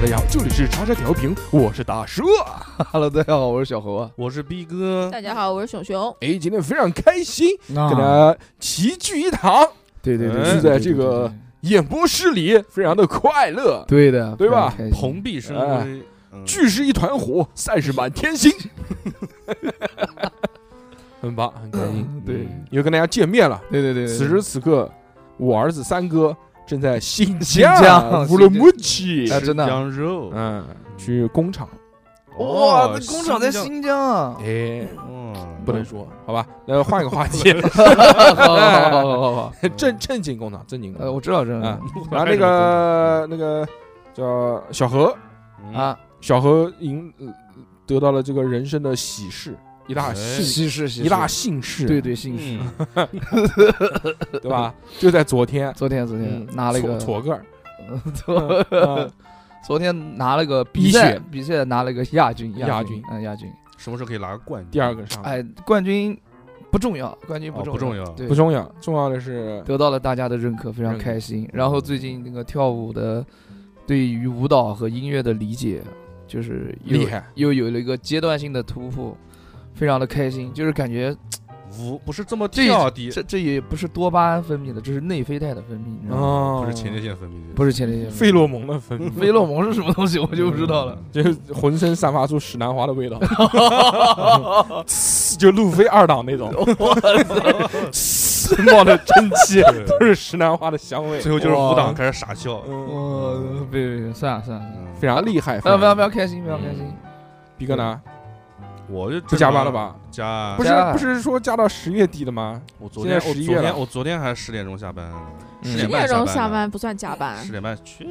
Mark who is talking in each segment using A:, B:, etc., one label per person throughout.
A: 大家好，这里是叉叉调频，我是大叔。
B: Hello，大家好，我是小何啊。
C: 我是逼哥，
D: 大家嗯好，我是熊熊。
A: 哎，今天非常开心，
B: 那
A: 跟大家齐聚一堂，
B: 对对对，
C: 哎
B: 对
A: 在这个，演播室里非常的快乐，
B: 对对对对的，
A: 对吧
B: 非常开心
C: 蓬荜生辉，嗯
A: 聚是一团火，散是满天 星，很棒，很开心，
B: 嗯
C: 哎
B: 对
C: 嗯
A: 又跟大家见面了。
B: 对对对，对
A: 此时此刻，我儿子三哥正在新
B: 新疆
A: 乌鲁木齐
B: 新，疆哎真的
C: 吃羊肉，
A: 嗯，去工厂，
B: 哇，那工厂在新
C: 新疆，
B: 疆 啊。
A: 哎，
C: 嗯
A: 不能说，好吧？那换个话 题，
B: 哎好好好好好好，
A: 正正经工厂，正经工
B: 呃，
A: 厂
B: 我。知道这
A: 啊
B: 个
A: 然后那个那个叫小何，
C: 啊，
B: 啊，
A: 小何赢呃得到了这个人生的喜事，一大
C: 哎
A: 幸
B: 西式西
A: 一大
B: 式
A: 幸事，
B: 对对姓氏。
C: 嗯
A: 对吧？就在昨天
B: 昨天昨天
A: 嗯
B: 拿了一
A: 挫
B: 个，
A: 挫个儿，
B: 昨
A: 嗯
B: 昨天拿了个
A: 一
B: 比赛
A: 血，
B: 比赛拿了个亚军，
A: 亚
B: 军
A: 军，
B: 嗯，亚军。
C: 什么时候可以拿个冠军？
A: 第二个上
B: 哎，冠军不重要，冠军
C: 哦
B: 重
C: 不重要
B: 对
A: 不重要，重要的是
B: 得到了大家的认可，非常
A: 认可嗯
B: 开心。然后最近那个跳舞的，对于舞蹈和音乐的理解，就是又
A: 厉害，
B: 又有了一个阶段性的突破，非常的开心。就是感觉
C: 五不是这么
B: 这
C: 跳的，
B: 这这也不是多巴胺分泌的，这是内啡肽的分泌，你知道吗？
A: 哦
C: 不是前列腺分泌的，
B: 哦不嗯是前列腺
A: 费洛蒙的分泌，
B: 菲洛蒙是什么东西，我就不知道了。
A: 就是浑身散发出史南华的味道， 呲就路飞二档那种，呲 冒着蒸汽，
C: 嗯对
A: 都是石南花的香味，
C: 最后就是
A: 哇
C: 舞蹈，开始傻笑，
A: 嗯，
B: 哦，别别别，算了算了，
C: 嗯
A: 非常厉 害。
B: 不要不要不要开心，不要开心。
A: 逼哥呢？
C: 我就
A: 不加班了？吧？
C: 加
A: 不，是
B: 啊加
A: 不是说加到十月底的吗？
C: 我昨天我
A: 现在
C: 昨
A: 11月了
C: 天我昨天还十点钟下班，
A: 嗯
B: 嗯
C: 十
D: 十
C: 点
D: 点
C: 半
D: 钟
C: 下
D: 下班不算加班，
C: 十点半去，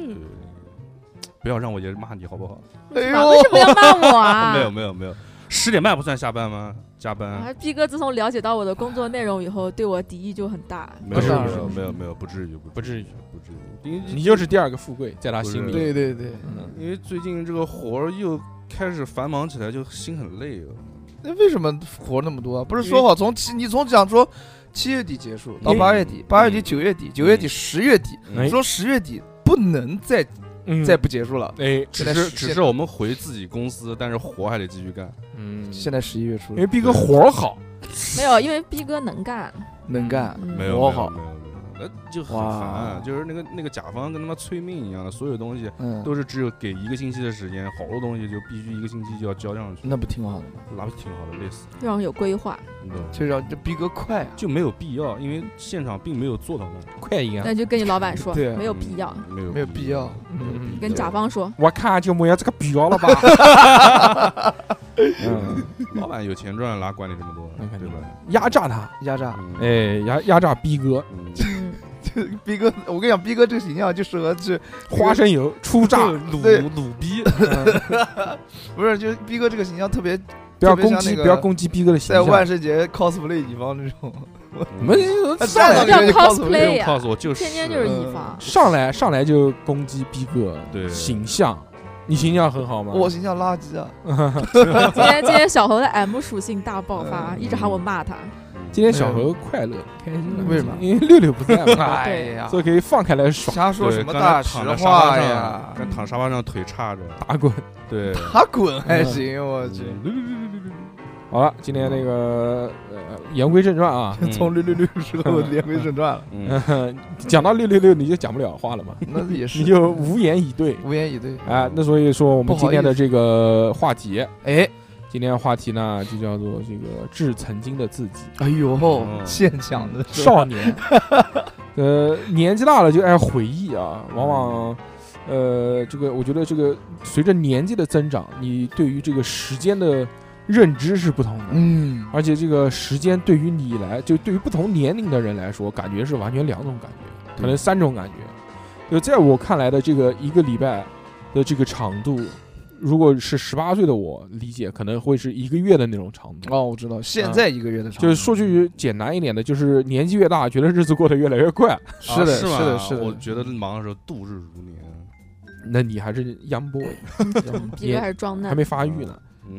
C: 不要让我爷骂你好不好？
B: 哎
D: 啊为什么 要骂我啊？
C: 没有没有没有，十点半不算下班吗？加
D: 啊
C: 班？
D: 毕哥自从了解到我的工作内容以后，对我敌意就很大。
C: 没
A: 不
C: 有
A: 是
C: 没
A: 不是
C: 有没有没有，不至于不
A: 至于
C: 不至于。
A: 你就是第二个富贵，在他
C: 不是
A: 心里。
B: 对对对，
A: 嗯
C: 因为最近这个活儿又开始繁忙起来，就心很累哦。
B: 那为什么活那么多啊？不是说好从七，你从讲说七月底结束到
C: 因为
B: 八月底，八月底九月底，九月底十月底，
A: 哎
B: 说十月底不能再
A: 嗯
B: 再不结束了。
A: 哎，
C: 只
B: 现在
C: 是
B: 是
C: 只是我们回自己公司，但是活还得继续干。
A: 嗯，
B: 现在十一月初
A: 因
B: 了
A: 为逼哥活儿好，
D: 没有，因为毕哥能干。
B: 能干，
D: 嗯
C: 没有
B: 活
C: 没有
B: 好
C: 没有没有，那呃就很
B: 哇
C: 烦，啊就是那个那个甲方跟他妈催命一样的，所有东西
B: 嗯，
C: 都是只有给一个星期的时间，好多东西就必须一个星期就要交上去，
B: 那不挺好的吗？
C: 那不挺好的，累死了，
D: 要有规划，
C: 你懂吗？
B: 就让这逼哥快啊！
C: 就没有必要，因为现场并没有做到那，
A: 快一样。
D: 那就跟你老板说，
B: 对啊
D: 没有必要。
C: 嗯没有
B: 没有必要
C: 没有必
A: 嗯
C: 要
D: 跟甲方说，
A: 我看就没有这个必要 了吧？嗯，
C: 老板有钱赚，哪管你这么多
A: 那肯，定
C: 对吧？
A: 压榨他，
B: 压榨，
A: 哎，，压压榨逼哥，
C: 嗯
D: 嗯，
B: 逼哥，我跟你讲，逼哥这个形象就适合去，
A: 花生油出榨，
C: 鲁
B: 对
C: 鲁逼，
B: 不是，就是逼哥这个形象特别
A: 不要
B: 特别
A: 攻
B: 像
A: 击，
B: 那个
A: 不要攻击逼哥的形
B: 在
A: 象。
B: 万圣节 cosplay 乙方这种，
C: 嗯
A: 我们上
B: 上
D: 这
B: 来
A: 来
D: 叫
B: 就得
D: cosplay 呀，
C: cos 我就是嗯
D: 天天就是乙方。
A: 上来上来就攻击逼哥，
C: 对
A: 形象，你形象很好吗？
B: 我形象垃圾啊！
D: 今天今天小猴的 M 属性大爆发，
B: 嗯
D: 一直喊我骂他。
A: 今天小何快乐开心了，
B: 为什么
A: 嗯因为六六不在 嘛，
B: 哎呀，
A: 所以可以放开来耍，
B: 瞎说
C: 对
B: 什么
C: 刚才
B: 大实
C: 躺在沙
B: 话
C: 发
B: 呀
C: 上，！跟躺沙发上腿叉着，
A: 打滚。
C: 对， 嗯
B: 他滚还行，我去。
A: 好了，今天那个呃，言归正传啊，
C: 嗯
B: 从六六六之后言归正传了，
C: 嗯，
A: 讲到六六六你就讲不了话了 嘛，
B: 那也是
A: 你就无言以对。
B: 无言以对。
A: 哎，那所以说我们
B: 不好
A: 今天的
B: 意
A: 这个话题，
B: 哎，
A: 今天话题呢就叫做这个致曾经的自己，
B: 哎呦，
C: 嗯
B: 现讲的是吧
A: 少 年。呃，年纪大了就爱回忆啊，往往，呃，这个我觉得这个随着年纪的增长，你对于这个时间的认知是不同的，
B: 嗯，
A: 而且这个时间对于你来，就对于不同年龄的人来说，感觉是完全两种感觉，可能三种感觉。就在我看来的这个一个礼拜的这个长度，如果是十八岁的我理解，可能会是一个月的那种长度。
B: 哦，我知道，现在一个月的长
A: 就是说句简单一点的，就是年纪越大，觉得日子过得越来越快。
B: 是的，
C: 啊是
B: 啊是
C: 吗
B: 的，是的，
C: 我觉得忙的时候度日如年，
A: 那你还是 young boy，
D: 毕嗯哥还是装
A: 还
D: 嫩，
A: 没发育呢。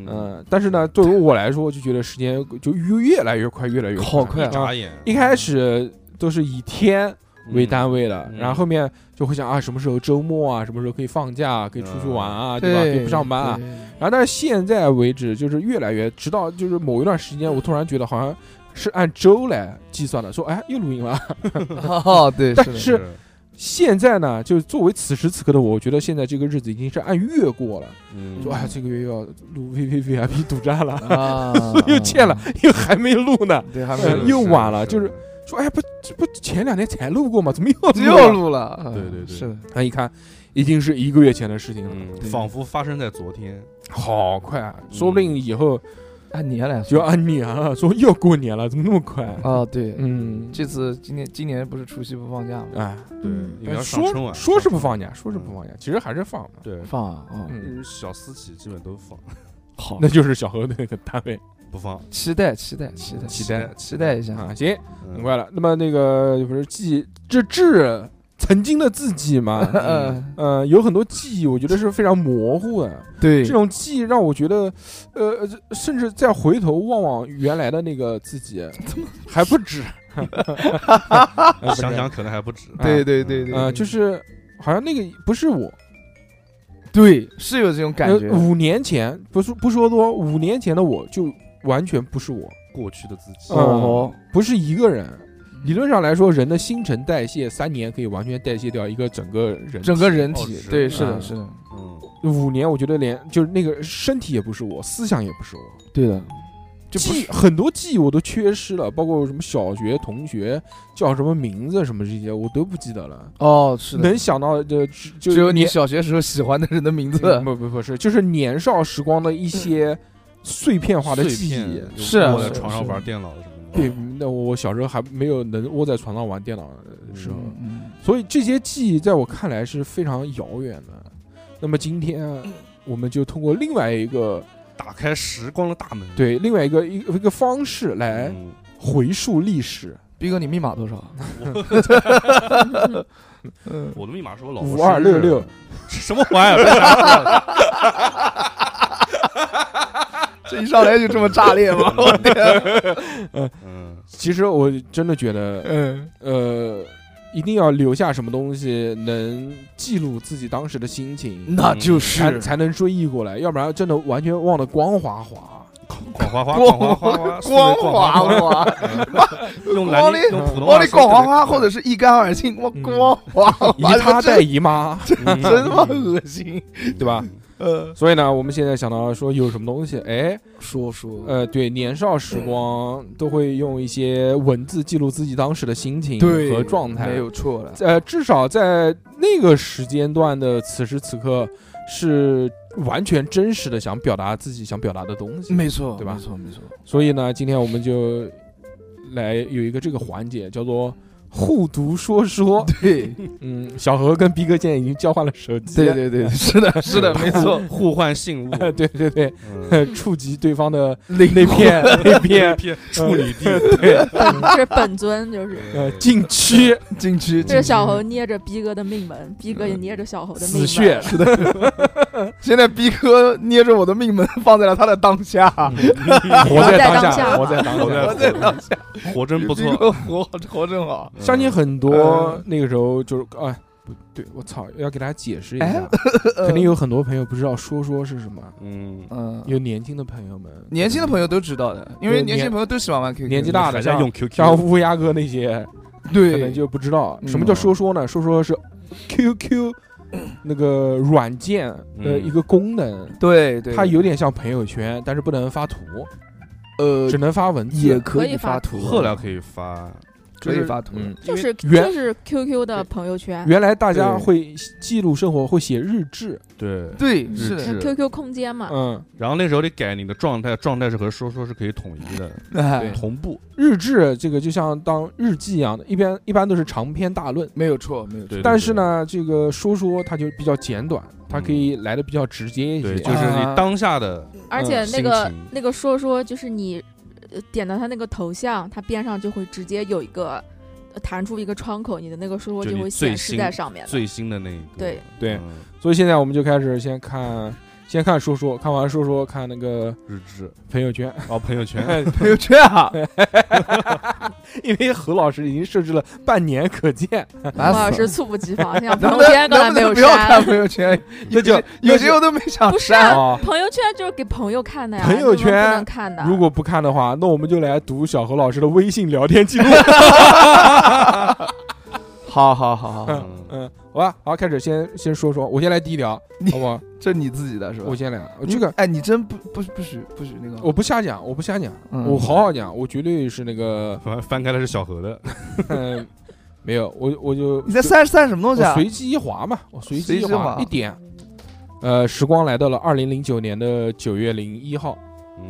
A: 嗯，但是呢，对于我来说，就觉得时间就越越来越快，越来越
B: 好快
C: 一
A: 啊！
C: 眨眼，
A: 一开始都是以天为单位的，
C: 嗯
A: 然后后面就会想啊，什么时候周末啊，什么时候可以放假啊，可以出去玩啊，对吧？可以不上班啊。
B: 嗯对
A: 然后但是现在为止，就是越来越，直到就是某一段时间，我突然觉得好像是按周来计算的，说哎又录音了。
B: 哦，对，
A: 但
B: 是的
A: 是
C: 嗯
A: 现在呢，就是作为此时此刻的我，我觉得现在这个日子已经是按月过了，
C: 嗯
A: 说哎这个月要录 V V V I P 独占了，
B: 啊嗯
A: 又欠了，又还没录呢。
B: 对，还没
A: 呃
B: 有
A: 又晚了就是
C: 是
A: 说哎不这不前两天才录过吗？怎么又
B: 只
A: 录了
B: 有录了，啊
C: 对对对
B: 是的，
A: 他一看，已经是一个月前的事情了，
C: 嗯
B: 对
C: 仿佛发生在昨天。
A: 好快啊！
C: 嗯
A: 说不定以后
B: 按年啊来
A: 就啊
B: 说
A: 要按年了， 说又过年了，怎么那么快？
B: 啊，对，
A: 嗯，
B: 这次今年今年不是除夕不放假吗？
A: 哎，
C: 对
D: 嗯，
C: 啊你要上春
A: 说
C: 晚嗯
A: 说是不
C: 上
A: 放假，说是不放假，其实还是放的。
C: 春晚，
B: 放啊，啊
A: 嗯，
C: 对，小私企基本都放，
B: 好
A: 那，就是小何的那个单位
C: 不放
B: 期待期待期待
A: 期
C: 待
B: 期待一 下，？
A: 啊。行，
C: 嗯
A: 很快了。那么那个不是记这致曾经的自己嘛
C: 嗯
B: 嗯，
A: 呃，有很多记忆，我觉得是非常模糊的。
B: 对
A: 这种记忆让我觉得，呃，呃甚至再回头望望原来的那个自 己，还不止。 呃
C: 想想，可能还不止。
B: 对对对
A: 不
B: 对
A: 是呃，就是好像那个不是我，
B: 对，是有这种感
A: 呃
B: 觉，
A: 五年前不说不说多，五年前的我就完全不是我，
C: 过去的自己
A: 嗯，
B: 哦，
A: 不是一个人。理论上来说，人的新陈代谢三年可以完全代谢掉一个整个人，
B: 整个人
C: 哦
B: 体
C: 是，
B: 对，
C: 的
B: 是的，啊
A: 嗯
B: 是的，
C: 嗯，
A: 五年，我觉得连就是那个身体也不是我，思想也不是我，
B: 对的，
A: 就记很多记忆我都缺失了，包括什么小学同学叫什么名字什么这些我都不记得了。
B: 哦，是的，
A: 能想到的只就
B: 只有你嗯
A: 年
B: 小学时候喜欢的人的名字，
A: 嗯不不不是，就是年少时光的一些碎片化的
C: 碎
A: 记
C: 片
A: 忆。
C: 就是
B: 啊
C: 窝在
B: 是啊
C: 床上
B: 是啊
C: 玩电脑什么的。
A: 对，嗯那我小时候还没有能窝在床上玩电脑的时候，
B: 嗯嗯
A: 所以这些记忆在我看来是非常遥远的。那么今天我们就通过另外一个
C: 打开时光的大门。
A: 对另外一个一个一个方式来
C: 嗯，
A: 回溯历史。
B: 逼哥，你密码多少？ 嗯，
C: 我的密码是我老婆
A: 五二六六
C: 生日， 什么玩意儿？
B: 这一上来就这么炸裂 吗？我天，
C: 嗯，
A: 其实我真的觉得，
B: 嗯，
A: 呃，一定要留下什么东西能记录自己当时的心情，
B: 那就
A: 才
B: 是
A: 才能追忆过来，要不然真的完全忘得光滑
B: 啊
A: 滑。
C: 光滑滑，
B: 光
C: 滑滑 滑，速
B: 光
C: 度
B: 滑
C: 滑，
B: 滑，
C: 用兰
B: 光
C: 陵用普通
B: 我
C: 话
B: 的
C: 说
B: 光滑
C: 对
B: 滑，或者是一干二净，我
A: 嗯
B: 光滑滑，
A: 姨他带
B: 真
A: 姨妈，
C: 嗯
B: 真他妈恶心。
A: 对吧？
B: 呃，
A: 所以呢，我们现在想到说有什么东西，哎，
B: 说说，
A: 呃，对，年少时
B: 嗯
A: 光都会用一些文字记录自己当时的心情
B: 对
A: 和状态
B: 没，有错了，
A: 呃，至少在那个时间段的此时此刻是完全真实的，想表达自己想表达的东西。
B: 没错，
A: 对吧
B: 没错，没错。
A: 所以呢，今天我们就来有一个这个环节，叫做互读说说。
B: 对，
A: 嗯，小何跟逼哥现在已经交换了手机，
B: 对对对，是的， 是的，没错。
C: 互换信物，
A: 对对对
C: 嗯
A: 对， 触及对方的
B: 那
A: 那片 那片
C: 片处理地，
D: 本这是本尊
C: 嗯
D: 就是。
A: 呃禁区
B: 禁区，
D: 这是
B: 禁区。
D: 小猴捏着逼哥的命门，逼哥也捏着小猴的命
A: 死
D: 门。
A: 穴，
B: 现在逼哥捏着我的命门，放在了他的当下。
A: 活在当
D: 下
A: 活在当
C: 活
A: 下。
C: 在当下，活真不
B: 逼
C: 错。嗯
B: 哥活活真好。
A: 相信很多
B: 呃
A: 那个时候就是哎，不对我操，要给大家解释一下
B: 哎，
A: 肯定有很多朋友不知道说说是什么，
C: 嗯，
B: 嗯，
A: 有年轻的朋友们，
B: 年轻的朋友都知道的，因为
A: 对
B: 年轻
A: 年
B: 朋友都喜欢玩 QQ。
A: 年纪大的
C: 还在
A: 像
C: 用 QQ，
A: 像乌鸦哥那些，可能
B: 对，
A: 就不知道
B: 嗯
A: 什么叫说说呢？说说是 QQ 那个软件的一个功能，
B: 对对，
A: 它有点像朋友圈，但是不能发图，
B: 呃
A: 只能发文字。
B: 也
D: 可
B: 可
D: 以
B: 以
D: 发
B: 发图，
C: 后来可以发，
B: 可以发图，
A: 嗯，
D: 就是
A: 因为原
D: 就是 QQ 的朋友圈
A: 原来大家
B: 对
A: 会记录生活，会写日志，
C: 对。
B: 对，
C: 是
B: 是
C: 的
B: 的，
D: ，QQ 空间嘛，
A: 嗯，
C: 然后那时候得改你的状态，状态是和说说是可以统一的，
B: 哎，
C: 同步。
A: 日志这个就像当日记一样的，一般一般都是长篇大论。
B: 没有错，没有错，
C: 对，
A: 但是，呢，这个说说它就比较简短，它
C: 嗯
A: 可以来的比较直接一
C: 对，
A: 些。啊
C: 对就是你当下的
D: 而且那个、
C: 心情
D: 那个说说就是你、呃点到他那个头像，它边上就会直接有一个呃弹出一个窗口，你的那个说说
C: 就
D: 就
C: 你
D: 会
C: 最
D: 显示
C: 新
D: 在上面的。
C: 最新的那一个。
D: 对
A: 对
C: 嗯
A: 所以现在我们就开始先看先看说说，看完说说，看那个
C: 日志，
A: 朋友圈，
C: 哦，朋友圈，
B: 朋友圈啊，
A: 因为侯老师已经设置了半年可见，
D: 王
B: 烦
D: 老
B: 死
D: 师
B: 了。
D: 猝不及防，像朋
B: 能
D: 友
B: 不能
D: 圈刚
B: 能
D: 才
B: 不
D: 没
B: 能
D: 有
B: 不要看
D: 删，
B: 朋友圈，
A: 那就
B: 有些我都没想
D: 不是
B: 删。
A: 啊。
D: 朋友圈就是给朋友看的呀，
A: 朋友圈
D: 你们不能看的。
A: 如果不看的话，那我们就来读小何老师的微信聊天 记录。
B: 好好好好，
C: 嗯，
A: 嗯，好吧，好，开始先先说说，我先来第一条，
B: 你
A: 好不好？
B: 这你自己的是吧
A: 我？先来，啊
B: 你
A: 这个
B: 哎，你真不不不许不许那个，
A: 我不瞎讲，我不瞎讲，
B: 嗯
A: 我好好讲，我绝对是那个
C: 翻翻开了是小何的，
A: 嗯，没有，我我就
B: 你在算算什么东西
A: 我
B: 啊？
A: 随机一滑嘛，我随机一
B: 随机
A: 滑
B: 滑
A: 一点，呃，时光来到了二零零九年的九月零一号，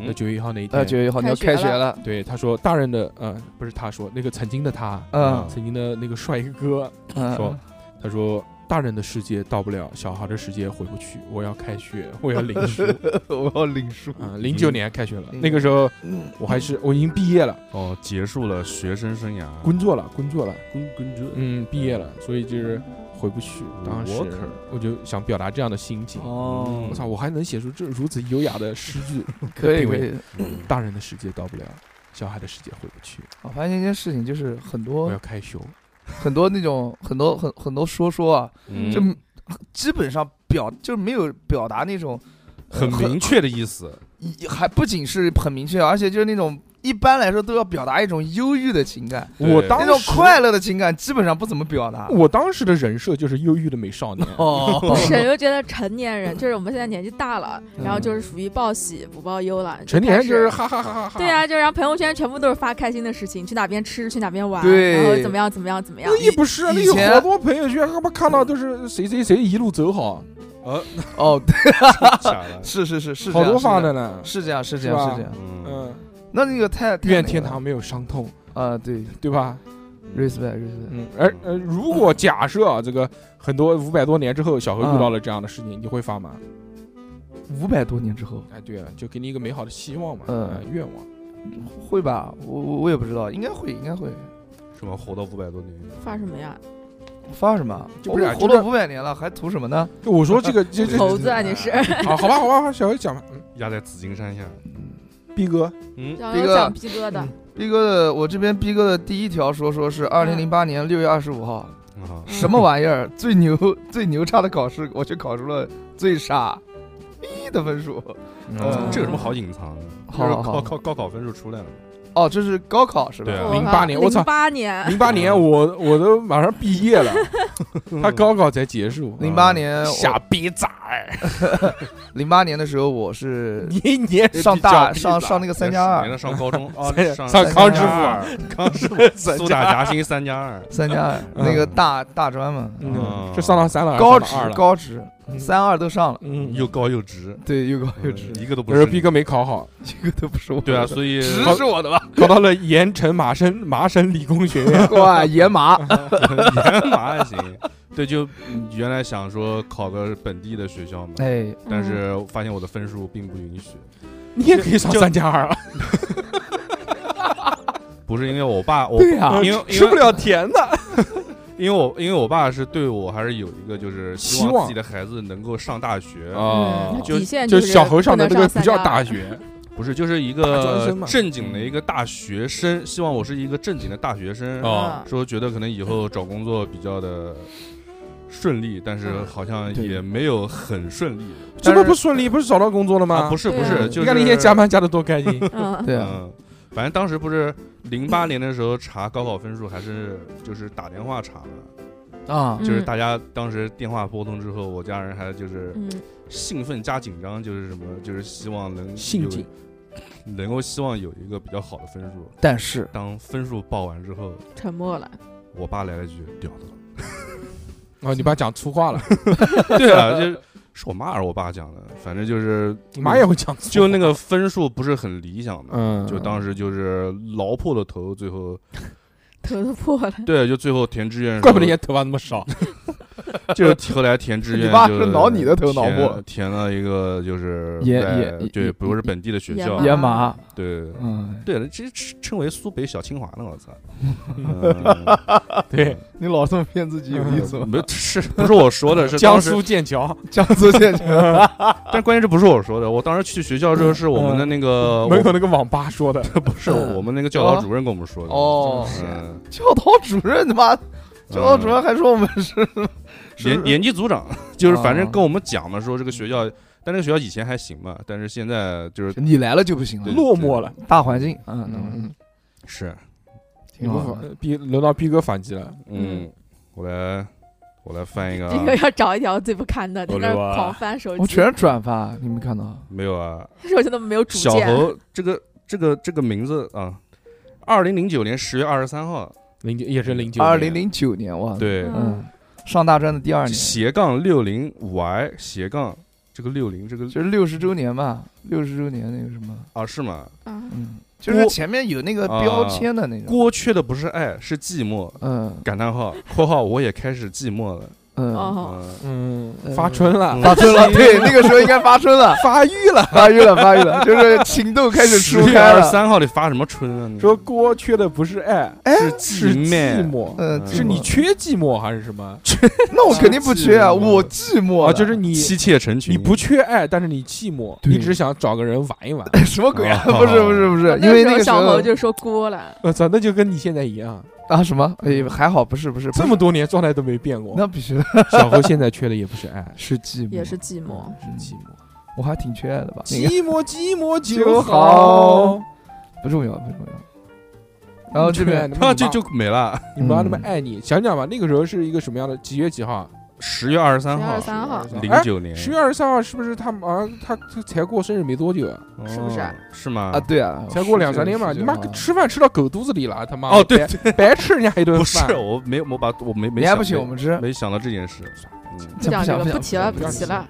A: 那
C: 嗯，
A: 九月一号那一
B: 呃，
A: 天，
B: 九月一号你要
D: 开
B: 开
D: 学
B: 学了，
A: 对他说，大人的，呃，不是他说，那个曾经的他，
C: 啊
B: 嗯
A: 曾经的那个帅哥，
B: 嗯，
A: 说他说。大人的世界到不了，小孩的世界回不去。我要开学， 我要领书。
B: 我要领书，
A: 啊，零九年开学了，
B: 嗯
A: 那个时候
B: 嗯
A: 我还是我已经毕业了，
C: 哦，结束了学生生涯，
A: 工作了，工作了。
C: 滚滚着，
A: 嗯，毕业了，所以就是回不去。当时
C: 我可
A: 我就想表达这样的心情。
B: 哦
A: 我，操，我还能写出这如此优雅的诗 句。
B: 可以
A: 定
B: 可
A: 位
B: 以。
A: 大人的世界到不了，小孩的世界回不去。
B: 我发现一件事情，就是很
A: 我
B: 多
A: 要开胸，
B: 很多那种很多很很多说说啊，
C: 嗯
B: 就基本上表就是没有表达那种呃
C: 很明确的意思，
B: 一还不仅是很明确，而且就是那种一般来说都要表达一种忧郁的情感，
C: 对
A: 我
B: 那
A: 当
B: 种
A: 时哦
B: 快乐的情感基本上不怎么 表达。
A: 我当时的人设就是忧郁的美少年。
D: 不
B: 哦，
D: 是，我就觉得成年人就是我们现在年纪大了，
B: 嗯
D: 然后就是属于报喜不报忧了。
A: 成年人就是
D: 开始
A: 哈哈哈哈哈。
D: 对呀、，就让朋友圈全部都是发开心的事情，去哪边吃，去哪边玩，
B: 对
D: 然后怎么样怎么样怎么样
A: 那。也不是啊，那
B: 以
A: 有
B: 前
A: 好多朋友圈，他妈看到都是谁谁谁一路走好，
B: 哦，对，
C: 假的，
B: 是是是是这
A: 好
B: 样，
A: 多发
B: 是这
A: 的
B: 样
A: 呢。
B: 是这样是这
A: 是吧
B: 样是这样。
C: 嗯，
A: 嗯，
B: 那那个太太
A: 愿
B: 那
A: 天
B: 个了
A: 堂没有伤痛，
B: 啊，对
A: 对吧？
B: ，respect respect，
A: 嗯，而呃，如果假设啊，这个很多五百多年之后，小何遇
B: 嗯
A: 到了这样的事情，你会发吗？
B: 五百多年之后
A: 哎，对了，就给你一个美好的希望嘛，
B: 嗯
A: 哎愿望。
B: 会吧？我我我也不知道，应该会应该会
C: 什么活到五百多年，
D: 发什么呀？
B: 发什么？
A: 就
B: 我
A: 不是啊
B: 们活
A: 就是
B: 了五百年了，还图什么呢？
A: 就我说这 个，这这
D: 猴子啊，你是？
A: 啊，好吧，好吧，好吧小何讲吧。嗯，
C: 压在紫金山下，
A: 逼哥，
C: 嗯，
D: 然
B: 逼
D: 后
B: 哥
D: 讲逼哥的，
B: 逼哥的，我这边逼哥的第一条说说是二零零八年六月二十五号，
D: 嗯
C: 啊，
B: 什么玩意儿？最牛 最牛叉的考试，我却考出了最傻逼的分数。嗯
C: 这有什么好隐藏的？
B: 好
C: 就
B: 好
C: 是高
B: 好
C: 高高考分数出来了嘛，
B: 哦，这是高考是吧
C: 对？啊
A: 08年我操
D: 零八年，
A: 零八年我我都马上毕业 了，他高考才结束。
B: 零八
C: 嗯
B: 年，
A: 傻逼崽儿，
B: 零八年的时候我是
A: 你你也是
B: 上
A: 比较
B: 大
A: 逼
B: 上
A: 崽
B: 上那个三加二
C: 没，了上高中，哦
A: 三，
C: 上
A: 上
B: 康
C: 三加二康师傅，
A: 三
C: 苏
A: 加
C: 打夹心三加二，
B: 三加二
A: 嗯
B: 那个大大专嘛，
A: 嗯
C: 嗯，
A: 这上到三了，
B: 高
A: 上
B: 职
A: 到二了，
B: 高职
A: 嗯
B: 三二都上了，
A: 嗯，
C: 又高又直，
B: 对，又高又
C: 嗯
B: 直，
C: 一个都不
A: 可是
C: 是
A: 逼哥没考好，
B: 一个都不是我的。
C: 对啊，所以
B: 直是我 的吧？
A: 考到了盐城麻省麻省理工学院。
B: 哇，野马，
C: 研麻还行。对，就嗯原来想说考个本地的学校嘛，
B: 哎，
C: 但是发现我的分数并不允许，
A: 你也可以上三加二 啊，
C: 不是因为我爸，我
B: 对啊呀，
C: 因为因为
A: 啊吃不了甜 的。
C: 因为我因为我爸是对我还是有一个就是希
A: 希望
C: 望自己的孩子能够上大学，
A: 啊
D: 嗯，
C: 就
D: 底线
A: 就是小何上的
D: 不
A: 那
D: 能
A: 个
D: 上
A: 不叫
D: 32
A: 大学，
C: 不是就是一
A: 大专
C: 个
A: 生嘛
C: 正经的一个大学生，希望我是一个正经的大学生，
D: 嗯啊
A: 哦
C: 说觉得可能以后找工作比较的顺利，但
D: 嗯
C: 是好像
A: 对
C: 也没有很顺利
A: 这
B: 但
A: 么
B: 是
A: 不顺利，不是找到工作了吗？
C: 啊，不是不
D: 对啊
C: 是，
B: 你
C: 就是
A: 你看那些加班加的多 开心。
D: 嗯，
B: 对啊，
C: 嗯，反正当时不是零八年的时候查高考分数，还是就是打电话查的，
B: 啊
D: 嗯，
C: 就是大家当时电话拨通之后，我家人还就是
D: 嗯，
C: 兴奋加紧张，就是什么，就是希望能
A: 兴
C: 有
A: 奋，
C: 能够希望有一个比较好的分数。
B: 但是
C: 当分数报完之后，
D: 沉默了，
C: 我爸来了一句：“屌的了。
A: 哦，你爸讲粗话了，”
C: 对啊，就是是我妈还是我爸讲的，反正就是
A: 你妈也会讲粗话。
C: 嗯就那个分数不是很理想嘛，
A: 嗯，
C: 就当时就是挠破了头，最后
D: 头都破了。
C: 对，就最后填志愿的时候，
A: 怪不得人家头发那么 少。
C: 就是后来填志愿，
B: 你爸
C: 就是
B: 挠你的头挠
C: 填
B: 破
C: 填了一个就是
B: 也
C: 在
B: 也
C: 对，
B: 也
C: 不是本地的学
D: 也
C: 校，
D: 也
B: 野马，
C: 对
B: 嗯，
C: 对了，这称称为苏北小清华呢，我操！嗯
A: 对，
B: 你老这么骗自己有意思吗？
C: 没是不是我说的，是
A: 江
C: 当时
A: 苏剑桥，
B: 嗯江苏县城，
C: 但关键这不是我说的，我当时去学校之后是呃我们的那个
A: 门口那个网吧说的，
C: 不是我们那个教导主任跟我们说 的。
B: 哦，嗯
C: 嗯，
B: 教导主任他妈，教哦导主任还说我们 是是哦
C: 年年级组长，就是反正跟我们讲嘛，说这个学校，但这个学校以前还行嘛，但是现在就是
B: 你来了就不行
C: 对
B: 了，
A: 落寞了，
B: 大环境，嗯
C: 嗯
B: 嗯，
C: 是，
B: 挺好的。
A: 呃逼轮到逼哥反击了，
C: 嗯，我来我来翻一个啊，
D: 这个要找一条最不堪的，在那儿
C: 我的妈
D: 狂翻手
B: 我
D: 机，
B: 全是转发，你没看到？
C: 没有 啊，
D: 手机都没有主
C: 小
D: 见。
C: 侯这个这个这个名字啊，二零零九年十月二十三号，
A: 零九也是零九，
B: 二零零九年哇，，
C: 对，
B: 嗯，上大专的第二年，
C: 斜杠六零 Y 斜杠这个六零这个
B: 就是六十周年吧，六十周年那个什么，
C: 啊是吗？
D: 啊，
B: 嗯，就是前面有那个标签的那种，
C: 锅缺的不是爱，是寂寞。
B: 嗯
C: 感叹号，括号我也开始寂寞了。
B: 嗯，
D: 哦，
C: 嗯，
A: 嗯
B: 呃，
A: 发春了，
C: 嗯
B: 发春了， 对，那个时候应该发春了，
A: 发育了，
B: 发育了，发育了，就是情窦开始
C: 十
B: 初
C: 月
B: 开
C: 二十
B: 了，
C: 三号你发什么春啊？你
A: 说锅缺的不是爱，
C: 是
A: 是
C: 寂
A: 寂
C: 寞，
A: 寞，
B: 嗯，
A: 是你缺寂寞还是什么？
B: 那我肯定不缺啊，我寂寞
A: 啊，
B: 了，
A: 就是你
C: 妻妾成群。
A: 你不缺爱，但是你寂寞，
B: 对
A: 你只想找个人玩一玩。
B: 什么鬼啊？不是不是不是，因为那个
D: 时候
B: 时
D: 小
B: 候
D: 侯就说锅了，
A: 我哦操，那就跟你现在一样，
B: 啊什么？哎，还好不是不是，
A: 这么多年状态都没变过。
B: 那必须的，
A: 小何现在缺的也不是爱，
B: 是寂寞，
D: 也是寂寞。
A: 是寂寞。
B: 我还挺缺爱的吧，那个
A: 寂寞寂寞
B: 就
A: 就好。
B: 不重要不重要。然后这边
A: 你
C: 啊，
A: 妈
C: 就就没了。
A: 你妈
B: 嗯
A: 那么爱你，想想吧，那个时候是一个什么样的？几月几号？
C: 十月二十三
D: 十
C: 号
D: 二，三号，
C: 零九年，
A: 十月二十三号是不是他们啊？他他才过生日没多久啊，
C: 哦
D: 是不是啊
C: 是吗？
B: 啊，对啊，
A: 才过两三天嘛，
B: 是
A: 你
B: 这
A: 妈
B: 样啊
A: 吃饭吃到狗肚子里了，他妈
C: 哦对
A: 白白吃人家一顿
C: 不是
A: 饭，，
C: 我没有，我把我没没
B: 你还
C: 想
B: 不请
C: 没
B: 我们吃？
C: 没想到这件事。嗯，
D: 不讲这个，
B: 不
D: 不
B: 想
D: 提了，
B: 不
D: 不
B: 想
D: 提了。。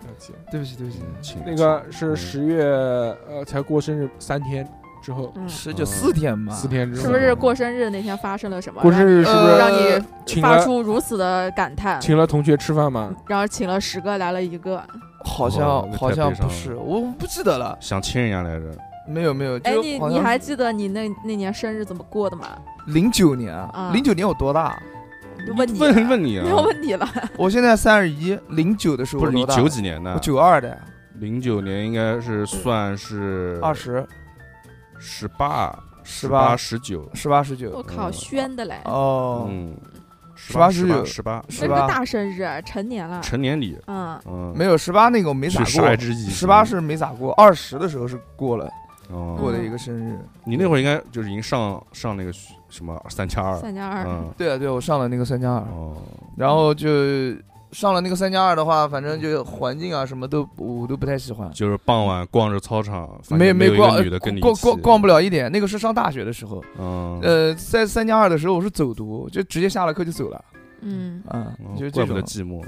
B: 对不起对不起，
C: 请嗯
A: 那个是十月呃才过生日三天之后，
D: 嗯，
B: 是
C: 就
B: 就
C: 四
B: 四天嘛，
A: 四天之后
D: 是不是过生日那天发生了什么？
A: 过生日是不是
D: 让你
B: 呃
A: 请
D: 发
A: 了
D: 出如此的感叹，
A: 请了同学吃饭吗？
D: 然后请了十个，来了一个。
B: 好
C: 哦
B: 像
C: 那
B: 好
C: 太
B: 像
C: 悲伤
B: 不
C: 了
B: 是，我不记得了，
C: 想亲人家来着，
B: 没有没有，
D: 哎，
B: 就
D: 你
B: 好
D: 你
B: 像
D: 还记得你那那年生日怎么过的吗？
B: 零九年啊
D: 啊，
B: 零九年我多大？
D: 就问你了，
C: 问问你啊，
D: 要问你了。
B: 我现在三十一，零九的时候
C: 不是你
B: 我多大
C: 九？几啊年的
B: 我？九二的，
C: 零九年应该是算是
B: 二十
C: 十八、十
B: 18
C: 十九，
B: 十八十九
D: 我靠，宣的嘞！
B: 哦，
C: 嗯，十
B: 18
C: 十八、
B: 19
C: 十八，
D: 那
B: 是
D: 是个
B: 吧
D: 大生日，成年了。
C: 成年礼，
D: 嗯，
C: 嗯，
B: 啊没有十八那个我没咋
C: 去杀一
B: 过，
C: 只蚁。
B: 十八，是没咋过，二十的时候是过了过
C: 哦，
B: 了一个生日。
C: 你那会儿应该就是已经上上那个什么三加二，
D: 三加二，
C: 嗯，
B: 对啊对啊，我上了那个三加二，
C: 哦，
B: 然后就上了那个三加二的话，反正就环境啊什么都我都不太喜欢。
C: 就是傍晚逛着操场，发现
B: 没
C: 没有一个
B: 逛
C: 女的跟你一
B: 逛
C: 起
B: 逛逛不，了一点，那个是上大学的时候，
C: 嗯，
B: 呃，在三加二的时候我是走读，就直接下了课就走了，
D: 嗯，
B: 啊、
C: 哦
B: 就是
C: 怪
B: 这
C: 不
B: 种
C: 得寂寞，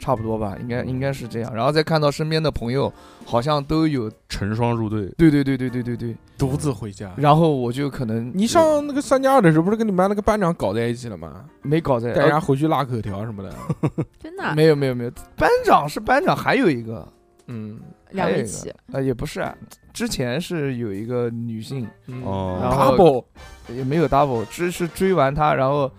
B: 差不多吧，应
A: 嗯
B: 该应该是这样。然后再看到身边的朋友好像都有，
C: 成双入对，
B: 对对对对对对对，
A: 独自回家。
B: 然后我就可能
A: 啊你上那个三加二的时候，不是跟你们班那个班长搞在一起了吗？
B: 没搞在，
A: 带人家回去拉口条什么的。
D: 真
B: 呃
D: 的，啊
B: 没有没有没有，班长是班长，还有一个
A: 嗯，
D: 两
B: 还有一
D: 个一
B: 个
D: 起，
B: 呃也不是啊，之前是有一个女性。
A: 嗯
B: 然
C: 哦，
B: 后
A: double
B: 也没有 double，只是追完他，然后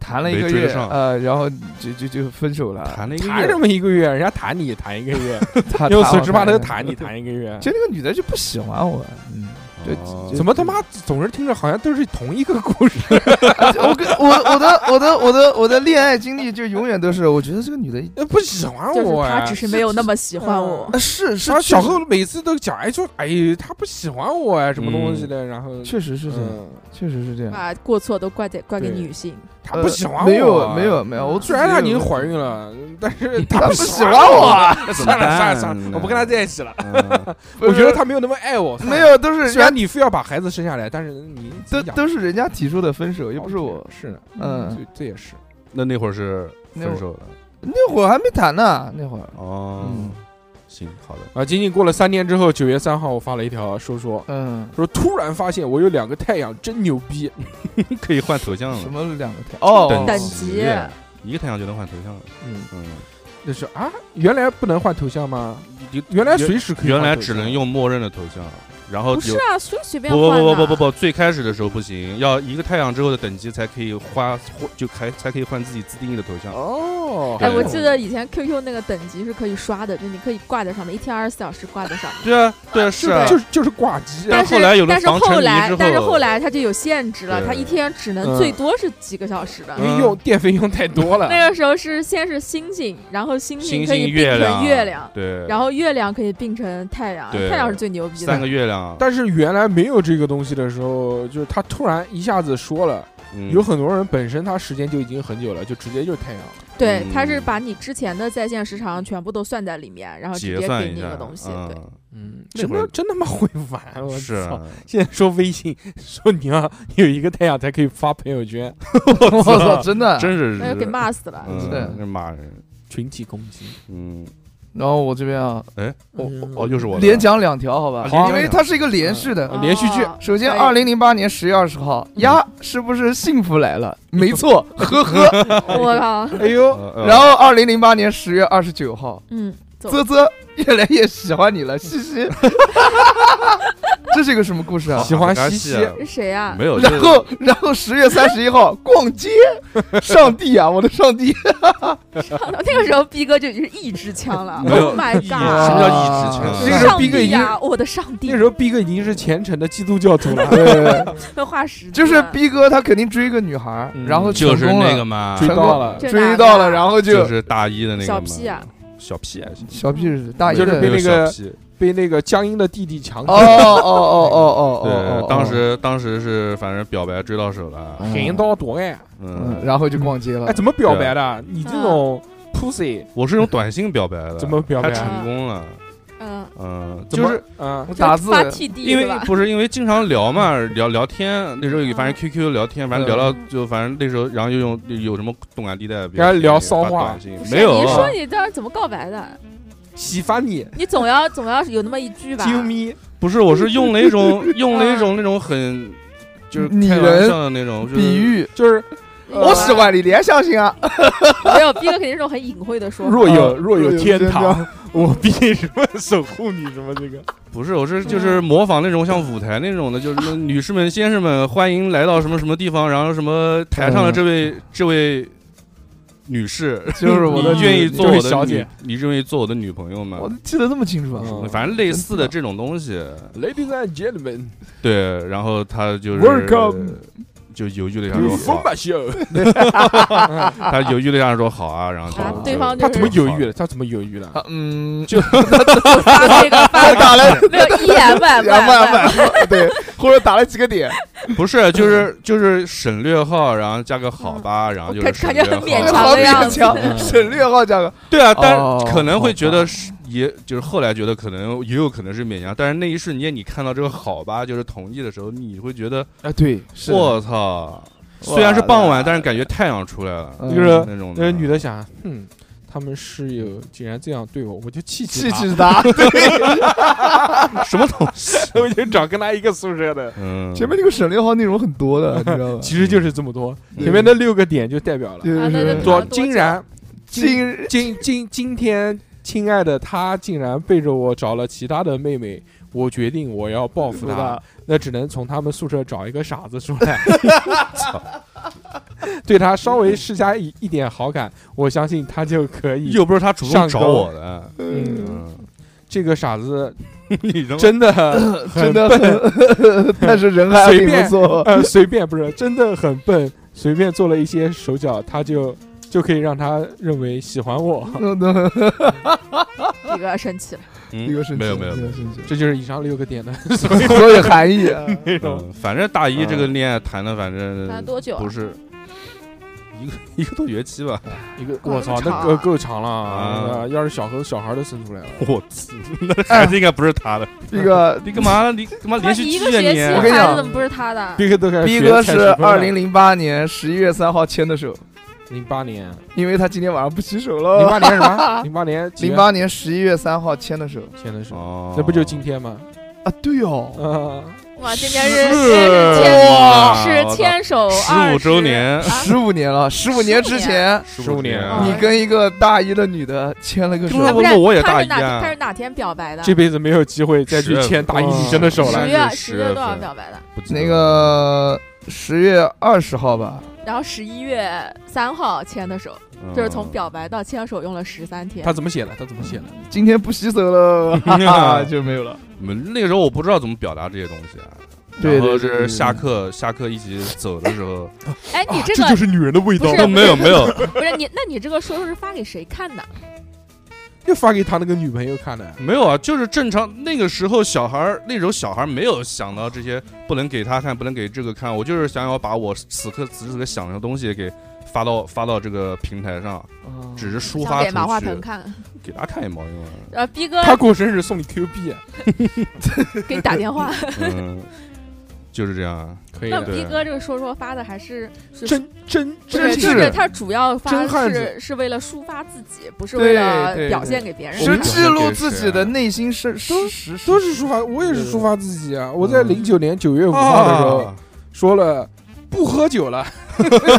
B: 谈了一个
C: 没追
B: 月
C: 得，上
B: 呃，然后就就就分手 了。
C: 谈了一个
A: 谈
C: 月
A: 这，么一个月，人家谈你谈一个月，
B: 他
A: 用手指把那个
B: 谈
A: 谈
B: 了
A: 你谈一个月
B: 一个月， 就那个女的就不喜欢我， 嗯，就
C: 哦
B: 就
A: 怎么他妈总是听着好像都是同一个故事？
B: 啊就我跟我我的我的我的我的恋爱经历就永远都是，我觉得这个女的
A: 呃不喜欢
C: 哎
D: 就是
A: 我
D: 他
C: 啊
A: 呀
D: 只。是没有那么喜欢我
B: 啊。是是
A: 他小
B: 确实
A: 何每次都讲，哎说，哎，他不喜欢我呀，什么东西的，然后
B: 确实是这样，
A: 嗯
B: 确实是这样。
D: 把过错都怪给怪给
A: 对
D: 女性，
A: 他不喜欢我，啊嗯
B: 呃没有没有没有，我
A: 虽然她
B: 她
A: 已经怀孕了，但是她
B: 她
A: 不
B: 不
A: 喜
B: 喜
A: 欢
B: 欢
A: 我
B: 我
A: 啊。
C: 怎
A: 算了
C: 么
A: 算
C: 办
A: 了算
C: 呢
A: 了，我不跟她在一起了。
C: 嗯
A: 我觉得她没有那么爱我。
B: 呃没，有都是人
A: 虽
B: 家
A: 然你非要把孩子生下来，但是你
B: 都
A: 自己养
B: 都是人家提出的分手，又不是我。
A: 是的，
B: 嗯，
A: 这这也是。
C: 那那会儿是
B: 那
C: 分
B: 会儿
C: 手了，
B: 那会儿还没谈呢，那会儿
C: 哦
B: 嗯，
C: 行，好的，
A: 啊，仅仅过了三天之后，九月三号，我发了一条说说
B: 嗯。
A: 说，突然发现我有两个太阳，真牛逼。
C: 可以换头像
B: 什
A: 嗯
C: 了，
B: 么两个台？哦，
C: 等
D: 等
C: 级
D: 级
C: 一个太阳就能换头像了，
A: 嗯，
C: 嗯，
A: 那是啊，原来不能换头像吗？原来随时可以换头像，
C: 原来只能用默认的头像，然后
D: 不是
C: 哦有。
D: 啊，随随便
C: 不
D: 换
C: 不不
D: 的。
C: 不不不，最开始的时候不行，要一个太阳之后的等级才可以花，就还才可以换自己自定义的头像。
A: 哦，哦，
D: 哎，
C: 对
D: 我记得以前 QQ 那个等级是可以刷的，就你可以挂在上面，一天二十四小时挂在上面。
C: 对啊，对啊，是啊，
A: 就是就是挂机啊
C: 但
D: 但
C: 是
D: 是
C: 后来有了
D: 但是
C: 防沉迷
D: 后来
C: 之，
D: 但是
C: 后
D: 后来它就有限制了，
C: 对嗯
D: 它一天只
A: 嗯
D: 能最多是几个小时的。
A: 因为
B: 嗯
A: 用电费用太多了。
D: 那个时候是先是星星，然后星
C: 星
D: 可以
C: 星、
D: 并成
C: 月亮、
D: 月亮，
C: 对，
D: 然后月亮可以并成太阳，
C: 对
D: 太阳是最牛逼
C: 三个
D: 的。
C: 月亮，
A: 但是原来没有这个东西的时候，就是他突然一下子说了，
C: 嗯
A: 有很多人本身他时间就已经很久了，就直接就是太阳了。
D: 对
C: 嗯，
D: 它是把你之前的在线时长全部都算在里面，然后直
C: 结
D: 接
C: 算
D: 给
C: 一
D: 你一
C: 下
D: 个东西。对，
C: 嗯，
A: 嗯，
C: 那
A: 真
C: 会儿
A: 的真他妈会玩，哎我
C: 是啊
A: 操！现在说微信，说你要有一个太阳才可以发朋友圈，
B: 我操，真的。
C: 真是
D: 那就哎给骂死了。
C: 嗯
B: 真的
C: 那骂人，
A: 群体攻击。
C: 嗯，
B: 然后我这边啊，
C: 哦
A: 嗯
C: 哦，又是我的
B: 连讲两条，好吧
C: 啊连？讲
B: 因为
C: 两
B: 它是一个连续的。
A: 嗯连续剧
D: 哦
B: 首先，
D: 可以
B: 二零零八年十月二十号呀，是不是幸福来了？没错，呵呵。
D: 我靠，
A: 哎呦，
C: 呃呃
B: 然后二零零八年十月二十九号，
D: 嗯，走
B: 啧啧，越来越喜欢你 了，嘻嘻。 这是一个什么故事啊？
A: 喜欢
C: 好
A: 西
C: 西
A: 西
C: 啊
D: 是谁呀？
C: 没有，
B: 然后，然后十月三十一号逛街，上帝啊，我的上帝！
D: 那个时候逼哥就已经是一支枪了。
C: 没有
D: Oh my
C: 意义什么
D: god！
C: 叫一支
B: 啊
C: 枪？
A: 那个时候
D: 上
A: 逼哥已
D: 帝
A: 经
D: 呀，我的上帝
A: 那！时候逼哥已经是虔诚的基督教徒 了，
B: 对，
D: 那画时间
B: 就是逼哥他肯定追一个女孩儿
A: 嗯，
B: 然后成
C: 就是
B: 功
C: 那
B: 了
C: 个嘛，
A: 追到了，
D: 这
B: 追
D: 哪
B: 到
D: 个
B: 了，
D: 啊
B: 然后
C: 就
B: 就是
C: 大一的那个
D: 小
C: 嘛
D: 屁啊，
C: 小屁啊，小
B: 小
C: 屁
B: 屁是大一
A: 就是
B: 的
A: 被那个
C: 小屁
A: 被那个江阴的弟弟强
B: 哦哦
A: 奸，
B: 哦哦哦哦哦哦
C: 对，，当时当时是反正表白追到手了，
A: 横刀夺爱。
B: 嗯，
C: 嗯，
B: 然后就逛街
A: 哎，
B: 了，
A: 怎么表白的？你这种 pussy
C: 我是用短信表白的，
A: 怎么表白啊
C: 还成功了，
D: 嗯，
C: 嗯，
A: 怎
C: 就
A: 么
C: 是
A: 嗯
B: 我
D: 就
B: 打
D: 是
B: 字
D: 发 TD
C: 因
D: 对
C: 为
D: 吧？
C: 不是因为经常聊嘛，聊聊天，那时候反正
D: 嗯
C: QQ 聊天，反正聊到就反正那时候，然后又用有什么动感地带，
A: 然后聊骚
C: 发
A: 话
C: 短信
D: 不是
C: 没有
D: 你
C: 啊
D: 说，你当时怎么告白的？
A: 喜欢你
D: 你总要总要有那么一句吧？
A: ，kill me，
C: 不是，我是用了一 种用了一种那种很就是
B: 拟
C: 开玩
B: 人
C: 笑的那种就是
B: 比喻，
A: 就是
D: 有吧
B: 我喜欢你，你还相信啊？
D: 没有，逼哥肯定是那种很隐晦 的说法。
A: 若有
B: 嗯
A: 若有
B: 若有
A: 天
B: 天
A: 堂， 我必什么守护你什么这个。
C: 不是，我是就是模仿那种像舞台那种的，就是那女士们、先生们，欢迎来到什么什么地方，然后什么台上的这位这位女士，
B: 就是我的
C: 你愿意做
A: 这
C: 我
A: 位
C: 的
A: 小
C: 女
A: 姐，
C: 你愿意做我的女朋友吗
B: 我？记得这么清楚啊！
A: 嗯
C: 反正类似的这种东西，
A: Ladies and gentlemen，
C: 对，然后他就是
A: Welcome
C: 就犹豫了一下
A: 有
C: 说
A: 风
C: 好，啊
A: 马秀。
C: 他犹豫了一下说好啊，然后
D: 啊
C: 就
D: 对方
A: 他
D: 就
A: 怎么犹豫了？他怎么犹豫了？
B: 啊嗯，
D: 发那个 发
B: 打了
D: 没有 E M
B: 两
D: M
B: 万万，对，或者打了几个点，
C: 不是，就是就是省略号，然后加个好吧，然后就是
D: 感
C: 省
D: 感
C: 略
D: 觉很
C: 号
D: 勉强
B: 好
D: 的样
B: 勉
D: 子
B: 强，
A: 嗯
B: 省略号价格，
C: 对啊，但
B: 哦
C: 可能会觉
B: 好
C: 得
B: 吧
C: 是，也就是后来觉得可能也有可能是勉强，但是那一瞬间你看到这个好吧，就是同意的时候，你会觉得
B: 啊，对，是
C: 我操，虽然是傍晚，但是感觉太阳出来了，
A: 就是
B: 嗯
C: 那种
A: 那呃女
C: 的
A: 的想，哼，他们室友竟然这样对我，我就气
B: 气
A: 他，
B: 气 他，
C: 什么东西，
A: 我就找跟他一个宿舍的。
C: 嗯，
B: 前面那个省略号内容很多的，你知 道吧？
A: 其实就是这么多，
C: 对
A: 前面那六个点就代表了
B: 就。
D: 啊对
B: 是
D: 对
A: 说
D: 对
A: 竟然
B: 今日
A: 今今今天，亲爱的她竟然背着我找了其他的妹妹，我决定我要报复她，那只能从他们宿舍找一个傻子出来， 对她稍微施加一一点好感，我相信她就可以。
C: 又不是他主动
A: 上
C: 找
A: 钩
C: 我的，
A: 嗯，
C: 嗯，
A: 这个傻子
C: 你扔
A: 真的
B: 真
A: 很
B: 的
A: 笨，
B: 很，但是人还挺不错。
A: 呃，随便不是真的很笨，随便做了一些手脚，他就就可以让他认为喜欢我。
B: 嗯对
D: 逼哥生气了，
C: 嗯
B: 一个生气，
C: 没有没有
B: 一
C: 没
B: 个
C: 有，
B: 生气，
A: 这就是以上六个点的
B: 所有含义啊，
A: 内容。
C: 嗯反正大一这个恋爱谈的反正
D: 谈了多久啊
C: 嗯不是一个一个多学期吧，
A: 一个
D: 搞
A: 我
D: 那么
A: 操，那
D: 长
A: 个
D: 啊
A: 够长了
C: 啊
A: 啊！要是小猴小孩都生出来了，
C: 我操，那孩子应该不是他的。
B: 这 个
C: 你干嘛？你干嘛
D: 他妈
C: 连续
D: 你一
C: 剧
D: 个
C: 啊
D: 学
C: 你？
D: 期
B: 我跟你
D: 孩
B: 讲
D: 子怎么不是他的？
A: 逼哥都开始
B: 逼
A: 学
B: 哥
A: 蔡
B: 是
A: 徐坤了
B: 二零零八年十一月三号牵的手，
A: 零八年，
B: 因为他今天晚上不洗手
A: 零
B: 了。
A: 八年什么？零八年几月
B: 零八年十一月三号牵的手
A: 签的是，
C: 哦
A: 那不就今天吗？
B: 啊，对哦，
A: 啊，
D: 哇，今天是
C: 是
D: 今天是
C: 哇
D: 牵
C: 我
D: 是牵手
C: 十五周年，
B: 十五年了，十五年之前
A: 15年
D: 啊
B: 你跟一个大一的女的牵了个手
C: 跟，他
D: 不是
C: 问我也大
D: 他
C: 一
D: 是哪
C: 啊
D: 他是哪天表白的？
A: 这辈子没有机会再去
C: 10
A: 牵大一女生的手
D: 哦
C: 本
A: 了
C: 来
D: 十
C: 是
D: 月
C: 10
D: 十月多少表白的？
C: 不记得
B: 那个十月二十号吧，
D: 然后十一月三号签的手，就是从
C: 嗯
D: 表白到牵手用了十三天
A: 他。怎么写的？他怎么写的？
B: 今天不洗手 了，哈哈，就没有了。
C: 我们那个时候我不知道怎么表达这些东西、啊。
B: 对
C: 然
B: 对
C: 后
B: 对
C: 是下课，下课一起走的时候，
D: 哎，你
A: 啊
D: 这
A: 这
D: 个
A: 就是女人的味道
D: 不。是
C: 哦，没有没有，
D: 不是你，那你这个说说是发给谁看的？
A: 就发给他那个女朋友看的。
C: 没有啊，就是正常那个时候小孩儿，那时候小孩儿没有想到这些，不能给他看，不能给这个看，我就是想要把我此刻此时此刻想的东西给发到发到这个平台上，
B: 哦
C: 只是抒
D: 想
C: 发
D: 嗯给马化
C: 出
D: 腾
C: 去，
D: 看。
C: 给他看也没用啊。
D: 呃，逼哥
A: 他过生日送你 Q 币，
D: 给你打电话。
C: 嗯，就是这样 啊。
A: 可以
D: 那
A: 的。
D: 逼哥这个说说发的还是是
A: 真真
D: 不
A: 真
D: 是，
B: 真
D: 就是是他主要发
A: 真汉
D: 是
A: 子
D: 是为了抒发自己，不是
B: 对
D: 为了
B: 对
D: 表
B: 对
D: 现给别人
C: 我
B: 是
D: 看。
C: 们啊
B: 记录自己的内心是
A: 都
B: 是
A: 都是抒发，我也是抒发自己啊。我在
B: 嗯
A: 零九年九月五号的时候
C: 啊，
A: 说了不喝酒了，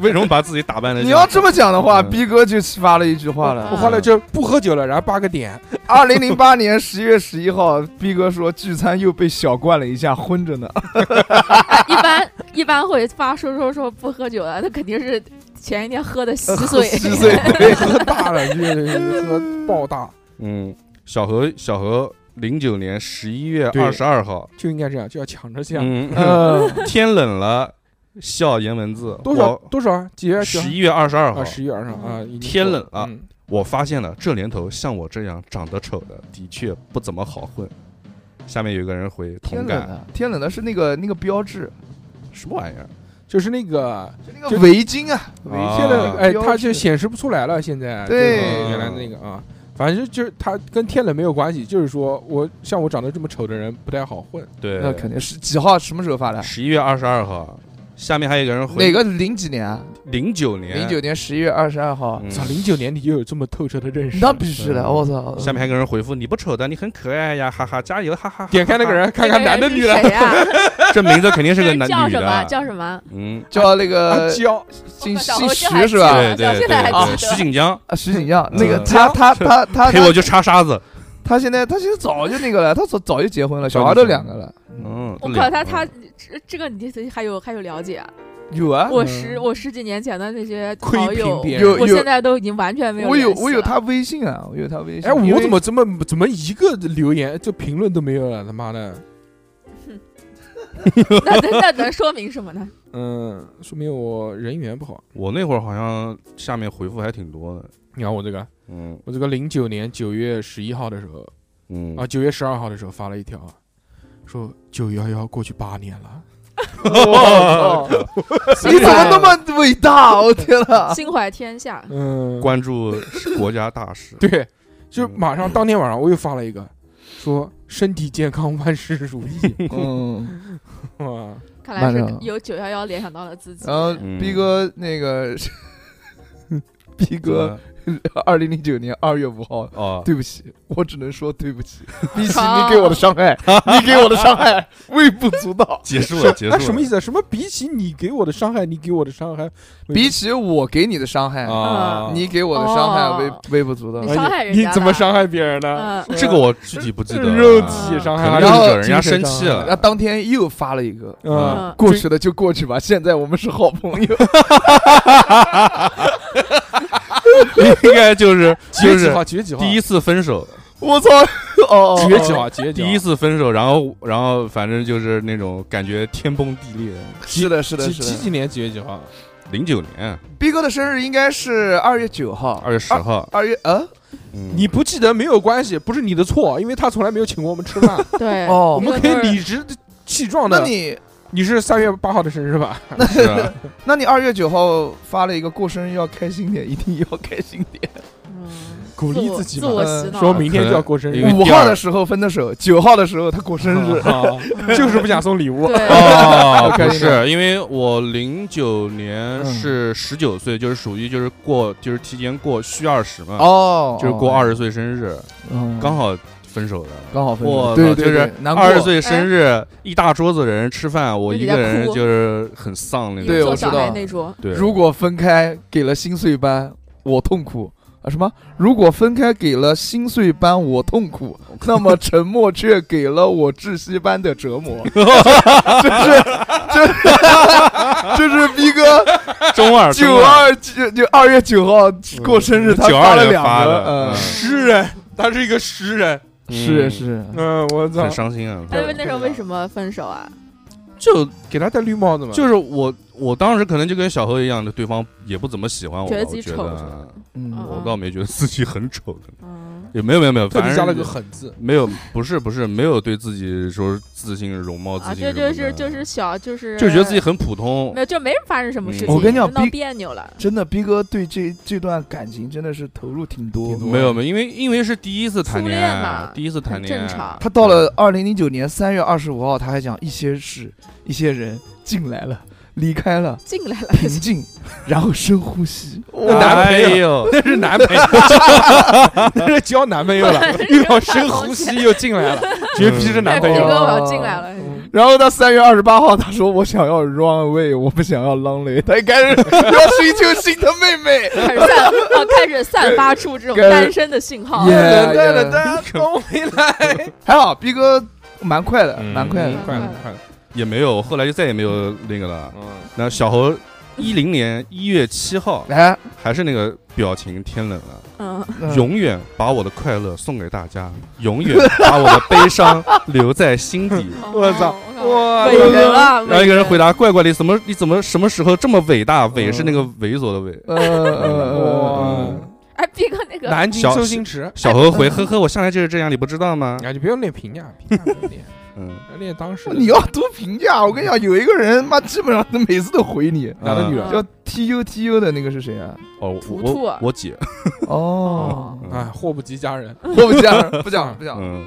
C: 为什么把自己打扮的？
B: 你要这么讲的话，
C: 嗯
B: 逼哥就发了一句话
A: 我
B: 了。
A: 后来就不喝酒了，然后八个点，
B: 二零零八年十月十一号，逼哥说聚餐又被小灌了一下，昏着呢。
D: 一般一般会发说说说不喝酒了，那肯定是前一天喝的稀 碎。
B: 呃稀 碎，对，
A: 喝大了，就是喝爆大，
C: 嗯，小何小何，零九年十一月
A: 对
C: 二十二号，
A: 就应该这样，就要抢着这样。呃
C: 嗯，
B: 嗯，
C: 天冷了，笑颜文字
A: 多少
C: 我
A: 多少啊？几月？
C: 十一月二十二号
A: 啊，，十一月二十号啊，已经
C: 天冷了
A: 过嗯
C: 我发现了这年头像我这样长得丑的，的确不怎么好混。下面有个人回
B: 天
C: 同
B: 冷
C: 感，
B: 的，天冷的是那个那个标志，
C: 什么玩意儿？
A: 就是那个
B: 就那个
A: 就
B: 围巾啊，围
C: 啊
A: 现
B: 巾
A: 在
B: 的
A: 哎，
B: 标
A: 它
B: 志
A: 就显示不出来了。现在
B: 对
A: 就是原来的那个啊，反正就是它跟天冷没有关系，就是说我像我长得这么丑的人不太好混。
C: 对，
B: 那肯定是几号什么时候发的？
C: 十一月二十二号。下面还有一个人回
B: 哪个零几年啊？
C: 零九年，
B: 零九年十一月二十二号。
C: 嗯
A: 操，零九年你就有这么透彻的认识？
B: 那必须的，我操！
C: 下面还有个人回复：“你不丑的，你很可爱呀，哈哈，加油，哈哈。”
A: 点开那个，人，看看男的女
D: 谁
A: 的，
D: 呀？
C: 这名字肯定是个男
D: 叫
C: 女
D: 什么？
C: 的。
D: 叫什么？
C: 嗯，
B: 叫 那
A: 啊
B: 个
A: 娇
B: 姓
D: 小
B: 姓
D: 猴就还
B: 徐是
D: 记
B: 吧？
D: 得
C: 对
D: 到
C: 对
D: 现在还
C: 对
D: 记
C: 对，
D: 得
C: 徐锦江
B: 啊，徐锦江
C: 嗯
B: 那个
C: 嗯
B: 他他他他
D: 啊
C: 陪我
B: 他
C: 去插沙子。
B: 他现在他现在早就那个了，他早早就结婚了，小孩
C: 早就
B: 都
C: 结
B: 两
C: 婚
B: 个了。
C: 嗯，
D: 我靠，他他这这个你这还有还有了解啊？
B: 有啊，
D: 我十我十几年前的那些
A: 窥
D: 好
A: 屏
D: 友，
A: 别
B: 有
A: 人。
D: 我现在都已经完全没
B: 我有
D: 有联系
B: 我有
D: 了
B: 他微信啊，我有他微信。
A: 哎，
B: 因
A: 我
B: 为
A: 怎么这么怎么一个留言就评论都没有了？他妈的，
D: 那那那能说明什么呢？
A: 嗯，说明我人缘不好。
C: 我那会儿好像下面回复还挺多的。
A: 你看我这个，
C: 嗯
A: 我这个零九年九月十一号的时候，
C: 嗯
A: 啊，九月十二号的时候发了一条啊，说九幺幺过去八年了，
B: 我操哦 你怎么那么伟大？我天呐！
D: 心怀天下，
A: 嗯，。
C: 关注 国家大事
A: 对，就
C: 嗯
A: 马上当天晚上我又发了一个，说身体健康万事如 意
B: 嗯，
A: 哇，
D: 看来是
B: 慢着
D: 有九幺幺联想到了自己。
B: 然后
C: 嗯
B: 逼哥那个 逼哥，二零零九年二月五号，
C: 哦，
B: 对不起，我只能说对不 起，比起
D: 啊
B: 你给我的伤 害，你给我的伤害微不足道。
C: 结束了，结束
A: 那
C: 了。
A: 什么意思啊？什么比起你给我的伤害，你给我的伤害，
B: 比起我给你的伤害，
D: 嗯
C: 啊？
B: 你给我的伤害微
D: 哦
B: 微不足道
D: 你。伤害人
A: 哎你
D: 家
A: 怎么
D: 了
A: 伤害别人 呢？
D: 嗯，
C: 这个我具体不记得 了。
A: 肉体伤害，
C: 可
A: 还
B: 然后
A: 是
C: 能是人家生气
B: 然后
C: 了。
B: 当天又发了一个，
A: 嗯，
D: 嗯
B: 过去的就过去吧，现在我们是好朋友。
C: 应 该就是
A: 几
C: 就
A: 月几
C: 是
A: 号？几月几号？
C: 第一次分手，
B: 我操！哦，
A: 几月几号？几月几号？
C: 第一次分手，然后然后反正就是那种感觉天崩地裂。
B: 是的，是的，
A: 几
B: 是
A: 几
B: 的。
A: 几年几月几
C: 嗯
A: 号？
C: 零九年
B: 逼哥的生日应该是二月九号，
C: 二月十号，
B: 二月呃，
C: 嗯
A: 啊你不记得没有关系，不是你的错，因为他从来没有请过我们吃 饭，
D: 对，
B: 哦
A: 我们可以理直气壮
B: 那
A: 的。
B: 你
A: 你是三月八号的生日吧？
C: 是啊
B: 那你二月九号发了一个过生日要开心点，一定要开心点。
D: 嗯
A: 鼓励
D: 自我
A: 自己
D: 自
A: 嘛
D: 我洗脑，
A: 说明天就要过生日，
C: 因为，
B: 五
C: 第二
B: 号的时候分的手，九号的时候他过生日
A: 就是不想送礼 物。
D: 对，
C: 哦，
B: 开
C: 不
B: 心点
C: 是，因为我零九
B: 嗯
C: 年是十九岁，就是属于就是过就是提前过虚二十嘛，
B: 哦
C: 啊就是过二十岁生日，刚
B: 好
C: 好分手的。
B: 刚好分
C: 我
B: 手，
C: 操
B: 对
C: 就
B: 对
C: 是
B: 对，难过
C: 二十，岁生日，一大桌子人吃饭，我
D: 就
C: 一
D: 你
C: 个
D: 在
C: 人
D: 哭
C: 就是很丧那
D: 你
C: 种。
B: 对
D: 做
B: 我知
D: 小孩
B: 道
D: 那桌，
C: 对，
B: 如果分开给了心碎般，我痛苦，啊什么？如果分开给了心碎般我痛苦，那么沉默却给了我窒息般的折 磨。这是这是这是逼哥
C: 中二
B: 九二九就二月九号过生日，他
C: 92
B: 发了
C: 年
B: 两
C: 发的
B: 个，嗯
C: 嗯，
A: 诗人，他是一个诗人。
B: 是是，
A: 嗯，我操
C: 很，伤心啊。
D: 他哎们那时候为什么分手啊？
C: 就
A: 给他戴绿帽子嘛，
C: 就是我，我当时可能就跟小何一样，就对方也不怎么喜欢我吧，
D: 觉得
C: 我
D: 自己
C: 觉
D: 丑
C: 得啊
D: 是吧
B: 嗯
D: 嗯
C: 我倒没觉得自己很丑的，
D: 嗯，
C: 也没有没有没有，
A: 特
C: 反
A: 地加
C: 正
A: 了个“狠”字。
C: 没有，不是不是，没有对自己说自信、容貌自
D: 啊，
C: 信什
D: 就
C: 么的，
D: 就是就是小就是
C: 就觉得自己很普通
D: 没，有，就没发生什么事情，
C: 嗯我
B: 跟你讲
D: 就闹
B: 逼
D: 别扭了。
B: 真的，逼哥对这这段感情真的是投入挺多
A: 挺。多
C: 没有没有，因为因为是第一次谈
D: 初
C: 恋
D: 恋
C: 爱
D: 嘛，
C: 第一次谈
D: 很
C: 恋爱，
D: 正常
B: 他到了二零零九年三月二十五号，他还讲一些事、一些人进来了、离开了，
D: 进来了，
B: 平静，然后深呼吸。
A: 那
B: 哇，
A: 男
C: 哎
A: 朋友，
C: 呦，
A: 那是男朋友， 那是交男朋友了，又要深呼吸又进来了，绝逼是男朋
D: 这
A: 友嗯
D: 个。哎我要
B: 哦
D: 进嗯来了，
B: 然后他三月二十八号，他说我想要 run away，我不想要 lonely，他开始要寻求新的妹妹。
D: 开始散，啊，开始散发出这种
B: 该
D: 单身的信号。
B: 耶
A: 冷淡
B: Yeah,
A: 冷淡，东回来，
B: 还好，逼哥蛮快的，蛮快的
D: 嗯。
A: 快了快了，
C: 也没有，后来就再也没有那个了。
A: 嗯，
C: 那小侯一零年一月七号
B: 来，
C: 还是那个表情天冷了。
D: 嗯，
B: 哎嗯
C: 永远把我的快乐送给大家，永远把我的悲伤留在心底。
A: 我操
D: 哦
A: 哇
D: 伟人啊！
C: 然后一个人回
D: 答，
C: 答：“怪怪的，怎么你怎么什么时候这么伟大？伟是那个猥琐的伟。
B: 呃呃
A: 哇
B: 呃，，
D: 哎，毕哥那个，
A: 南京
C: 小
A: 周星驰”，
C: 小何回：“呵呵，我向来就是这样，你不知道吗
A: 哎，你不要练评价，评价不要练，？”
C: 嗯，
A: 要练当时。
B: 你要多评价。我跟你讲，有一个人妈基本上他每次都回你，
A: 男的女啊人
D: 嗯
B: 叫 T U T U 的那个是谁啊？
C: 哦，我
D: 图图
C: 我我 姐，
B: 哦，
A: 哎，
C: 嗯
A: 祸不及家人。
B: 我不讲，不讲，不讲。
C: 嗯，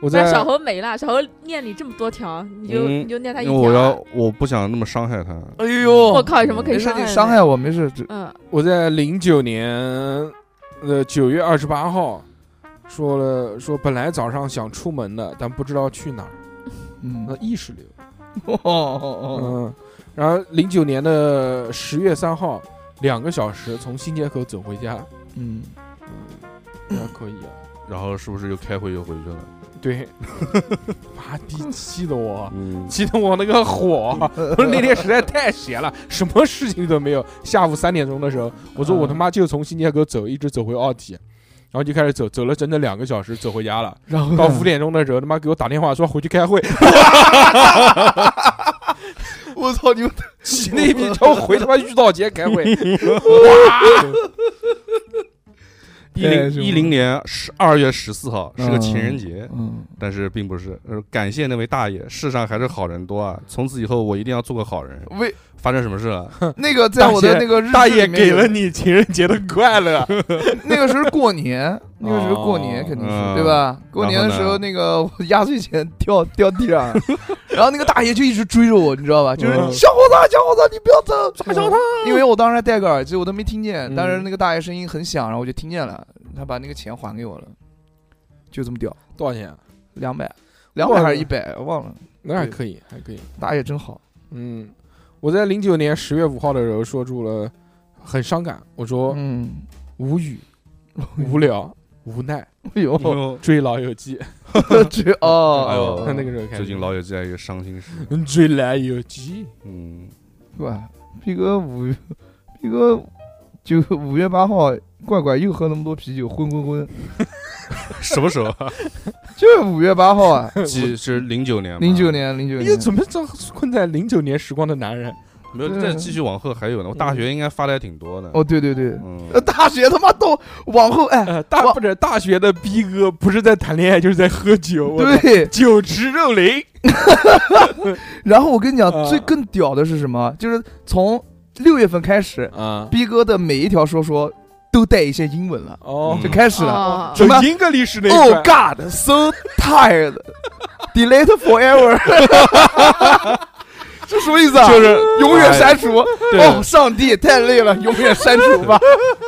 A: 我在
D: 那哎小猴没了，小猴念你这么多条，你就
C: 嗯
D: 你就念他一
C: 因为
D: 条。啊
C: 我要，我不想那么伤害她。
B: 哎
D: 我
B: 呦，
D: 靠，有什么可以
B: 没事
D: 伤，害
B: 你
D: 的？
B: 伤害我没事，这
D: 嗯，
A: 我在零九年的九月二十八号说了，说本来早上想出门的，但不知道去哪儿，
B: 嗯
A: 那，意识流。
B: 哦哦
A: 嗯，然后零九年的十月三号，两个小时从新街口走回家，
B: 哦，嗯，
A: 那可以啊。
C: 然后是不是又开会又回去了？
A: 对，妈逼气得我，
C: 嗯，
A: 气得我那个火！不是那天实在太闲了，什么事情都没有。下午三点钟的时候，我说我他妈就从新街口走，一直走回奥体，然后就开始走，走了整整两个小时，走回家了。
B: 然后
A: 到五，点钟的时候，他妈给我打电话说回去开会，
B: 我操你们！
A: 气那逼叫我回他妈遇到节开会。
C: 一
B: 哎
C: 零
B: 是
C: 一零年十二月十四号是个情人节，
B: 嗯，
C: 但是并不是。呃感谢那位大爷，世上还是好人多啊！从此以后，我一定要做个好人。
B: 为
C: 发生什么事了？
B: 那个在我的那个日
A: 嗯大
B: 志
A: 爷
B: 里面
A: 给
B: 有
A: 了你情人节的快乐，
B: 那个时候过年， 那个时候过年
A: 哦
B: 肯定
C: 嗯
B: 是对吧？过年的时
C: 然后
B: 候，
C: 呢
B: 那个我压岁钱掉掉地上了，然后那个大爷就一直追着我，你知道吧？就是
A: 嗯
B: 小伙子，小伙子，你不要走，
A: 抓着他！
B: 因为我当时还戴个耳机，我都没听见
A: 嗯，
B: 但是那个大爷声音很响，然后我就听见了，他把那个钱还给我了，就这么屌，
A: 多少钱？
B: 两百，两百还是一百，忘了。
A: 那还可以，还可以。
B: 大爷真好，
A: 嗯，我在零九年十月五号的时候说出了很伤感，我说
B: 嗯，
A: 无语、无聊、无奈，
B: 哎呦，
A: 追《老友记》
B: 这
C: 哎
B: 哦
C: 呦，
A: 那个时候开始
C: 最近老友记还有一个伤心事，
A: 嗯，追《老友记》。
C: 嗯，
B: 哇，毕哥五月，毕哥就五月八号，怪怪又喝那么多啤酒，昏昏昏。
C: 什么时候 啊？
B: 就是五月八号 啊，
C: 几是零九年吗？
B: 零九年，零九
A: 你又
B: 年，
A: 怎么这困在零九年时光的男 人？
C: 没有，
B: 对
C: 再继续往后还有呢。我大学应该发的还挺多的。
B: 哦，对对对，
C: 嗯，
B: 呃大学他妈都往后哎，
A: 呃，大
B: 我
A: 不是大学的逼哥，不是在谈恋爱就是在喝酒，我操
B: 对。
A: 酒池肉林。
B: 然后我跟你讲
A: 啊，
B: 最更屌的是什么？就是从六月份开始，
A: 啊，
B: 逼哥的每一条说说都带一些英文了，
A: 哦
C: 嗯哦
B: 就开始了。
D: 哦
A: 走
B: 什么
A: 英格力士那一
B: Oh
A: 块。
B: God, so tired, delete forever 这什么意思啊？
C: 就是
B: 永远删除。
C: 对，
B: 哦，上帝太累了，永远删除吧。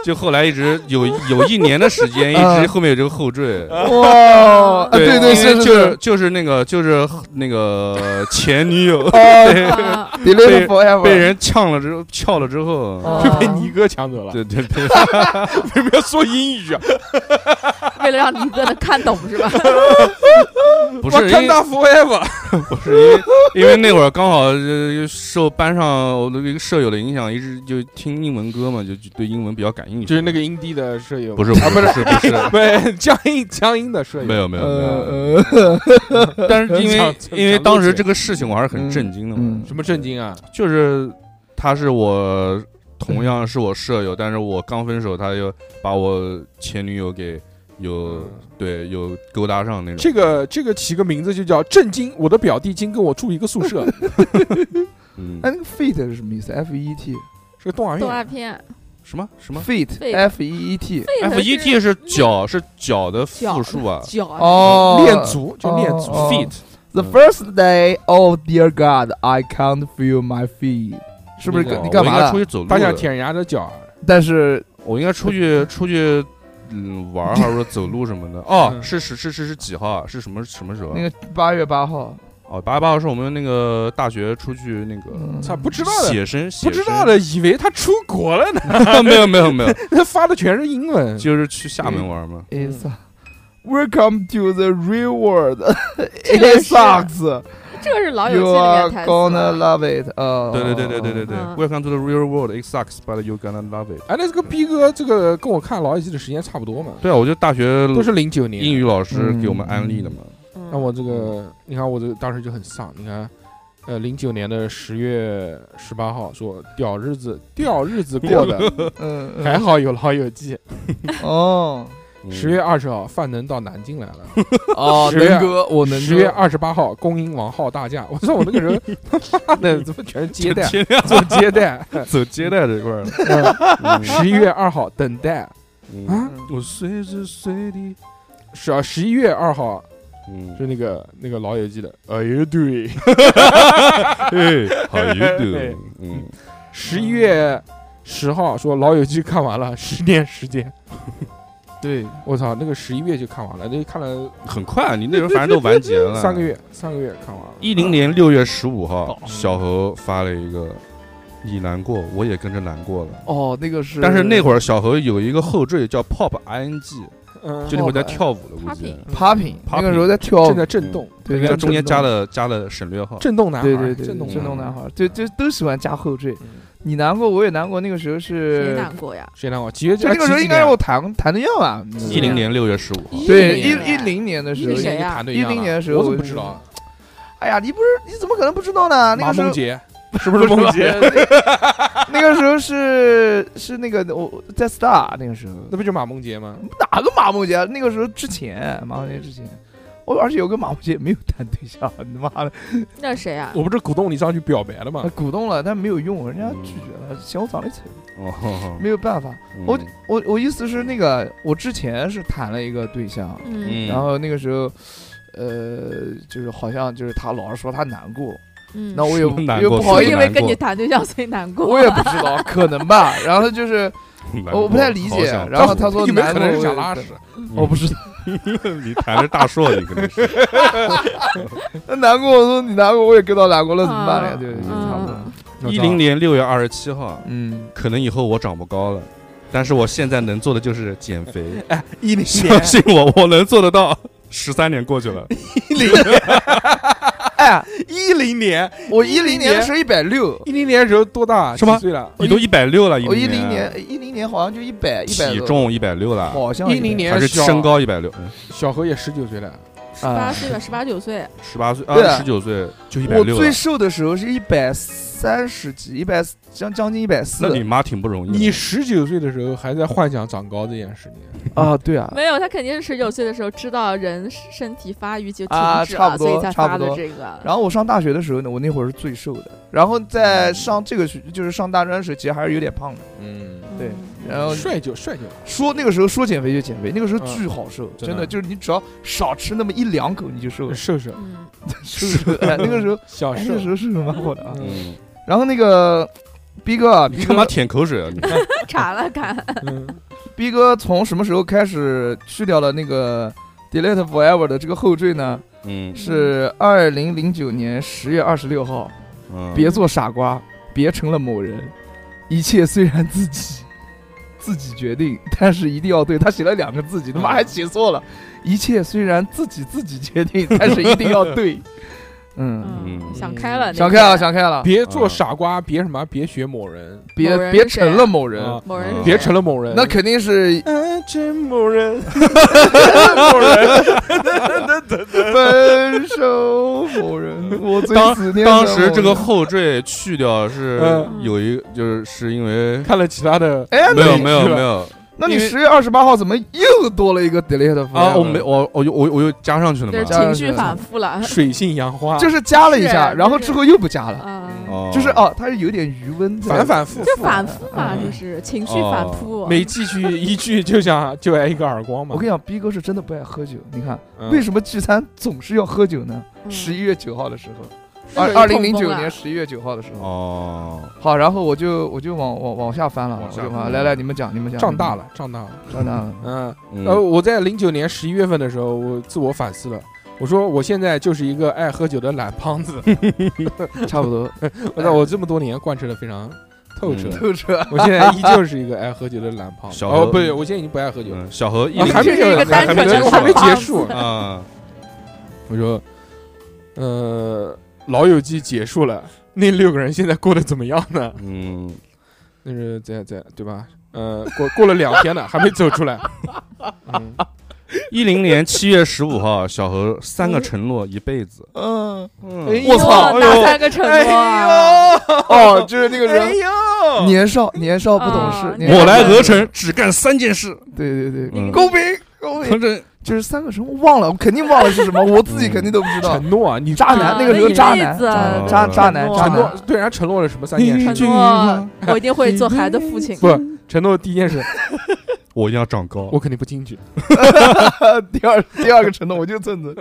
C: 就后来一直有有一年的时 间，一
B: 啊
C: 直后面有这个后缀。
B: 哇，啊对对
C: 因为
B: 是是
C: 就是就是那个就是那个前女友
B: 哦
D: 啊
B: ，delete
C: 被
B: forever，
C: 被人呛了之后，撬了之后，
B: 哦
A: 就被尼哥抢走了。
C: 啊对对 对，
A: 为什么要说英语啊？
D: 为了让尼哥能看懂是吧？
C: 不是因为
A: forever。
C: 不是因为因为那会儿刚好呃受班上我的一个舍友的影响，一直就听英文歌嘛，就就对英文比较感兴趣。
A: 就是那个英帝的舍友，
C: 不
A: 是
C: 啊是不是不是哎不 是，
A: 不是江阴江阴的舍友，
C: 没有没有没有。
B: 呃呃，
C: 但是因为
A: 讲
C: 因为
A: 讲
C: 当时
A: 漏
C: 这个事情我还是很
B: 嗯
C: 震惊的嘛，
B: 嗯
A: 什么震惊啊？
C: 就是他是我同样是我舍友，但是我刚分手，他又把我前女友给有对有勾搭上那种。
A: 这个这个起个名字就叫震惊，我的表弟今跟我住一个宿 舍，
C: 嗯
B: 哎，那个 fate 是什么意思？F E E T
A: 是个动画
D: 动画
A: 片。
D: 片
C: 什么什么
B: fate
D: Fate
B: F E E T
D: 哎
C: F E T 是脚是脚的复数啊
D: 脚
B: 哦，
A: 练足就练足
B: 哦
C: ，feet
B: The
C: 嗯
B: first day, oh dear God, I can't feel my feet，是不是
A: 那个
B: 你干
C: 我
B: 嘛
C: 应该出
B: 了？
C: 去走路
A: 他想
C: 的，
A: 舔人家的脚啊，
C: 嗯
B: 但是
C: 我应该出 去出去嗯玩儿，或者说走路什么的。哦，
A: 嗯
C: 是是是是是几号啊？是什么什么时候啊？
B: 那个八月八号，
C: 哦，八月八号是我们那个大学出去那个
B: 嗯
A: 操，不知道的，
C: 写生，写
A: 不知道
C: 生
A: 的，以为他出国了呢，
C: 没有没 有没有，
A: 他发的全是英文。
C: 就是去厦门玩嘛。
B: It sucks. 嗯 Welcome to the real world.
D: 这个
B: It
D: 是
B: sucks.
D: 哦这个是老友记
B: Oh, You
D: 里面
B: are
D: 台词
B: gonna
D: 吧。
B: love it. 哦，
C: 对对对对对对对
D: 嗯
C: ，Welcome to the real world. It sucks, but you gonna love it.
A: 哎，那这个逼哥，这个跟我看老友记的时间差不多嘛，
C: 对啊，我就大学
A: 都是零嗯九年
C: 英语。老师给我们安利的嘛。
D: 嗯
A: 那我这个，你看我这个当时就很丧，你看。呃，零九年的十月十八号说屌日子，屌日子过 的
B: 嗯，嗯
A: 还好有老友记。
B: 哦
C: 嗯
A: 十月二十号，范能到南京来了。
B: 哦，
A: 十月
B: 能哥，我能
A: 十月二十八号，恭迎王浩大驾。我说我那个 人，他妈的怎么全是接待，啊
C: 接
A: 做接待。
C: 走接待这一块儿了。
D: 嗯
A: 十一月二号等待
C: 嗯
A: 啊，
B: 嗯
C: 我随时随地，
A: 是啊，十一月二号
C: 嗯，
A: 是那个那个老友记的。哎呦对，
C: 嘿，How you do？
A: 对
C: 嗯，
A: 十一月十号说老友记看完了， 十年时间。
B: 对，
A: 我操，那个十一月就看完了，那看了
C: 很快，你那时候反正都完结了，
A: 三个。月，哦三个月看完了。
C: 一零年六月十五号，小何发了一个“你难过，我也跟着难过了
B: 哦，那个”，是，
C: 但是那
B: 儿
C: 会儿小何有一个后缀叫 “pop ing”，
A: 嗯，
C: 就那会儿在跳舞的，估计
D: Popping
B: 嗯 popping，
C: Popping
B: 那个时候在跳舞
A: 正，在震动，
B: 对，
C: 因为
B: 在
C: 它中间
B: 震动
C: 加，了加了省略号。
A: 震动男孩，
B: 对对对，
A: 震动
B: 震动
C: 男
B: 男
A: 孩。
B: 孩，对，就都喜欢加后缀。
A: 嗯
B: 你难过，我也难过。那个时候
D: 谁
B: 是，
D: 难过呀？
A: 谁让我几月几
B: 就
A: 号？
B: 那哎个时候应
A: 几几
B: 该
A: 年
B: 让我谈谈对象吧。嗯
C: 一零年六月十五号，
B: 对
A: 一
B: 一
A: 零
B: 一零年的时候
D: 一零，谁呀
A: 谈对象了
B: 10年的时候
A: 我怎么不知道啊？
B: 哎呀，你不是你怎么可能不知道呢？啊那
A: 马
B: 个时
A: 梦
B: 候
A: 杰是不是
B: 不
A: 梦
B: 是
A: 杰？
B: 那个 时候是是那个我在 Star 那个时候，
A: 那不就马梦杰吗？
B: 哪个马梦杰啊？那个时候之前，马梦杰之前，我而且有跟马梦杰没有谈对象，你妈的，
D: 那谁啊？
A: 我不是鼓动你上去表白了吗？
B: 鼓动了，但没有用，人家拒绝了，嫌我长得丑，
C: 哦，
B: 没有办法。
C: 嗯
B: 我我我意思是那个，我之前是谈了一个对象，
D: 嗯
B: 然后那个时候。呃，就是好像就是他老是说他难过，
D: 嗯，
B: 那我也
C: 什么 难
B: 又
C: 过
B: 不
C: 什
B: 好
C: 么
B: 意
D: 因
B: 思，
D: 为跟你谈对象所以难过。
B: 我也不知道，可能吧。然后就是
C: 难
B: 我不
C: 过
B: 太理解
C: 好想
B: 然后他说
A: 你们
B: 难
A: 可
B: 过
A: 能是想拉屎，
B: 我哦不知道。
C: 你谈的是大硕，你可能是
B: 那难过，我说你难过，我也跟到难过了，怎么办
D: 啊
B: 呢？ 对，就差不多。
C: 一零年六月二十七号，
B: 嗯，
C: 可能以后我长不高了，但是我现在能做的就是减 肥，
B: 哎
A: 一零
C: 相信我，我能做得到。十三年过去了，
B: 一零， 哎，
A: 一零年
B: 我一零年是一百六，
A: 一零年的时候多大？
C: 是吗
A: 几岁了？
C: 你都一百六了，
B: 我一零
C: 零
B: 年一零年好像就一百一百
C: 体重一百六了，
B: 好像
A: 一零年
C: 还是
A: 小
C: 身高一百六，嗯
A: 小何也十九岁了，
D: 十八
B: 啊，
D: 岁吧，十八九岁，
C: 十八岁
B: 对
C: 啊，
B: 啊
C: 十九岁就一百
B: 我
C: 六了
B: 最，瘦的时候是一百三十几，一百将将近一百四
C: 那你妈挺不容易的。
A: 你十九岁的时候还在幻想长高这件事情，
B: 啊，对啊，
D: 没有，他肯定是十九岁的时候知道人身体发育就停
B: 啊
D: 止
B: 差不
D: 了，所
B: 多
D: 以才
B: 差
D: 发
B: 不
D: 的
B: 多
D: 这个。
B: 然后我上大学的时候呢，我那会儿是最瘦的，然后在上这个学就是上大专的时候，其实还是有点胖的，
A: 嗯，
D: 嗯
B: 对然后
A: 帅就帅就好，
B: 说那个时候说减肥就减肥，那个时候
A: 嗯
B: 巨好瘦，
C: 真的
B: 真的就是你只要少吃那么一两口你就瘦了，
A: 瘦瘦嗯
D: 嗯，
B: 是不是？哎那个时候，
A: 小
B: 哎
A: 瘦
B: 那个，时候是蛮好的啊。
C: 嗯，
B: 然后那个逼哥 啊，
C: 你
B: 逼
C: 干嘛
B: 哥，
C: 舔口水啊？你
D: 卡了卡了，
A: 嗯，
B: 逼哥从什么时候开始去掉了那个 delete forever 的这个后缀呢？
C: 嗯
B: 是二零零九年十月二十六号，
C: 嗯，
B: 别做傻瓜，别成了某人，一切虽然自己 自己决定，但是一定要对他写了两个自己，他
C: 嗯
B: 妈还写错了，一切虽然自己自己决定， 但是一定要 对，嗯，
C: 嗯
D: 嗯，想开了，
B: 想开了，想开了，
A: 别做傻瓜，别什么，别学某人，
B: 别
D: 某人
B: 别
D: 是谁啊
B: 成了某人，
A: 啊
D: 某人
C: 嗯
D: 是
A: 别
D: 谁
A: 成了某人，
B: 那肯定是
A: 爱成某人，
B: 分手某人，我最
C: 当
B: 思念的
C: 当时
B: 某
C: 这个
B: 人
C: 后缀去掉是
A: 嗯
C: 有一个，就是是因为
A: 看了其他的，
B: 哎，
C: 没
B: 那
C: 有
B: 你
C: 没有
A: 是吧
C: 没有
B: 那你
C: 因为
B: 十月二十八号怎么又多了一个 delete
C: 啊，
B: forever
C: 我没我我又我又我又加上去了
D: 就是
C: 嘛。
B: 加
D: 情绪反复了，
A: 水性杨花，
B: 就是加了一下，
D: 是
B: 然后
D: 就
B: 之
D: 是
B: 后又不加了，
D: 嗯，
C: 哦，
B: 就是哦，它是有点余温在，
A: 反反复复，
D: 就反复嘛，
B: 嗯
D: 就是情绪
C: 哦
D: 反复，啊
A: 每记句一句就想就挨一个耳光嘛。
B: 我跟你讲，逼哥是真的不爱喝酒。你看，
A: 嗯
B: 为什么聚餐总是要喝酒呢？
D: 嗯
B: 十一月九号的时候，
D: 那
B: 二
D: 就
B: 二
D: 是
B: 零零
D: 痛风
B: 九
D: 了
B: 年十一月九号的时候。
C: 哦，
B: 好，然后我就我就往往往下翻了，
C: 往
B: 我
C: 下
B: 就
C: 翻
B: 往来来，你们讲，你们讲。
A: 长大了，长大了。
B: 你们讲，长大了。
A: 嗯，
C: 嗯
A: 呃，我在零九年十一月份的时候，我自我反思了。我说我现在就是一个爱喝酒的懒胖 子，
B: 差不多
A: 我操，我这么多年贯彻的非常透彻。
C: 嗯
B: 透彻。
A: 我现在依旧是一个爱喝酒的懒胖子。
C: 小何
A: 哦，不对，我现在已经不爱喝酒了。
C: 嗯小何一
A: 啊
C: 零
A: 还没
D: 就是一个
A: 还
D: 单
A: 还
D: 纯
A: 没
D: 的
A: 我还没
D: 胖
A: 结
D: 子
A: 束。
C: 啊，
A: 我说，呃，老友记结束了，那六个人现在过得怎么样呢？
C: 嗯，
A: 那是在在对吧？呃，过过了两天了，还没走出 来。嗯，
C: 一零年七月十五号，小何三个承诺一辈子。
B: 嗯，
C: 嗯
B: 我操哎
D: 哇哎哪三个承诺啊？
B: 哦，就是那个
D: 哎
B: 人
A: 呦
B: 年少年少不懂
D: 啊
B: 事，年少
C: 我
B: 不
C: 来
B: 懂
C: 鹅
B: 事。
C: 城只干三件事，
B: 对对对，
C: 嗯
B: 公平公平
C: 反，正
B: 就是三个什么忘了，我肯定忘了是什么，我自己肯定都不知道。
A: 承诺啊，你
B: 渣男
D: 啊
B: 那个时候
D: 一
B: 渣
D: 辈
B: 男
D: 子啊
B: 渣
C: 对
B: 渣男
D: 承诺
B: 渣
A: 承
B: 男
A: 诺，对，人家承诺了什么三件事？
D: 承诺，我一定会做孩子父亲。
A: 不，承诺第一件事，
C: 我一定要长高。
A: 我肯定不进去，
B: 第二第二个承诺我就蹭蹭，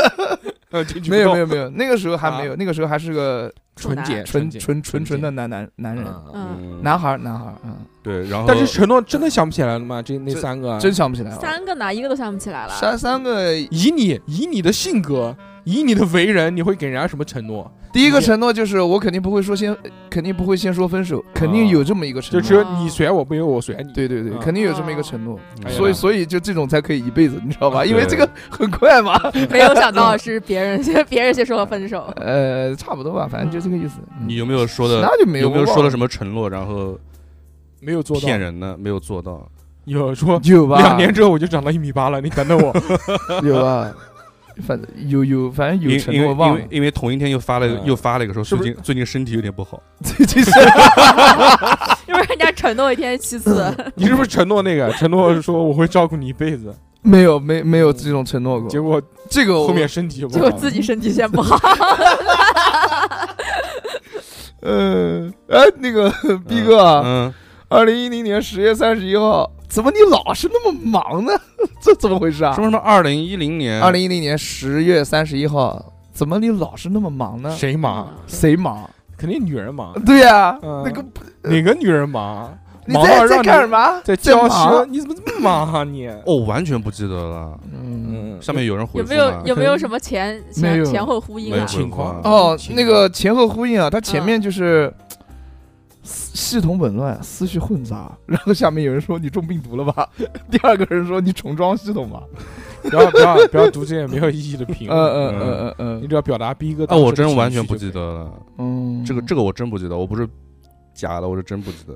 A: 呃，进去
B: 没有
A: 有，
B: 没有没有，那个时候还没有，那个时候还是个
A: 啊嗯纯洁
B: 纯
A: 洁
B: 纯纯纯的
A: 洁
B: 男男男人，
A: 嗯
D: 嗯，
C: 嗯
B: 男孩儿男孩儿，嗯，
C: 对，然后
A: 但是承诺真的想不起来了吗？哦这那三个，
B: 真想不起来了，
D: 三个呢，一个都想不起来了。
B: 啊三三个，
A: 以你以你的性格，以你的为人，你会给人家什么承诺？
B: 第一个承诺就是我肯定不会说先，肯定不会先说分手，肯定有这么一个承
A: 就
B: 诺，
A: 只有你甩我，没有我甩你。
B: 对对对
A: 嗯，
B: 肯定有这么一个承诺，
A: 哎呀
B: 所以所以就这种才可以一辈子，你知道吧？
C: 对
B: 因为这个很快嘛，
D: 没有想到是别人， 别人先说了分手。
B: 呃，差不多吧，反正就这个意思。嗯
C: 哎你有没有说的？
B: 那就没
C: 有没有说了什
B: 么？
C: 么承诺，然后
A: 没有做到
C: 骗。人呢？没有做到。
A: 有说
B: 有吧？
A: 两年之后我就长到一米八了，你等等我。
B: 有吧？反正有有，反正
C: 因
B: 有
C: 为
B: 承
C: 因为
B: 诺
C: 因
B: 忘
C: 为
B: 了。
C: 因为同一天又发了一个
A: 嗯
C: 又发了一个说
A: 是
C: 最
A: 不是
C: 近最近身体有点不好。
B: 这这是
D: 要不然人家承诺一天七次，
A: 你是不是承诺那个？承诺说我会照顾你一辈子，
B: 没有没没有这种承诺过
A: 结。果
B: 这个我
A: 后面身体就不
D: 结
A: 好
D: 果
A: 了。
D: 自己身体先不好。
B: 呃 哎那个逼哥啊，
C: 嗯，
B: 二零一零年十月三十一号，怎么你老是那么忙呢？ 这怎么回事啊
C: 什？么什么二零一零年，
B: 二零一零年十月三十一号，怎么你老是那么忙呢？
A: 谁
D: 嗯
A: 忙？
B: 谁忙？
A: 啊肯定女人忙。
B: 对呀，
A: 嗯
B: 那个
A: 哪个女人忙？
B: 你
A: 忙
B: 在
A: 到
B: 在
A: 让
B: 干
A: 你
B: 什么？
A: 在教学，
B: 忙
A: 你怎么这么忙啊你？
C: 哦，我完全不记得了。
B: 嗯。
A: 嗯，
C: 下面有人回
D: 有
C: 复
D: 没有
C: 吗
D: 有没有什么前
B: 没有
D: 前前后呼应
C: 没有
D: 啊
C: 回？
A: 情
C: 复啊
A: 况
B: 哦，
A: 情
B: 那
A: 况
B: 个前后呼应啊，它前面就是思系统紊乱、思绪混杂，然后下面有人说你中病毒了吧，第二个人说你重装系统吧，
A: 不要不要不要读这些没有意义的评
B: 嗯
A: 论，
B: 嗯嗯嗯
A: 你
B: 嗯
A: 只要表达逼哥。
C: 啊，我真完全不记得，了。
B: 嗯，
C: 这个这个我真不记得，我不是假的，我是真不记得。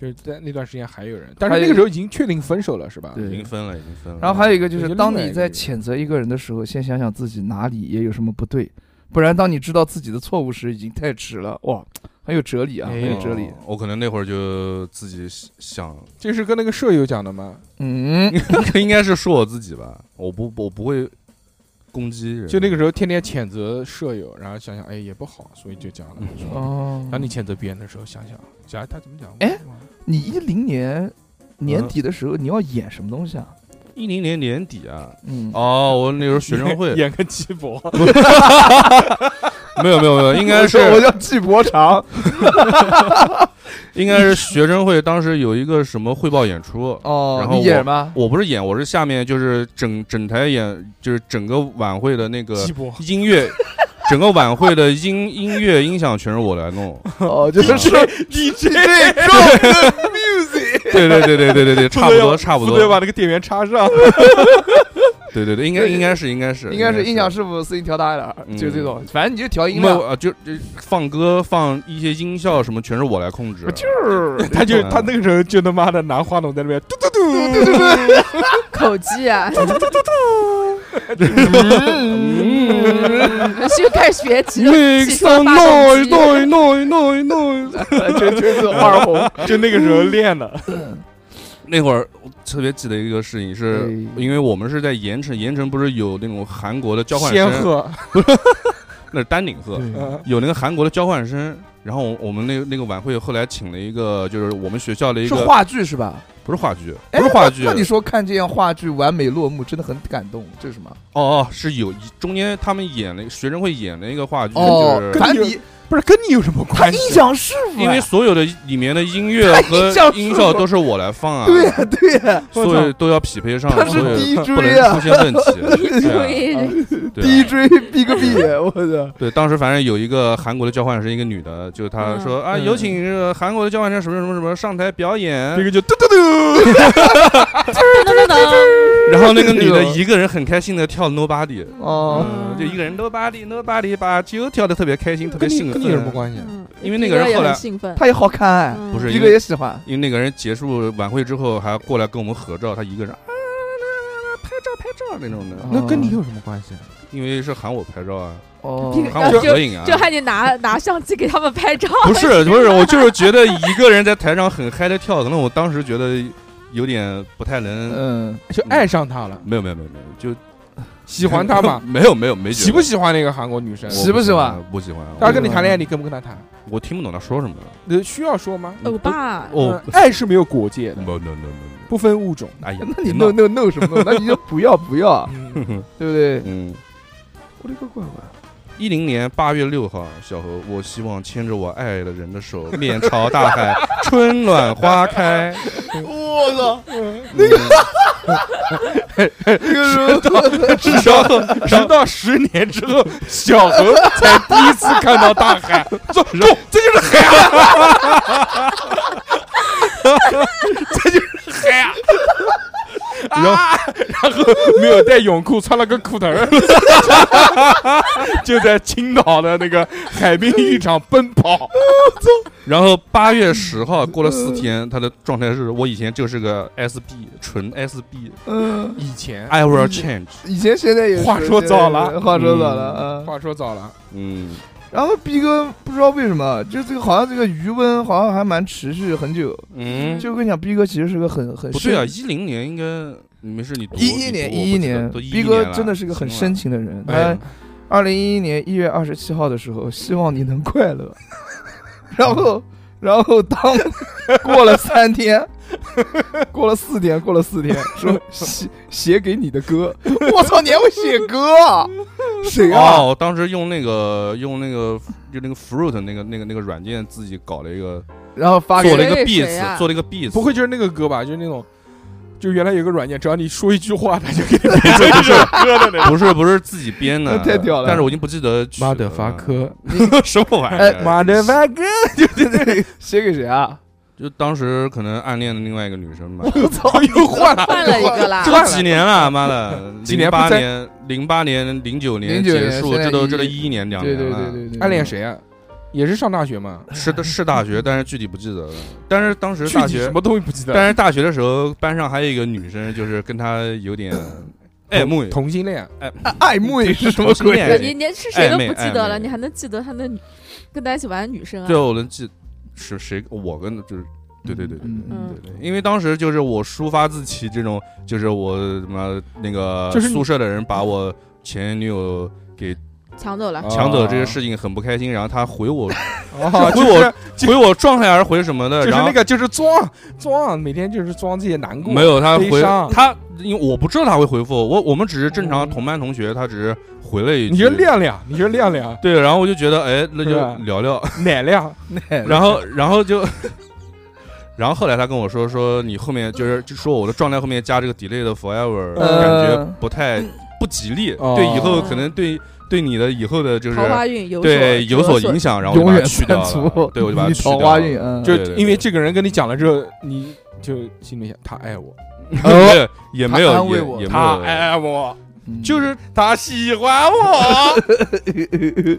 A: 就是在那段时间还有人，但是那个时候已经确定分手了，是吧？
B: 对
C: 已经啊分了，已经分了。
B: 然后还有一个就
A: 有
B: 是，
A: 些
B: 当
A: 另外
B: 你
A: 一个
B: 在
A: 原因
B: 谴责一个人的时候，先想想自己哪里也有什么不对，不然当你知道自己的错误时，已经太迟了。哇，很有哲理啊，
A: 哎
B: 很
A: 呦
B: 有哲理
C: 哦。我可能那会儿就自己想，
A: 这是跟那个舍友讲的吗？
B: 嗯，
C: 应该是说我自己吧，我不我不会攻击人，
A: 就那个时候天天谴责舍友，然后想想哎也不好，所以就这样了。
C: 嗯
A: 说
B: 哦，
A: 当你谴责别人的时候，想想想他怎么讲？
B: 哎，你一零年年底的时候，你要演什么东西啊？
C: 一零年年底啊，
B: 嗯，
C: 哦，我那时候学生 会
A: 演个鸡脖，
C: 没有没有没有，应该
B: 我
C: 是
B: 说我叫季伯长。
C: 应该是学生会当时有一个什么汇报演出，
B: 哦，
C: 然后
B: 你演什么？
C: 我不是演，我是下面就是整整台演，就是整个晚会的那个
A: 鸡脖，
C: 音乐，整个晚会的音音乐音响全是我来弄。
B: 哦，就是
A: DJ
B: DJ drop the music。
C: 对对对对对对 对，差不多差不
A: 负责把那
C: 多。
A: 个电源插上。
C: 对对对，应该应该是应该是
B: 应该是音响
C: 是。
B: 师傅声音调大一点儿，
C: 嗯
B: 就这种，反正你就调音
C: 没有
B: 量，
C: 啊，就就放歌放一些音效什么，全是我来控制。啊
B: 就是
A: 他就他那个时候就他妈的拿话筒在那边嘟嘟嘟，
D: 口技啊，
B: 嗯
D: 就开始学起起
A: make
D: 车
A: some
D: 发动
A: noise
D: 机。
A: noise noise noise noise，
B: 就就这种二红。
A: 就那个时候练的。
C: 那会儿我特别记得一个事情，是
B: 哎
C: 因为我们是在盐城，盐城不是有那种韩国的交换
A: 仙
C: 生，
A: 鹤，
C: 那是丹顶鹤，
A: 嗯
C: 有那个韩国的交换生。然后我我们那那个晚会后来请了一个，就是我们学校的一
B: 是
C: 个
B: 话剧是吧？
C: 不是话剧，
B: 哎
C: 不是话剧，
B: 那你说看这样话剧完美落幕，真的很感动，这是什么？
C: 哦哦，是有中间他们演了学生会演了一个话剧，
B: 哦
C: 就，是
A: 跟
B: 反
A: 你有
B: 正你
A: 不是跟你有什么
B: 他
A: 关
B: 音
A: 系？
B: 响师傅，啊
A: 啊
C: 因为所有的里面的音乐
B: 他
C: 和
B: 音效是
C: 音效都是我来放啊，
B: 对呀对呀，
C: 所以都要匹配上，
B: 他是
C: 所以
B: DJ
C: 不能
A: 啊
C: 出现问 题。对啊
D: 对，
C: 对啊
B: DJ Big B，我操！
C: 对，当时反正有一个韩国的交换生，一个女的，就她说啊，
A: 嗯
C: 有请这个韩国的交换生什么什么什么上台表
A: 这
C: 演。
A: 个就嘟嘟嘟，
D: 噔
C: 啊
D: 噔噔
C: 然后那个女的一个人很开心的跳 Nobody，
B: 哦，
C: 嗯，就一个人 Nobody Nobody 把球跳的特别开心，特
A: 跟
C: 别
A: 嗯
C: 兴
A: 你
C: 奋。
A: 跟你有什么关系？啊
D: 噔，
C: 因为那个人
D: 也
C: 后来
D: 很兴奋，
B: 他也好看哎，
D: 嗯
C: 不是
B: 一个也喜欢。
C: 因为那个人结束晚会之后还过来跟我们合照，他一个人啊来来来来拍照拍照那种的，
A: 那跟你有什么关系？啊
C: 因为是喊我拍照啊，
B: 哦，
D: 这个
C: 喊我合影啊。
D: 就还得拿拿相机给他们拍照。
C: 不 是不是，我就是觉得一个人在台上很嗨的跳，可能我当时觉得有点不太
A: 呃
C: 能，
B: 嗯，
A: 就爱上他了，
C: 没有没有没有没有，就？
A: 喜欢他吗
C: 没有没有没觉得
A: 喜不喜欢那个韩国女生
C: 我？
B: 喜不喜欢
C: 不喜欢，
A: 他
C: 我
A: 跟你谈恋爱，你跟不跟他谈？
C: 我听不懂他说什么。
A: 呃，需要说吗？
D: 欧巴，
C: 哦
A: 呃， 爱是没有国界的，
C: no no no no，
A: 不分物种。
C: 哎呀，
B: 那你
C: 别闹
B: 弄弄弄什么弄？那你就不要不要， 对不对？
C: 嗯。
B: 我的个乖乖！
C: 一零年八月六号，小何，我希望牵着我爱的人的手，面朝大海，春暖花开。
B: 我操，
C: 那个
B: 那个时候
A: 直到直到十年之后，小何才第一次看到大海，说：“哟，这就是海啊！这就是海啊！”然后， 然后没有带泳裤，穿了个裤头儿， 就在青岛的那个海滨浴场奔跑。
C: 然后八月十号过了四天，他的状态是我以前就是个 SB，纯 SB，I
B: 嗯，
A: 以前，
C: will change。
B: 以前现在也是
A: 话说早了
B: 现在也是话说早了啊。
A: 话说早了，
C: 嗯，
B: 然后逼哥不知道为什么，就这个好像这个余温好像还蛮持续很久。
C: 嗯，
B: 就跟你讲，逼哥其实是个很很
C: 不对啊，
B: 深
C: 一零年应该没事，你读
B: 一一年，
C: 一
B: 一年
C: 都，一
B: 逼哥真的是个很深情的人。
A: 哎
B: 他
C: 哎
B: 二零一一年一月二十七号的时候，希望你能快乐。 然后，然后 当过了三天，过了四天，过了四天，说写写给你的 歌。我操，你还会写歌啊？谁啊？
C: 哦，我当时用那个用那个就那个 Fruit 那个那个那个软件自己搞了一个
B: 然后发
C: 做
B: 给
C: 了一个
D: 谁谁啊
C: beats，做了一个 beats，
A: 不会就是那个歌吧？就是那种，就原来有个软件，只要你说一句话，它就给你变成一 首歌的那种。
C: 不是不是自己编的，
B: 那 太屌了
C: 但是我已经不记得曲
A: 妈
C: 了
A: 的发，科，
C: 什么玩意
B: 哎
C: 儿？
A: 妈的发科，
B: 写给谁啊？
C: 就当时可能暗恋的另外一个女生吧。
B: 我操！
A: 又换了，
D: 换啊了一个啦
C: 这，都几年了，妈的，
A: 几年不
C: 八
A: 在
C: 年、零八年、零九
B: 09
C: 年
B: 年
C: 结束，
B: 现在
C: 这都这都
B: 一
C: 一一年、两
B: 对
C: 年
B: 对
C: 了。
B: 对对对，
A: 暗恋谁啊？也是上大学嘛，
C: 是的，是 大学，但是具体不记得了。但是当时
A: 具
C: 大
A: 体
C: 学
A: 什，么东西不记得了。
C: 但是大学的时候，班上还有一个女生，就是跟她有点爱慕，
A: 哎同性 恋，
B: 爱慕也是什么
C: 同性
B: 鬼？
C: 恋
D: 你你是
C: 哎
D: 谁都不记得
C: 暧昧暧昧
D: 了，你还能记得他那女跟他一起玩的女生
C: 最
D: 啊？
C: 后我能记是谁，我跟就是对对对对
B: 嗯嗯
C: 对对，因为当时就是我抒发自己这种，就是我什么那个
A: 就是你
C: 宿舍的人把我前女友给
D: 抢走了，
A: 啊
C: 抢走这些事情很不开心，然后他回我
A: 哦，
C: 回
A: 就是
C: 啊我回我状态还是回什么的，
A: 就是
C: 然后
A: 那个就是装装，每天就是装自己难过，
C: 没有他
A: 悲
C: 回
A: 伤嗯
C: 他，因为我不知道他会回复我，我我们只是正常同班同学，他只是回了一句，
A: 你就亮亮，你就亮 亮，
C: 对，然后我就觉得哎，那就是
A: 吧
C: 聊 聊，
A: 奶亮，
C: 嗯然后然后就，然后后来他跟我说说你后面就是就说我的状态后面加这个 delay 的 forever，、
A: 呃
C: 感觉不太不吉利，
A: 哦
C: 对以后可能对对你的以后的就是
D: 桃花运有所
C: 对有所影
D: 响。
C: 响，然后我 就
B: 永
C: 把
B: 远
C: 它去掉
B: 删除
C: 了，，对我就把它
B: 你
C: 去掉
B: 桃
C: 了。
B: 花 运，嗯，
A: 就
C: 对对
A: 因为
C: 对
A: 这个人跟你讲了之后，你就心里想他爱我，
C: 没有也没有
B: 他安慰
C: 也
B: 我
C: 也
A: 哦
C: 没
A: 他哎
C: 有，
A: 爱我，
B: 嗯
C: 就是
A: 他喜 欢我，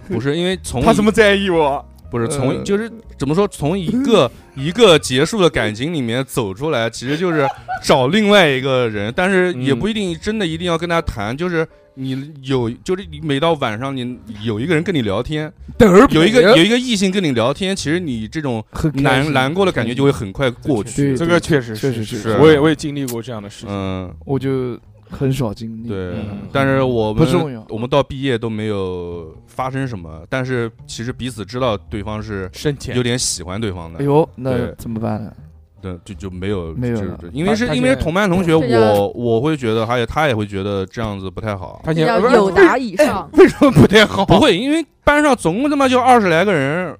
C: 不是因为从
A: 他
C: 一
A: 怎么在意我？
C: 不是
B: 呃
C: 从就是怎么说从一 个一个结束的感情里面走出来，其实就是找另外一个人，但是也
A: 嗯
C: 不一定真的一定要跟他谈，就是你有就是你每到晚上你有一个人跟你聊天，
B: 嘚儿
C: 有一个
B: 撇
C: 有一个异性跟你聊天，其实你这种
B: 很开
C: 难
B: 心
C: 难过的感觉就会很快过去。
B: 对
A: 这个确实
B: 确
A: 是
B: 实
C: 是
A: 我也我也经历过这样的事情。
C: 嗯，
B: 我就很少经历。
C: 对
A: 嗯，
C: 但是我
B: 不重
C: 们
B: 要
C: 我们到毕业都没有发生什么，但是其实彼此知道对方是
A: 深浅
C: 有点喜欢对方的
B: 哎。呦，那
C: 对
B: 怎么办呢？啊
C: 对，就就没有
B: 没有
C: 就是
B: 了
C: 这因为是
A: 他他
C: 因为
A: 现在
C: 同班同学，
D: 这叫
C: 我我会觉得，还有他也会觉得这样子不太好。
A: 发现
D: 要
A: 呃
D: 有答以上，
A: 为什么不太好？
C: 不会，因为班上总共他妈就二十来个人，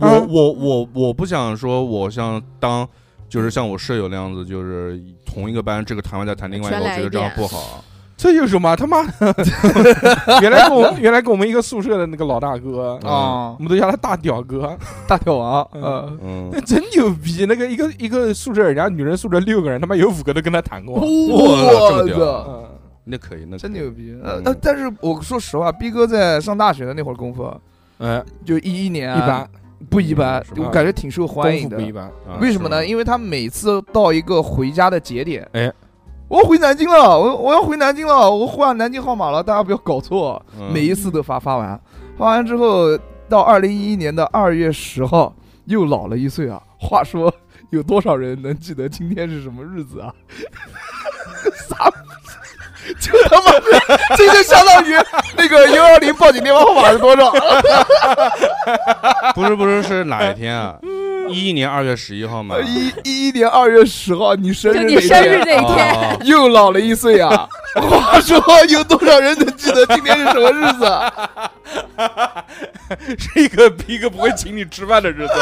C: 我、
B: 嗯
A: 啊
C: 我我我不想说，我像当就是像我舍友那样子，就是同一个班，这个谈完再谈另外一个，
D: 全
C: 我
D: 来
C: 觉得
D: 一
C: 这样
D: 遍
C: 不 好。
A: 这有什么他妈 的？原来跟我们原来跟我们一个宿舍的那个老大哥，
C: 嗯
B: 啊
A: 我，们都叫他大屌哥，
B: 大跳王，
A: 嗯
B: 嗯，
C: 嗯
A: 那，真牛逼！那个一个一个宿舍，人家女人宿舍六个人，他妈有五个都跟他谈过。
C: 哇
B: 我
C: 这么
B: 操，
A: 嗯，
C: 那可以，那
B: 真
C: 可以
B: 牛。逼！呃
C: 嗯，
B: 但但是我说实话，逼哥在上大学的那会儿功夫，
A: 哎，
B: 就一一年
A: 一
B: 啊
A: 般，嗯
B: 不一般
C: 是，
A: 吧
B: 我感觉挺受欢
A: 功
B: 迎
A: 夫
B: 的
A: 不。一般。
C: 啊
B: 为什么呢？？因为他每次到一个回家的节点，
A: 哎，
B: 我要回南京了，我我要回南京了，我换南京号码了，大家不要搞错，
C: 是吧嗯
B: 每一次都发发完，发完之后到二零一一年的二月十号又老了一岁啊。话说有多少人能记得今天是什么日子啊？ 啥？就他妈，这就相当于那个幺二零报警电话号码是 多少？
C: 不是不是是哪一天啊？一一年二月十一号嘛。 啊
B: 一一一年二月十号，你生
D: 就
B: 日
D: 你
B: 那
D: 生
B: 天
D: 日那一天，
C: 哦
B: 又老了一岁啊！话说有多少人能记得今天是什么日子啊？
A: 是一个逼哥不会请你吃饭的 日子。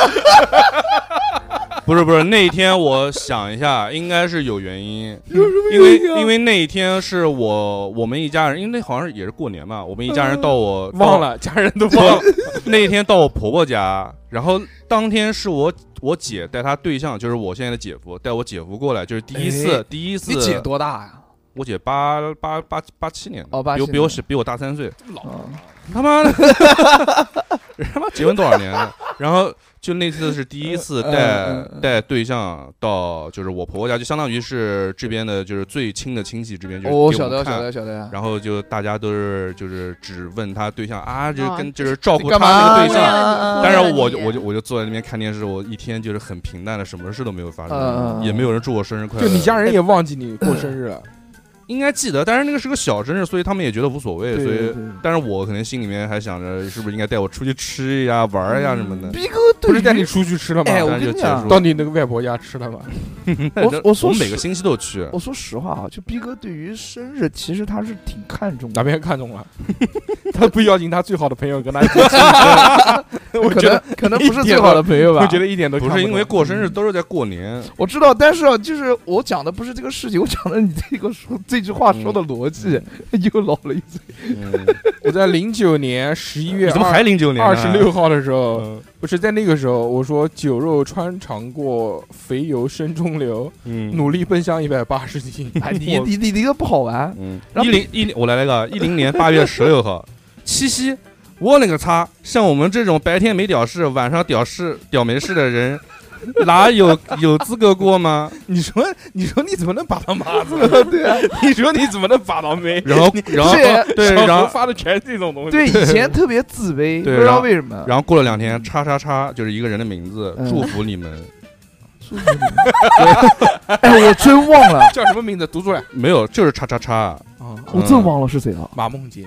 C: 不是不是，那一天我想一下，应该是有原因，因为因为那一天是我我们一家人，因为那好像是也是过年嘛，我们一家人到我
A: 忘，了，家人都
C: 到
A: 忘了。
C: 我那一天到我婆婆家，然后当天是我我姐带她对象，就是我现在的姐夫，带我姐夫过来，就是第一次、
B: 哎
C: 第一次，
B: 你姐多大呀？
C: 我姐八八八八七年的，
B: 哦87
C: 比我比我小比我大三岁，
B: 啊
C: 嗯他 妈的，他妈结婚多少年了？然后就那次是第一次
B: 嗯
C: 带
B: 嗯嗯
C: 带对象到就是我婆婆家，就相当于是这边的就是最亲的亲戚这边，就是
B: 我
C: 给
B: 晓得，
C: 看
B: 晓。得，晓得。
C: 然后就大家都是就是只问他对象啊，就是
D: 啊
C: 跟就是照顾
B: 哦干
C: 他
B: 嘛
C: 那
B: 啊
C: 个对象。
B: 啊
C: 但
D: 为了
C: 是
D: 你
C: 我就我就我就坐在那边看电视，我一天就是很平淡的，什么事都没有发
B: 嗯嗯
C: 生，
B: 嗯
C: 也没有人祝我生日快乐。哎
A: 就你家人也忘记你过生日 了。
C: 应该记得，但是那个是个小生日，所以他们也觉得无所谓，所以但是我可能心里面还想着，是不是应该带我出去吃呀、玩儿呀什么 的。
B: 逼哥对
A: 不是带你
B: 于
A: 出去吃了吗？
B: 哎，我
C: 但是
B: 跟
C: 就
B: 你讲
C: 结束，
A: 到你那个外婆家吃了吗？
B: 我我说
C: 我每
B: 实
C: 个星期都去，
B: 我说实话啊，就逼哥对于生日其实他是挺看重
A: 哪
B: 的，
A: 边看中了？ 他不邀请他最好的朋友跟他一起吃，我
B: 可
A: 觉
B: 能
A: 得
B: 可能
A: 一
B: 不是
A: 点
B: 最
A: 都
B: 好的朋友吧
A: 我。觉得一点都
C: 不
A: 看
C: 是因
A: 懂
C: 为过生日都是在过年，
B: 我知道，但是啊，就是我讲的不是这个事情，我讲的你这个说这句话说的逻辑，又老了一岁。
A: 我在零九年十一
C: 嗯你
A: 月
C: 怎么还零九年？
A: 二十六，号的时候，
C: 嗯
A: 不是在那个时候，我说酒肉穿肠过，肥油深中流，
C: 嗯
A: 努力奔向一百八十斤。
B: 哎，你
A: 我
B: 你你你这个不好玩，
C: 嗯，
B: 然后
C: 一零一零，我来了个一零年 八月十六号，七夕。我勒个擦！像我们这种白天没屌事，晚上屌事屌没事的人，哪有 有资格过吗？
A: 你说，你说你怎么能把他妈 死？
B: 对啊，
A: 你说你怎么能把到妹？
C: 然后，然后哦
B: 是，
C: 对，
A: 小时
C: 然
A: 候
C: 后
A: 发的全是这种东西。
B: 对，以 前特别自卑，不知
C: 对然
B: 道
C: 后
B: 为什么。
C: 然后过了两天，叉叉叉就是一个人的名字，
B: 嗯
C: 祝福你们。
B: 哎，我真忘了，
A: 叫什么名字？读出来
C: 没有，就是叉叉叉。
A: 啊！
B: 我真忘了是谁了。
A: 马梦杰，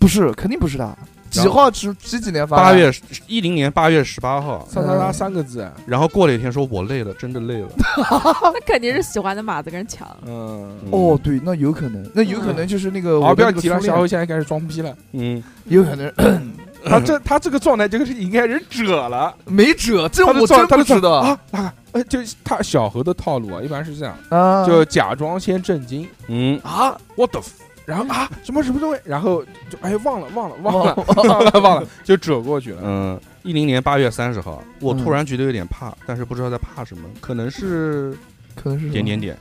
B: 不是，肯定不是他。几号几几几年发的？
C: 八月一零年八月十八号，
A: 萨萨拉三个字，
C: 然后过了一天说我累了，真的累 了。
D: 那肯定是喜欢的码子跟人抢了。
A: 嗯，
B: 哦，对，那有可能，那有可能就是那个我
A: 好，不
B: 的
A: 要
B: 那个
A: 提了，
B: 初恋
A: 小欧现在开始装逼了。
C: 嗯，
B: 有可能
A: 他这他这个状态，这个是应该人褶 了。
B: 没辙，这
A: 他的
B: 我
A: 状
B: 真
A: 他
B: 不
A: 的状
B: 知道
A: 啊，那个哎，就是他小何的套路啊，一般是这样，
B: 啊
A: 就假装先震惊
C: 嗯，
A: 啊，what the，f- 然后啊什么什么东西，然后就哎忘了忘了忘了
B: 了
A: 忘了忘了，就折过去了。
C: 嗯，一零年八月三十号，我突
B: 嗯
C: 然觉得有点怕，但是不知道在怕什么，可能是
B: 可能是什么
C: 点 点，点，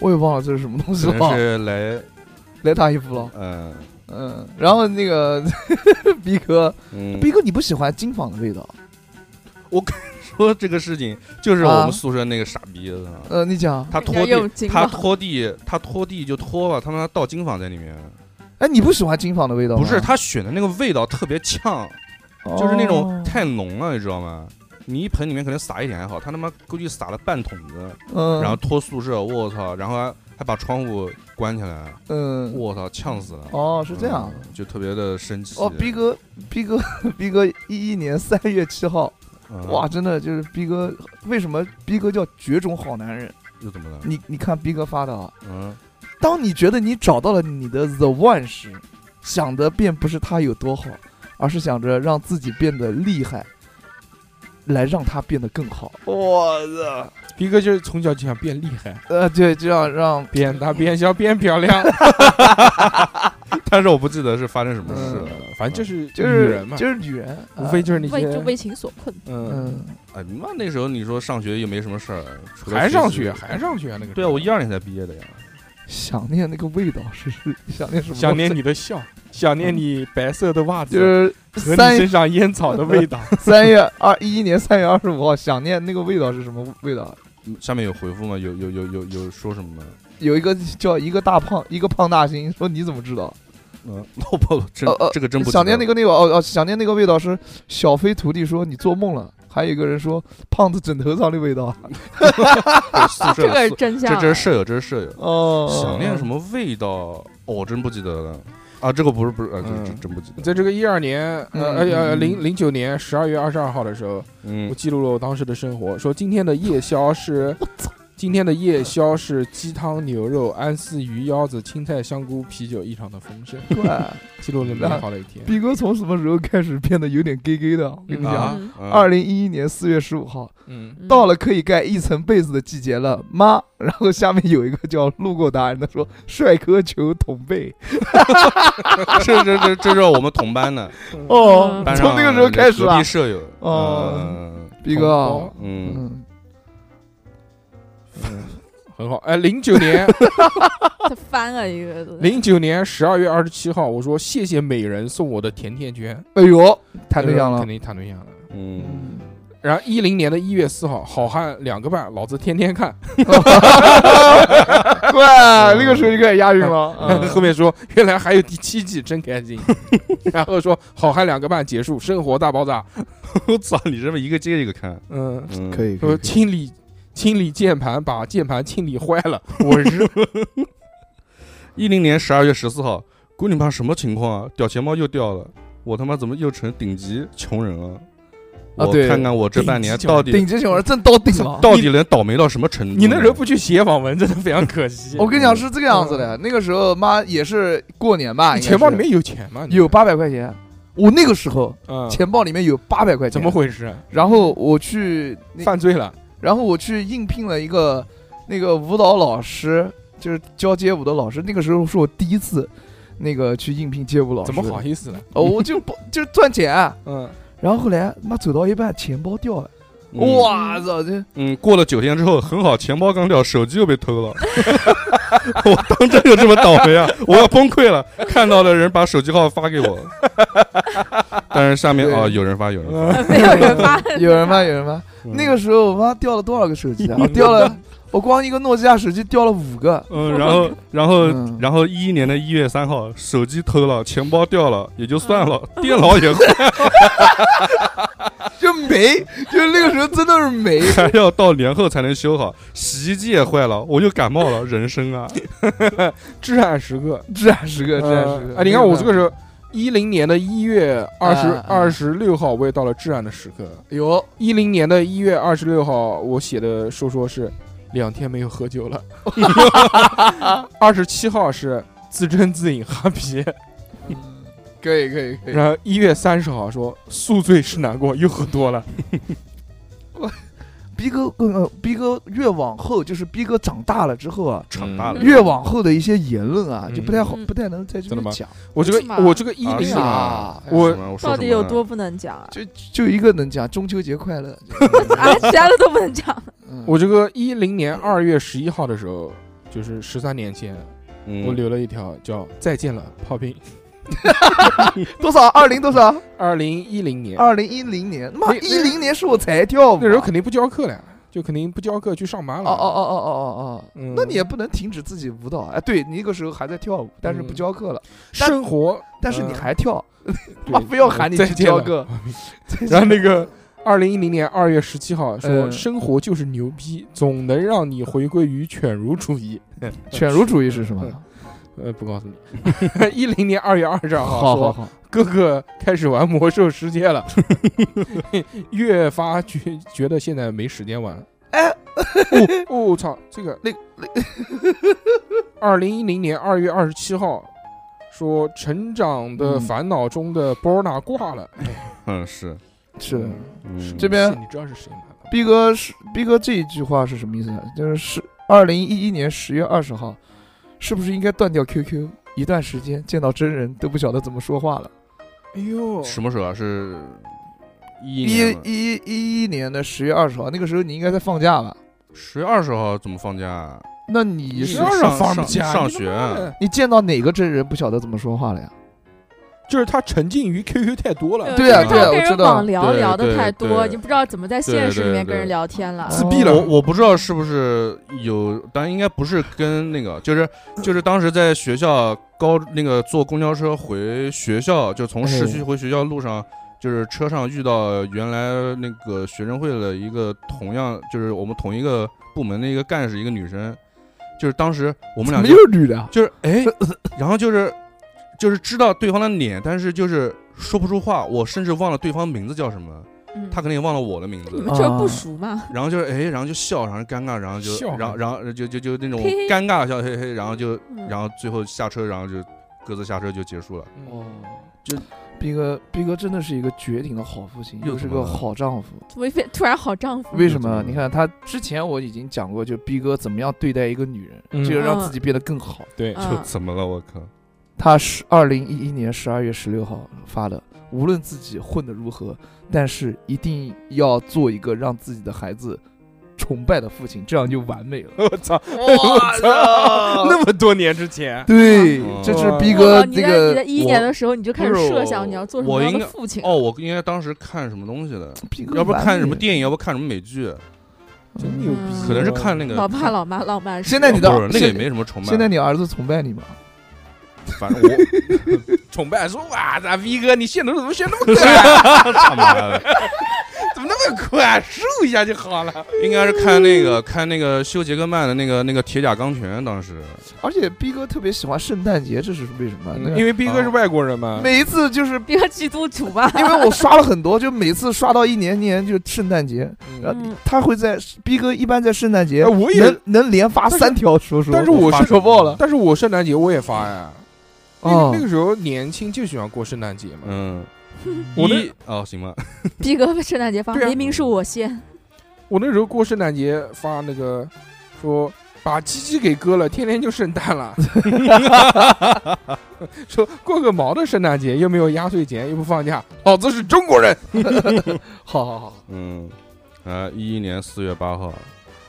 B: 我也忘了这是什么东西
C: 可
B: 了
C: 能，是来，
B: 来打一副了。
C: 嗯
B: 嗯，然后那个 逼哥，
C: 嗯，
B: 逼哥你不喜欢金纺的味道？
C: 说这个事情就是我
B: 啊
C: 们宿舍那个傻逼的，
B: 呃，你讲，
C: 他拖
D: 人家用
C: 地，
D: 金
C: 他
D: 纺
C: 拖地，他拖地就拖吧，他妈倒金纺在里面，
B: 哎，你不喜欢金纺的味道吗？
C: 不是他选的那个味道特别呛，
B: 哦，
C: 就是那种太浓了，你知道吗？你一盆里面可能撒一点还好，他他妈估计撒了半桶子，
B: 嗯，
C: 然后拖宿舍，我操，然后还还把窗户关起来，
B: 嗯，
C: 我操，呛死了。
B: 哦，是这样。
C: 嗯，就特别的生气。
B: 哦，逼哥，逼哥，逼哥，一一年三月七号，
C: 嗯，
B: 哇，真的就是逼哥，为什么逼哥叫绝种好男人？
C: 又怎么了？
B: 你你看逼哥发的啊，
C: 嗯，
B: 当你觉得你找到了你的 the one 时，想的便不是他有多好，而是想着让自己变得厉害，来让他变得更好。我操！
A: 逼哥就是从小就想变厉 害，
B: 呃，对，就要让
A: 变大变小变漂 亮，
C: 但是我不记得是发生什么事
B: 嗯
C: 了。
A: 反正就是
B: 就
A: 女
B: 是
A: 人嘛，
B: 就是女人，
A: 无非
B: 啊
A: 就是那
D: 为就
A: 些
D: 为情所困，
A: 嗯，
B: 嗯，
C: 哎，那那时候你说上学又没什么事儿，除了
A: 还
C: 学
A: 上
C: 习
A: 学还上学啊那个时候。
C: 对啊，我一二年才毕业的呀。
B: 想念那个味道是是想念什么？
A: 想念你的笑，想念你白色的袜
B: 就
A: 子
B: 是
A: 和
B: 三
A: 你身上烟草的味道。
B: 三月二一一年三月二十五号，想念那个味道是什么味道？
C: 嗯下面有回复吗？有有有有有说什么吗？
B: 有一个叫一个大胖，一个胖大星，说你怎么知道？
C: 嗯，老婆，真
B: 呃呃
C: 这个真不记
B: 想
C: 得
B: 念那个那个哦哦，想念那个味道是小飞徒弟说你做梦了，还有一个人说胖子枕头上的味道。
C: 了宿舍，
D: 这个是
C: 宿
D: 真相
C: 这
D: 啊。
C: 这是舍友，这是舍友。
B: 哦，
C: 想念什么味道？哦，我真不记得了。啊，这个不是不是，啊，这
A: 嗯
C: 这真不记 得。
A: 在这个一二年，呃
B: 嗯
A: 呃呃
B: 嗯
A: 零零九年十二月二十二号的时候，我
C: 嗯
A: 记录了我当时的生活，说今天的夜宵是今天的夜宵是鸡汤、牛肉、安丝鱼、腰子、青菜、香菇、啤酒，异常的丰盛，
B: 怪？
A: 记录了美好的一天。
B: 逼哥从什么时候开始变得有点 gay gay 的？我跟你讲，
C: 啊
D: 嗯，
C: 嗯
B: 二零一一年四月十五号，
A: 嗯，
D: 嗯
B: 到了可以盖一层被子的季节了，妈！然后下面有一个叫路过达人的说：“帅哥求同被。
C: 这这这这是我们同 班的，”
B: 哦，
C: 班上
B: 从那个时候开始
C: 隔
B: 啊
C: 壁，舍友。
B: 哦
C: 嗯，
B: 逼哥，啊
C: 嗯，
B: 嗯，
A: 嗯，很好。哎，零九年
D: 他翻了一个
A: 零九年十二月二十七号，我说谢谢美人送我的甜甜圈，呃
B: 哎呦，谈对象了
A: 肯，定谈对象了。
C: 嗯，
A: 然后一零年的一月四号，好汉两个半，老子天天看。
B: 怪，那个时候就开始押韵了。嗯
A: 后面说原来还有第七季，真开 心。然后说好汉两个半结束，生活大爆炸。
C: 我操，你这么一个接一个看，
A: 嗯，
C: 嗯，
B: 可以，
A: 说清理清理键盘，把键盘清理坏了。我 日，
C: 一零年十二月十四号，滚你妈什么情况啊？屌钱包又掉了，我他妈怎么又成顶级穷人了？
B: 啊
C: 我
B: 对
C: 看看我这半年
A: 顶级穷人
C: 到底
B: 顶级穷人正到顶了。
C: 到底能倒霉到什么程度呢？
A: 你那时候不去写网文，真的非常可惜。
B: 我跟你讲是这个样子的，那个时候妈也是过年吧，
A: 你
B: 应该
A: 钱包
B: 是
A: 里面有钱吗？你
B: 有八百块钱，我那个时候
A: 嗯，
B: 钱包里面有八百块钱，
A: 怎么？回事？
B: 然后我去那，
A: 犯罪了？
B: 然后我去应聘了一个那个舞蹈老师，就是教街舞的老师。那个时候是我第一次那个去应聘街舞老师，
A: 怎么好？意思呢？
B: 哦，我就不就是赚钱啊。
A: 嗯，
B: 然后后来妈走到一半，钱包掉了，
C: 嗯
B: 哇操！这
C: 嗯，过了九天之后，很好，钱包刚掉，手机又被偷了。 我当真有这么倒 霉啊！我要崩溃了。看到的人把手机号发给我，但是下面啊、哦
B: 对，
C: 有人发，有人发。
A: 嗯
D: 没有人发
B: 有人吗？有人吗？
C: 嗯
B: 那个时候我妈掉了多少个手机啊？我掉了，我光一个诺基亚手机掉了五个。
C: 嗯，然后，然后，
B: 嗯
C: 然后一一年的一月三号，手机偷了，钱包掉了，也就算了，
B: 嗯
C: 电脑也坏，
B: 就没，就那个时候真的是没。
C: 还要到年后才能修好，洗衣机也坏了，我就感冒了，人生 啊，
A: 至暗时刻。
B: 至暗时刻，至暗时刻。
A: 呃哎，你看我这个时候，一零年的一月二十
B: 啊啊
A: 二十六号，我也到了至暗的时刻。
B: 有，
A: 一零年的一月二十六号，我写的说说是两天没有喝 酒了。二十七号是自斟自饮哈啤，
B: 嗯可以可以可以。
A: 然后一月三十号说宿醉是难过，又喝多 了。
B: 逼哥，呃，逼哥越往后，就是逼哥长大了之后啊，
C: 长大了，
D: 嗯
B: 越往后的一些言论啊，
A: 嗯
B: 就不太好
D: 嗯，
B: 不太能在这
A: 真的
B: 边
A: 吗
B: 讲。
A: 我这
D: 是
A: 个
D: 吗
A: 我这个一
C: 啊
A: 零
C: 是
A: 年
C: 吗
B: 啊，
A: 我
C: 什么 我说
D: 到
C: 什
D: 底
C: 么
D: 有
C: 呢
D: 多不能讲啊？
B: 就就一个能讲，中秋节 快乐。
D: 啊，其他的都不能讲。
B: 嗯
A: 我这个一零年二月十一号的时候，就是十三年前，
C: 嗯
A: 我留了一条叫“再见了，炮兵
B: 多少？ 二零多少？”。
A: 二零一零年
B: 二零一零年，妈，
A: 那
B: 一零年是我才跳舞啊，
A: 那时候肯定不教课了，就肯定不教课去上班
B: 哦
A: 了。
B: 哦哦哦哦哦哦，
A: 嗯，
B: 那你也不能停止自己舞蹈啊。哎对你那个时候还在跳舞，但是不
A: 嗯
B: 教课了，
A: 生活，
B: 但是你
A: 嗯
B: 还跳，
A: 对
B: 妈非要喊你
A: 再
B: 去
A: 见
B: 教
A: 了。
B: 课。
A: 然后那个二零一零年二月十七号说，
B: 嗯
A: 生活就是牛逼，总能让你回归于犬儒主 义。
B: 犬儒主义是什么？
A: 呃，不告 诉你。一零年二月二十二号
B: 啊好好
A: 说，
B: 好，
A: 哥哥开始玩魔兽世界了， 越发觉觉得现在没时间玩了。
B: 哎
A: 哦，哦，我操，这个
B: 那
A: 二零一零年二月二十七号说，成长的
B: 嗯
A: 烦恼中的波尔纳挂了。哎
C: 嗯是，
B: 是的。
C: 嗯
B: 这边
A: 你知道是谁吗？
B: 逼哥是逼哥这一句话是什么意思呢？就是是二零一一年十月二十号，是不是应该断掉 QQ？一段时间见到真人都不晓得怎么说话了。
A: 哎呦，
C: 什么时候啊？是一
B: 一
C: 一
B: 一一一年的十月二十号，那个时候你应该在放假吧？
C: 十月二十号怎么放假啊？
B: 那你是
A: 当然
C: 上
A: 放不
C: 上
A: 下
C: 上
A: 你他
C: 学啊
A: 妈的
B: 你见到哪个真人不晓得怎么说话了呀？
A: 就是他沉浸于 QQ 太多了，
B: 对啊
D: 就
C: 对啊
D: 跟
B: 我知
D: 人
B: 道
D: 网聊
C: 对
D: 聊的
C: 对
D: 太多，
C: 对
D: 已经不知道怎么在现实里
C: 对
D: 面
C: 对
D: 跟人
C: 对
D: 聊天了。嗯
A: 自闭了
C: 我我不知道是不是有，但应该不是跟那个，就是就是当时在学校高那个坐公交车回学校，就从市
A: 嗯
C: 区回学校路上，就是车上遇到原来那个学生会的一个同样就是我们同一个部门的一个干事，一个女生，就是当时我
B: 我
C: 们俩
B: 没
C: 就
B: 有女的啊，
C: 就是 哎，然后就是就是知道对方的脸，但是就是说不出话，我甚至忘了对方名字叫什么，
D: 嗯
C: 他可啊能也忘了我的名字
D: 你。们这不熟吗？
C: 然后就是哎，然后就笑，然后尴尬，然后就
A: 笑
C: 然后然后就就就那种
D: 嘿嘿
C: 尴尬笑，嘿嘿，然后就
D: 嗯
C: 然后最后下车，然后就各自下车就结束了。
A: 哦，
B: 逼哥，逼哥真的是一个绝顶的好父亲，
C: 又
B: 又是
C: 怎么
B: 个
C: 了
B: 好丈夫。
D: 怎么变突然好丈夫？
B: 为
C: 又
B: 什
C: 怎么
B: 么？
C: 了
B: 你看他之前我已经讲过，就逼哥怎么样对待一个女人，
A: 嗯
B: 就让
D: 嗯
B: 自己变得更好。
A: 对，
D: 嗯
C: 怎么了？我靠！
B: 他是二零一一年十二月十六号发的，无论自己混得如何，但是一定要做一个让自己的孩子崇拜的父亲，这样就完美了。
A: 我操，
B: 我操
A: 那么多年之前，
B: 对
C: 哦，
B: 这是
D: 我
B: 逼
D: 靠
B: 哥
D: 你
B: 这
D: 在你在
B: 个
D: 一一年的时候，你就开始
C: 不是
D: 设
C: 我
D: 想你要做什
C: 我
D: 么样
C: 应
D: 的
C: 该
D: 父亲。
C: 哦，我应该当时看什么东西了？
B: 逼哥，
C: 要不看什么电影，要不看什么美剧，
B: 影
A: 真牛逼，
C: 可能是看那个。
D: 哦
C: 哦
D: 老爸老妈浪漫史。
B: 现在你的
C: 不是那个也
B: 现
C: 没什么崇拜。
B: 现在你儿子崇拜你吗？
C: 反正我
A: 崇拜说哇，咋 V 哥你现在怎么学那 么
C: 他妈的，
A: 快，输一下就好 了。
C: 应该是看那个看那个修杰克曼的那个那个铁甲钢拳，当时
B: 而且逼哥特别喜欢圣诞节，这是为什么？那个
A: 嗯因为 B 哥是外国人嘛，
B: 每一次就是
D: 别基督徒吧？
B: 因为我刷了很多，就每次刷到一年年就圣诞节，然
C: 啊
A: 嗯
B: 后
D: 嗯
B: 他会在逼哥一般在圣诞节
A: 哎，我也
B: 能，能连发三条说说，
A: 但是我
B: 发
A: 是
B: 说爆了
A: 嗯但是我圣诞节我也发呀。那
B: 哦
A: 个那个时候年轻就喜欢过圣诞节嘛，
C: 嗯，
A: 我那
C: 一哦行吧，
D: 逼哥圣诞节发，
A: 对啊
D: 明明是 我先。
A: 我那时候过圣诞节发那个说把鸡鸡给割了，天天就圣诞 了。说过个毛的圣诞节，又没有压岁钱，又不放假，老子是中国人。
B: 好好好，
C: 嗯，啊，一一年四月八号，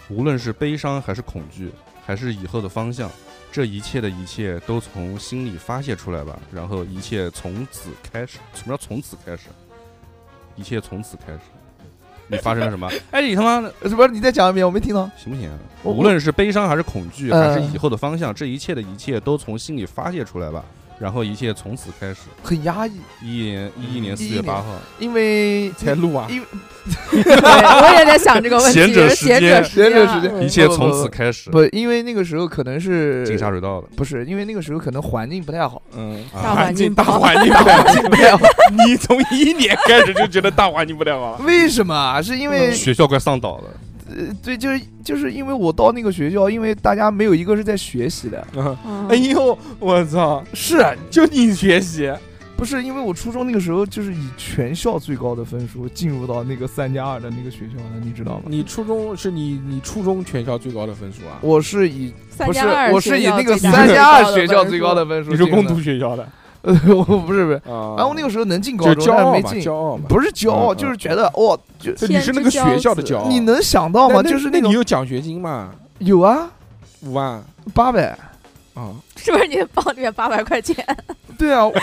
C: 无论是悲伤还是恐惧，还是以后的方向，这一切的一切都从心里发泄出来吧，然后一切从此开始。什么叫从此开始？一切从此开始。你发生了什么？哎，你他 妈的
B: 什么？你再讲一遍，我没听到。
C: 行不行啊？
B: 我
C: 无论是悲伤还是恐惧，
B: 呃
C: 还是以后的方向，这一切的一切都从心里发泄出来吧。然后一切从此开始。
B: 很压抑，
C: 一一年一一年四
B: 11
C: 月
B: 年
C: 八号，
B: 因为
A: 才录啊，
B: 因
D: 对，我也在想这个问题。
C: 闲者时间
D: 者时
B: 闲
D: 间
B: 着
D: 啊
B: 时间，
C: 一切从此开始。
B: 不，因为那个时候可能是
C: 金沙水道了，
B: 不是，因为那个时候可能环境不太好，
A: 嗯，
D: 大环境
A: 大
D: 不好
A: 环境 不
B: 环
A: 太
B: 境不太好。
A: 好，你从一年开始就觉得大环境不太好了。
B: 为什么啊？是因为
C: 学校快上岛了，
A: 嗯
B: 呃对，就是就是因为我到那个学校，因为大家没有一个是在学习的，
A: 嗯
D: 嗯
A: 哎呦，我操！
B: 是啊
A: 就你学习，
B: 不是因为我初中那个时候就是以全校最高的分数进入到那个三加二的那个学校的，你知道吗？
A: 你初中是你你初中全校最高的分数啊？
B: 我是以
D: 三
B: 不是
D: 加二，
B: 我是以那个
A: 最
B: 三加
D: 二
B: 二学校最高的，分数
A: 你
B: 进
A: 是
B: 的，
A: 工读学校的
B: 呃，我不 是不是，
A: 啊？
B: 然后那个时候能进
A: 就
B: 高
A: 是
B: 中，
A: 骄傲
B: 但是
A: 嘛，
B: 没进
A: 骄，傲嘛，
B: 不是骄傲，
A: 嗯嗯
B: 就是觉得哇，就
A: 就你是那个学校的骄傲，
B: 你能想到
A: 那
B: 吗？
A: 那
B: 就是
A: 那
B: 种
A: 你有奖学金嘛？
B: 有啊，
A: 五万
B: 八百，
A: 啊，
D: 是不是你的包里面八百块 钱？
B: 对啊，我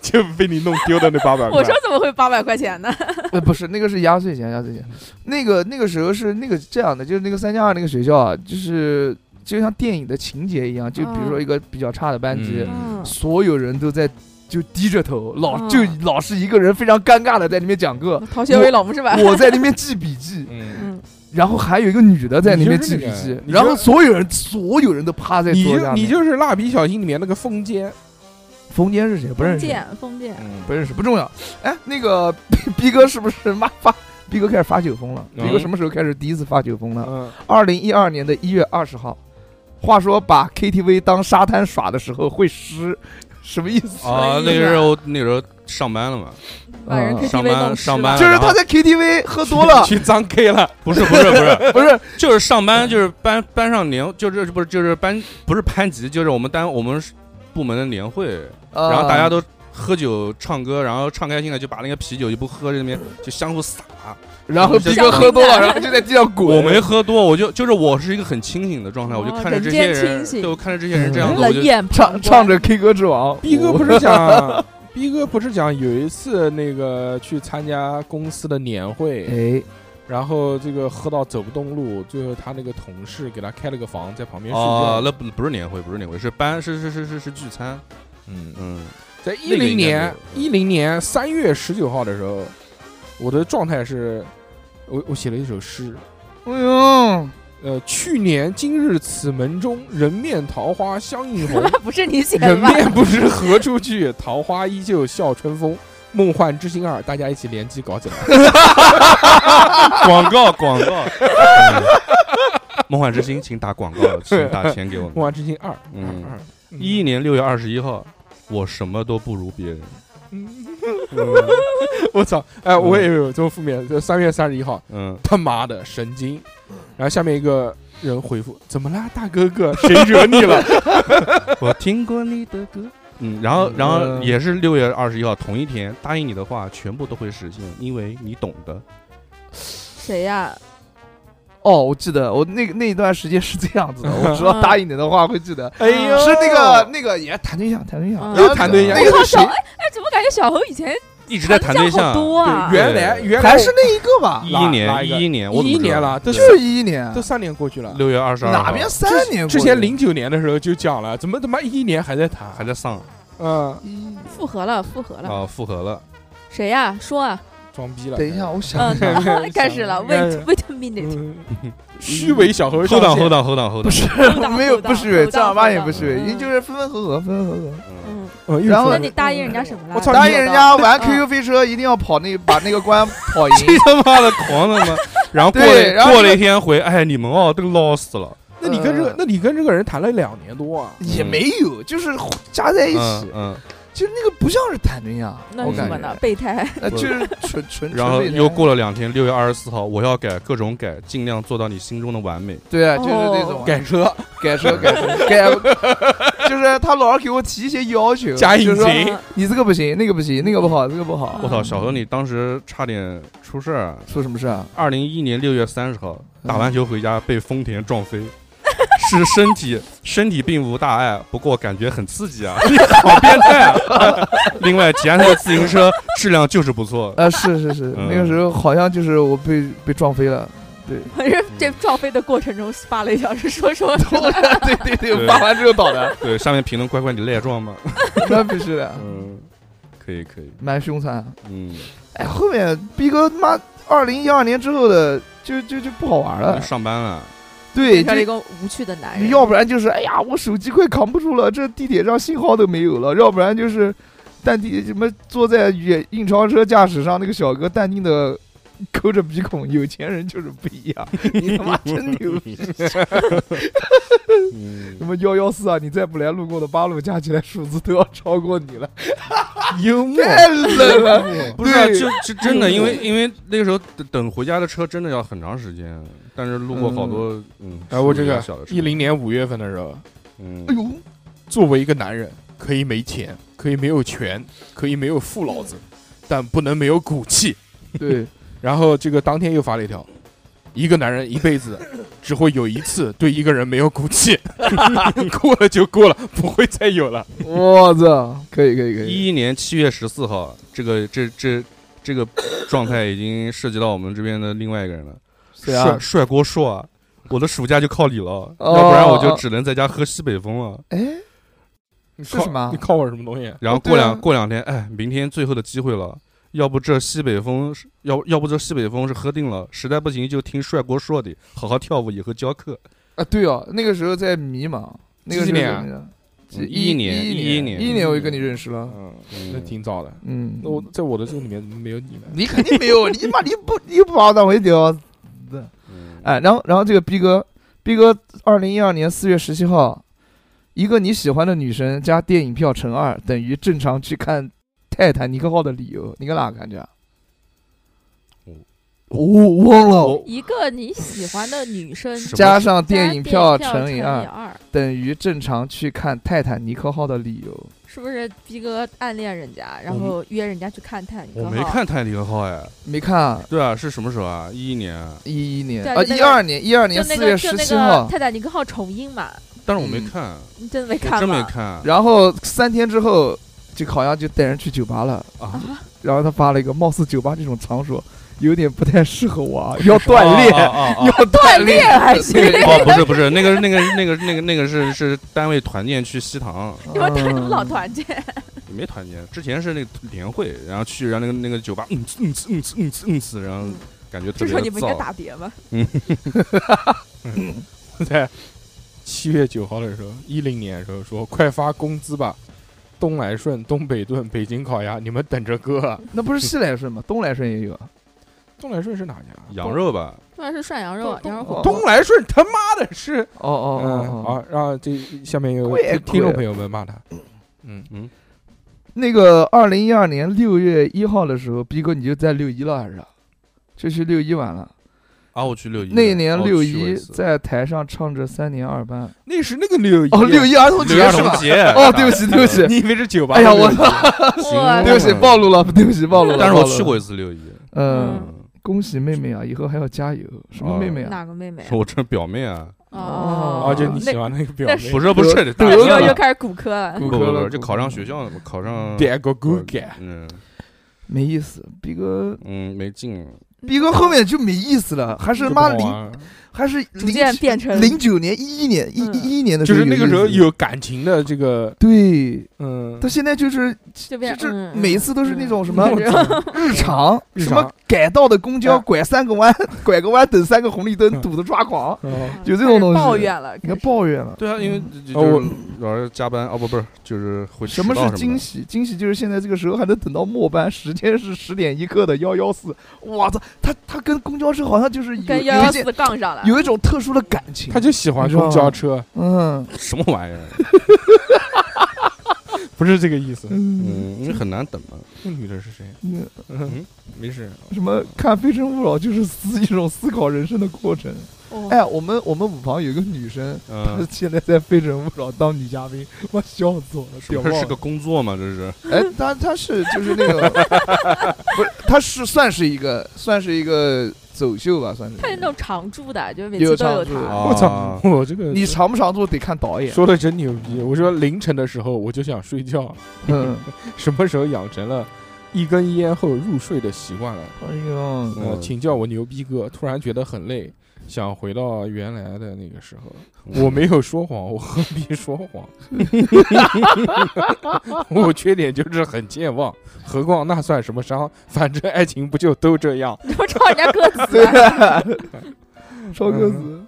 A: 就被你弄丢的那八百
D: 我说怎么会八百块钱呢？
B: 呃不是那个是压岁钱，压岁钱，那个那个时候是那个这样的，就是那个三加二那个学校啊，就是就像电影的情节一样，就比如说
D: 嗯
B: 一个比较差的班级，
C: 嗯
B: 所有人都在就低着头，老、
D: 嗯
B: 就老师一个人非常尴尬的在那边讲课，
D: 逃嗯学威龙是吧？
B: 我在那边记笔记，
C: 嗯，
D: 嗯，
B: 然后还有一个女的在那边
A: 你就是
B: 记笔
A: 那个
B: 记，
A: 你就
B: 然后所有人所有人都趴在
A: 你
B: 桌
A: 就
B: 下
A: 你
B: 面。
A: 就是蜡笔小新里面那个风间，
B: 冯坚是谁？不认识。
D: 剑封建，
C: 嗯
B: 不认识，不重要。哎，那个 逼逼哥是不是妈发？逼哥开始发酒疯了。
C: 嗯
B: 逼哥什么时候开始第一次发酒疯呢？
A: 嗯，
B: 二零一二年的一月二十号。话说，把 KTV 当沙滩耍的时候会湿，什么意思？
C: 啊，那个时候那个时候上班了嘛，
D: 把人
B: 嗯
D: KTV
C: 上班
D: 弄湿
C: 上班
D: 了
B: 就是
C: 然后
B: 他在 KTV 喝多 了，
A: 去脏 K 了，
C: 不是不是不是，
B: 不是
C: 就是上班就是班班上年就是不是就是班不是班级就是我们单我们部门的年会，
B: 呃
C: 然后大家都喝酒唱歌，然后唱开心了就把那个啤酒就不喝，这边就相互撒。
B: 然后逼哥喝多了，然后就在地上滚。
C: 我没喝多，我就就是我是一个很清醒的状态，
D: 哦
C: 我就看着这些
D: 人间
C: 人，
D: 清醒嗯
C: 对我看着这些人这样子，我
D: 冷
C: 就
D: 眼旁
B: 唱
D: 观
B: 唱着 K 歌之王，
A: 逼哥
B: 我
C: 哦
A: 不是 讲，逼哥不是讲有一次那个去参加公司的年会，
B: 哎，
A: 然后这个喝到走不动路，最后他那个同事给他开了个房，在旁边睡觉。
C: 哦，那不不是年会，不是年会，是班，是是是是是聚餐，
A: 嗯，
C: 嗯，
A: 在一
C: 那个
A: 零
C: 应该
A: 年一零年三月十九号的时候，我的状态是，我我写了一首诗，
B: 哎呦，
A: 呃，去年今日此门中，人面桃花相映红。
D: 不是你写的
A: 人
D: 吧？
A: 面不知何处去，桃花依旧笑春风。梦幻之星二，大家一起联机搞起来。
C: 广告广告，嗯梦幻之星，请打广告，请打钱给我
A: 梦
C: 们。
A: 幻之星二，
C: 嗯
A: 二
C: 一一年六月二十一号，我什么都不如别人，
A: 我操！哎，我也有这么负面。就三月三十一号，
C: 嗯，
A: 他妈的神经。然后下面一个人回复：怎么啦，大哥哥？谁惹你了？
C: 我听过你的歌。嗯，然后，然后也是六月二十一号同一天，答应你的话全部都会实现，因为你懂的。
D: 谁呀？
B: 哦，我记得我那个那一段时间是这样子的，我知道答应你的话会记得，
A: 哎呦，
B: 是那个那个也谈对象，谈对象，
D: 嗯
B: 然后
A: 又谈对象
B: 那个
D: 啊我
B: 是
D: 小
B: 谁？
D: 哎哎，怎么感觉小侯以前
C: 一直在谈对
D: 好
C: 象，
D: 多啊？
A: 原来原来
B: 还是那一个吧
C: 一，
A: 拉
C: 一
A: 拉
C: 年
A: 一个
C: 一一年，我
A: 一一年了，都
B: 就是一一年
A: 都，三年过去了。
C: 六月二十二，
B: 哪边三年过去
A: 之前零九年的时候就讲了，怎么他妈一一年还在谈？
C: 还在上
A: 嗯，
B: 一？
D: 复合了，复合了，
C: 啊？复合了，
D: 谁呀？说啊，
A: 装逼了。
B: 等 一下，我想
D: 嗯
B: 一下，，
D: 开始了，wait wait a minute，
A: 嗯， 虚伪小猴
C: 后
A: 上
C: 挡
A: 线
C: 后挡后挡 后
B: 不
C: 挡，
B: 是
D: 档
B: 没有
D: 勾
B: 不
D: 档
B: 虚伪，
D: 勾
B: 正儿
D: 档
B: 八经
D: 勾
B: 不
D: 档
B: 虚伪，
D: 嗯
B: 也就是分分合合，分分合合。
C: 嗯，
D: 嗯，
A: 嗯，
B: 然后
D: 那你答应人家什么了？
A: 我操
B: 答应人家玩
D: 嗯
B: QQ 飞车一定要跑那把那个关跑 赢，
C: 这他妈的狂 他妈！然后过
B: 对然
C: 了
B: 后
C: 过了一天回，哎，你们哦都老死了，
A: 那你跟这个
B: 嗯，
A: 那你跟这个人谈了两年多 啊？
B: 也没有，就是加在一
C: 嗯
B: 起，
C: 嗯，
B: 其实那个不像是谈对象，
D: 那
B: 我
D: 是什
B: 感
D: 么呢
B: 觉？，
D: 备胎，
B: 呃就是纯纯
C: 然后
B: 纯备
C: 又
B: 胎
C: 过了两天，六月二十四号，我要改各种改，尽量做到你心中的完美。
B: 对啊，就是那
D: 哦
B: 种
A: 改车
B: 改车改车改， 就是他老是给我提一些要求，
A: 加引
B: 就是说
A: 擎，
B: 你这个不行，那个不行，那个不好，这个不好
D: 嗯
C: 我，操，小何，你当时差点出事儿。
B: 出什么事啊？嗯
C: 二零一一年六月三十号，打完球回家被丰田撞飞，是身体，身体并无大碍，不过感觉很刺激啊！ 你好变态啊！ 另外，吉安特的自行车质量就是不错，
B: 啊，是是是，
C: 嗯
B: 那个时候好像就是我被被撞飞 了，
D: 反正这撞飞的过程中发了一条，是说说
B: 对对对，
C: 对
B: 拔完之后倒 的，
C: 对，下面评论乖乖你赖撞吧。
B: 那必须的，
C: 嗯，可以可以，
B: 蛮凶残。
C: 嗯，
B: 哎，后面逼哥他妈二零一二年之后的，就就就不好玩了，
C: 上班啊了，
B: 对，
D: 变成了一
B: 就
D: 个无趣的男人。
B: 要不然就是哎呀，我手机快扛不住了，这地铁上信号都没有了；要不然就是淡定什么坐在远印钞车驾驶上那个小哥淡定的抠着鼻孔，有钱人就是不 一样，你他妈真牛逼！
C: 嗯
B: 什，么幺幺四啊，你再不来路过的八路加起来数字都要超过你 了，
A: 幽默，
B: 太冷了。
C: 不是啊，
B: 对
C: 就就真的，因为因为那个时候等等回家的车真的要很长时间，但是路过好多嗯，
A: 哎，我这
C: 15
A: 个
C: 年小的车
A: 一零，年五月份的时候，
C: 嗯
B: 哎，呦，
A: 作为一个男人，可以没钱，可以没有权，可以没有富老子，但不能没有骨气。
B: 对，
A: 然后这个当天又发了一条，一个男人一辈子只会有一次对一个人没有骨气， 过了就过了，不会再有了。
B: 我操，可以可以可以，
C: 一一年七月十四号，这个这这这个状态已经涉及到我们这边的另外一个人了，
B: 谁
C: 帅
B: 啊？
C: 帅锅硕啊，我的暑假就靠你了，
B: 哦
C: 要不然我就只能在家喝西北风了。
B: 哎，
A: 你
B: 是
A: 靠
B: 什么啊
A: 你靠我什么东西？
C: 然后
B: 哦
C: 过
B: 对啊
C: 两过两天，哎，明天最后的机会了，要不这西北风是，要要不这西北风是喝定了，实在不行就听帅锅硕的，好好跳舞以后教课。
B: 啊，对哦，那个时候在迷茫，那个
A: 几
B: 时
A: 几
B: 候
A: 年啊
B: 怎么样
C: 嗯
B: 一
C: 一年
B: 一
C: 一
B: 年
C: 年
B: 一年我就跟你认识了，
A: 嗯，
C: 嗯
A: 那挺早的。
B: 嗯，
A: 那我在我的这个里面怎么没有你呢？
B: 你肯定没有，你妈你不你不把我当回屌丝，
C: 嗯
B: 哎，然后然后这个逼哥，逼哥，二零一二年四月十七号，一个你喜欢的女生加电影票乘二等于正常去看《泰坦尼克号》的理由，你跟哪个看去啊？
C: 我
B: 我忘了，
C: 我
D: 一个你喜欢的女生
C: 什么
B: 加上
D: 加
B: 电
D: 电
B: 影
D: 票
B: 乘以
D: 以
B: 二等于正常去看《泰坦尼克号》的理由。
D: 是不是逼哥暗恋人家，然后约人家去看《泰坦尼克
C: 我
D: 号》？
C: 没看《泰迪克号》哎，
B: 没看啊，
C: 对啊，是什么时候啊？一一年啊，
B: 一一年
D: 对
B: 啊，
D: 就那
B: 一
D: 个
B: 二年，一二
D: 就
B: 年
D: 那
B: 四
D: 个
B: 月
D: 就
B: 十
D: 那
B: 七
D: 个
B: 号
D: 《。泰坦尼克号》重映嘛，
C: 但是我没
B: 嗯
C: 看，
D: 你真的没
C: 我
D: 看
C: 哎真没
D: 吗？
C: 看
B: 然后三天之后，就好像就带人去酒吧了。
C: 啊。
B: 然后他发了一个，貌似酒吧这种场所有点不太适合 我啊，要锻 炼，
C: 哦哦哦
B: 要锻 炼
D: 锻炼还行
B: 对
C: 哦，不是不是，那个那个那个那个那个是是单位团建去西塘，
D: 你们他
B: 嗯
C: 嗯
D: 们老团建，
C: 也没团建，之前是那个年会，然后去然后那个那个酒吧，嗯呲嗯呲嗯呲嗯呲嗯呲，然后
D: 嗯
C: 感觉特
D: 这时候
C: 别
D: 你不应该
C: 燥。
D: 打碟 吗？
A: 在七月九号的时候，一零年的时候说快发工资吧，东来顺、东北炖、北京烤鸭，你们等着哥啊。
B: 那不是西来顺吗？东来顺也有啊。
C: 哦
A: 东来顺是哪家？
C: 羊。肉吧，
D: 当啊然是涮羊肉，羊肉火
B: 哦
A: 东来顺他妈的是，
B: 哦哦
A: 嗯，
B: 哦哦，
A: 好，然后这下面有
B: 贵
A: 听听
B: 贵
A: 众朋友们骂他，嗯，
C: 嗯，
B: 那个二零一二年六月一号的时候，逼哥你就在六一了还是啊？就去六一玩了。
C: 啊，我去六一，
B: 那一年
C: 哦
B: 六
C: 去过
B: 一
C: 次
B: 在台上唱着《三年二班
A: 那是那个六一》。
B: 哦，六一儿童
C: 六一
B: 节
C: 儿
B: 是吧
C: 童？节，
B: 哦，对不起，对不起，
A: 你以为是酒吧？
B: 哎呀，我
D: 哇
B: 对不起，暴露了，对不起，暴露了。
C: 但是
B: 暴
C: 我
B: 露了
C: 去过。一次六一，
B: 嗯，
C: 嗯，
B: 恭喜妹妹啊，以后还要加油。什么
C: 哦
B: 妹妹啊？
D: 哪个妹妹啊？
C: 我这表妹啊，
B: 哦
A: 啊，就你
D: 那
A: 喜欢那个表
D: 那
B: 哎
A: 妹，
C: 不是不是的，大
B: 德
D: 那
B: 哥
D: 又
B: 了
D: 又开始骨科了。
B: 骨
C: 不
B: 科
C: 不
B: 了
C: 不，
B: 骨
C: 就
B: 科
C: 考
B: 了
C: 上学校了，考上
A: 点个骨感。
C: 嗯
B: 没意思，逼哥，
C: 嗯，没劲，
B: 逼哥后 面就没意思了，还是
A: 就
B: 妈
A: 不好啊
B: 零
A: 玩
B: 还是
D: 逐
B: 零
D: 渐
B: 九
D: 变成
B: 零九年、一一年、一
D: 嗯
B: 一一年的时
A: 就
B: 候，
A: 是那个时候。有感情的这个，
B: 对，
A: 嗯，
B: 他现在就是
D: 这边
B: 就是每次都是那种什么
A: 嗯嗯
B: 日常，
A: 日
B: 什么
A: 常
B: 改道的公交
A: 嗯
B: 拐三个弯， 拐个弯等三个红绿灯，
A: 嗯
B: 堵得抓狂，
A: 哦
B: 就这种东西
D: 嗯抱怨了，
B: 你看抱怨了。
C: 对啊，因为
A: 哦我
C: 我老是加班哦，不不是，就是会迟
B: 什么
C: 到
B: 是惊
C: 的
B: 喜？惊喜就是现在这个时候还能等到末班，时间是十点一刻的幺幺四。我操，他他跟公交车好像就是有
D: 跟幺
B: 有一
D: 幺
B: 件
D: 四杠上了。
B: 有一种特殊的感情。
A: 他就喜欢公交车，
B: 嗯，
C: 什么玩意儿？
A: 不是这个意思。
B: 嗯，
C: 嗯，因为很难等嘛。
A: 那女的是谁？
B: 那
A: 嗯，没事。
B: 什么看《非诚勿扰》就是思一种思考人生的过程。
D: 哦
B: 哎，我们我们舞房有一个女生，她
C: 嗯，
B: 现在在《非诚勿扰》当女嘉宾，我笑死我了，
C: 是
B: 屌
C: 不是
B: 爆
C: 是个
B: 了！
C: 工作嘛？这是
B: 哎， 她她是就是那个，不是，她是算是一个算是一个走秀吧，算是。
D: 它是那种常驻的，就是每
B: 有
D: 次都
B: 常
D: 有
B: 驻
D: 它。
B: 啊
A: 我操，我这个
B: 你常不常做得看导演，
A: 说的真牛逼！我说凌晨的时候我就想睡觉，
B: 嗯，
A: 什么时候养成了一根烟后入睡的习惯了？
B: 哎 呦，
A: 呃，
C: 嗯
A: 请叫我牛逼哥。突然觉得很累，想回到原来的那个时候。我没有说谎，我何必说谎？ 我缺点就是很健忘，何况那算什么伤？反正爱情不就都这样？
D: 你不抄人家 歌词
B: 对
D: 啊，
B: 啊，超哥
C: 嗯
B: 子，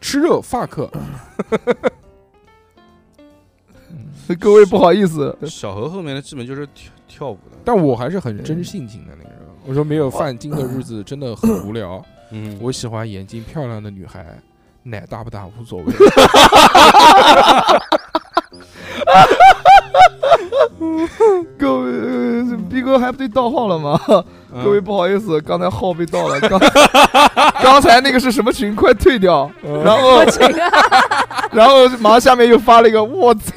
A: 吃肉 fuck，
B: 各位不好意思，
C: 小何后面的基本就是跳跳舞的，
A: 但我还是很真性情的那个人。我说没有饭精的日子真的很无聊。
C: 嗯，
A: 我喜欢眼睛漂亮的女孩，奶大不大无所 谓。
B: 各位呃逼哥还不得盗号了吗？各位
C: 嗯
B: 不好意思，刚才号被盗 了，刚刚才那个是什么群？快退掉！
C: 嗯
B: 然后
D: 我去，
B: 然后马上下面又发了一个，我操，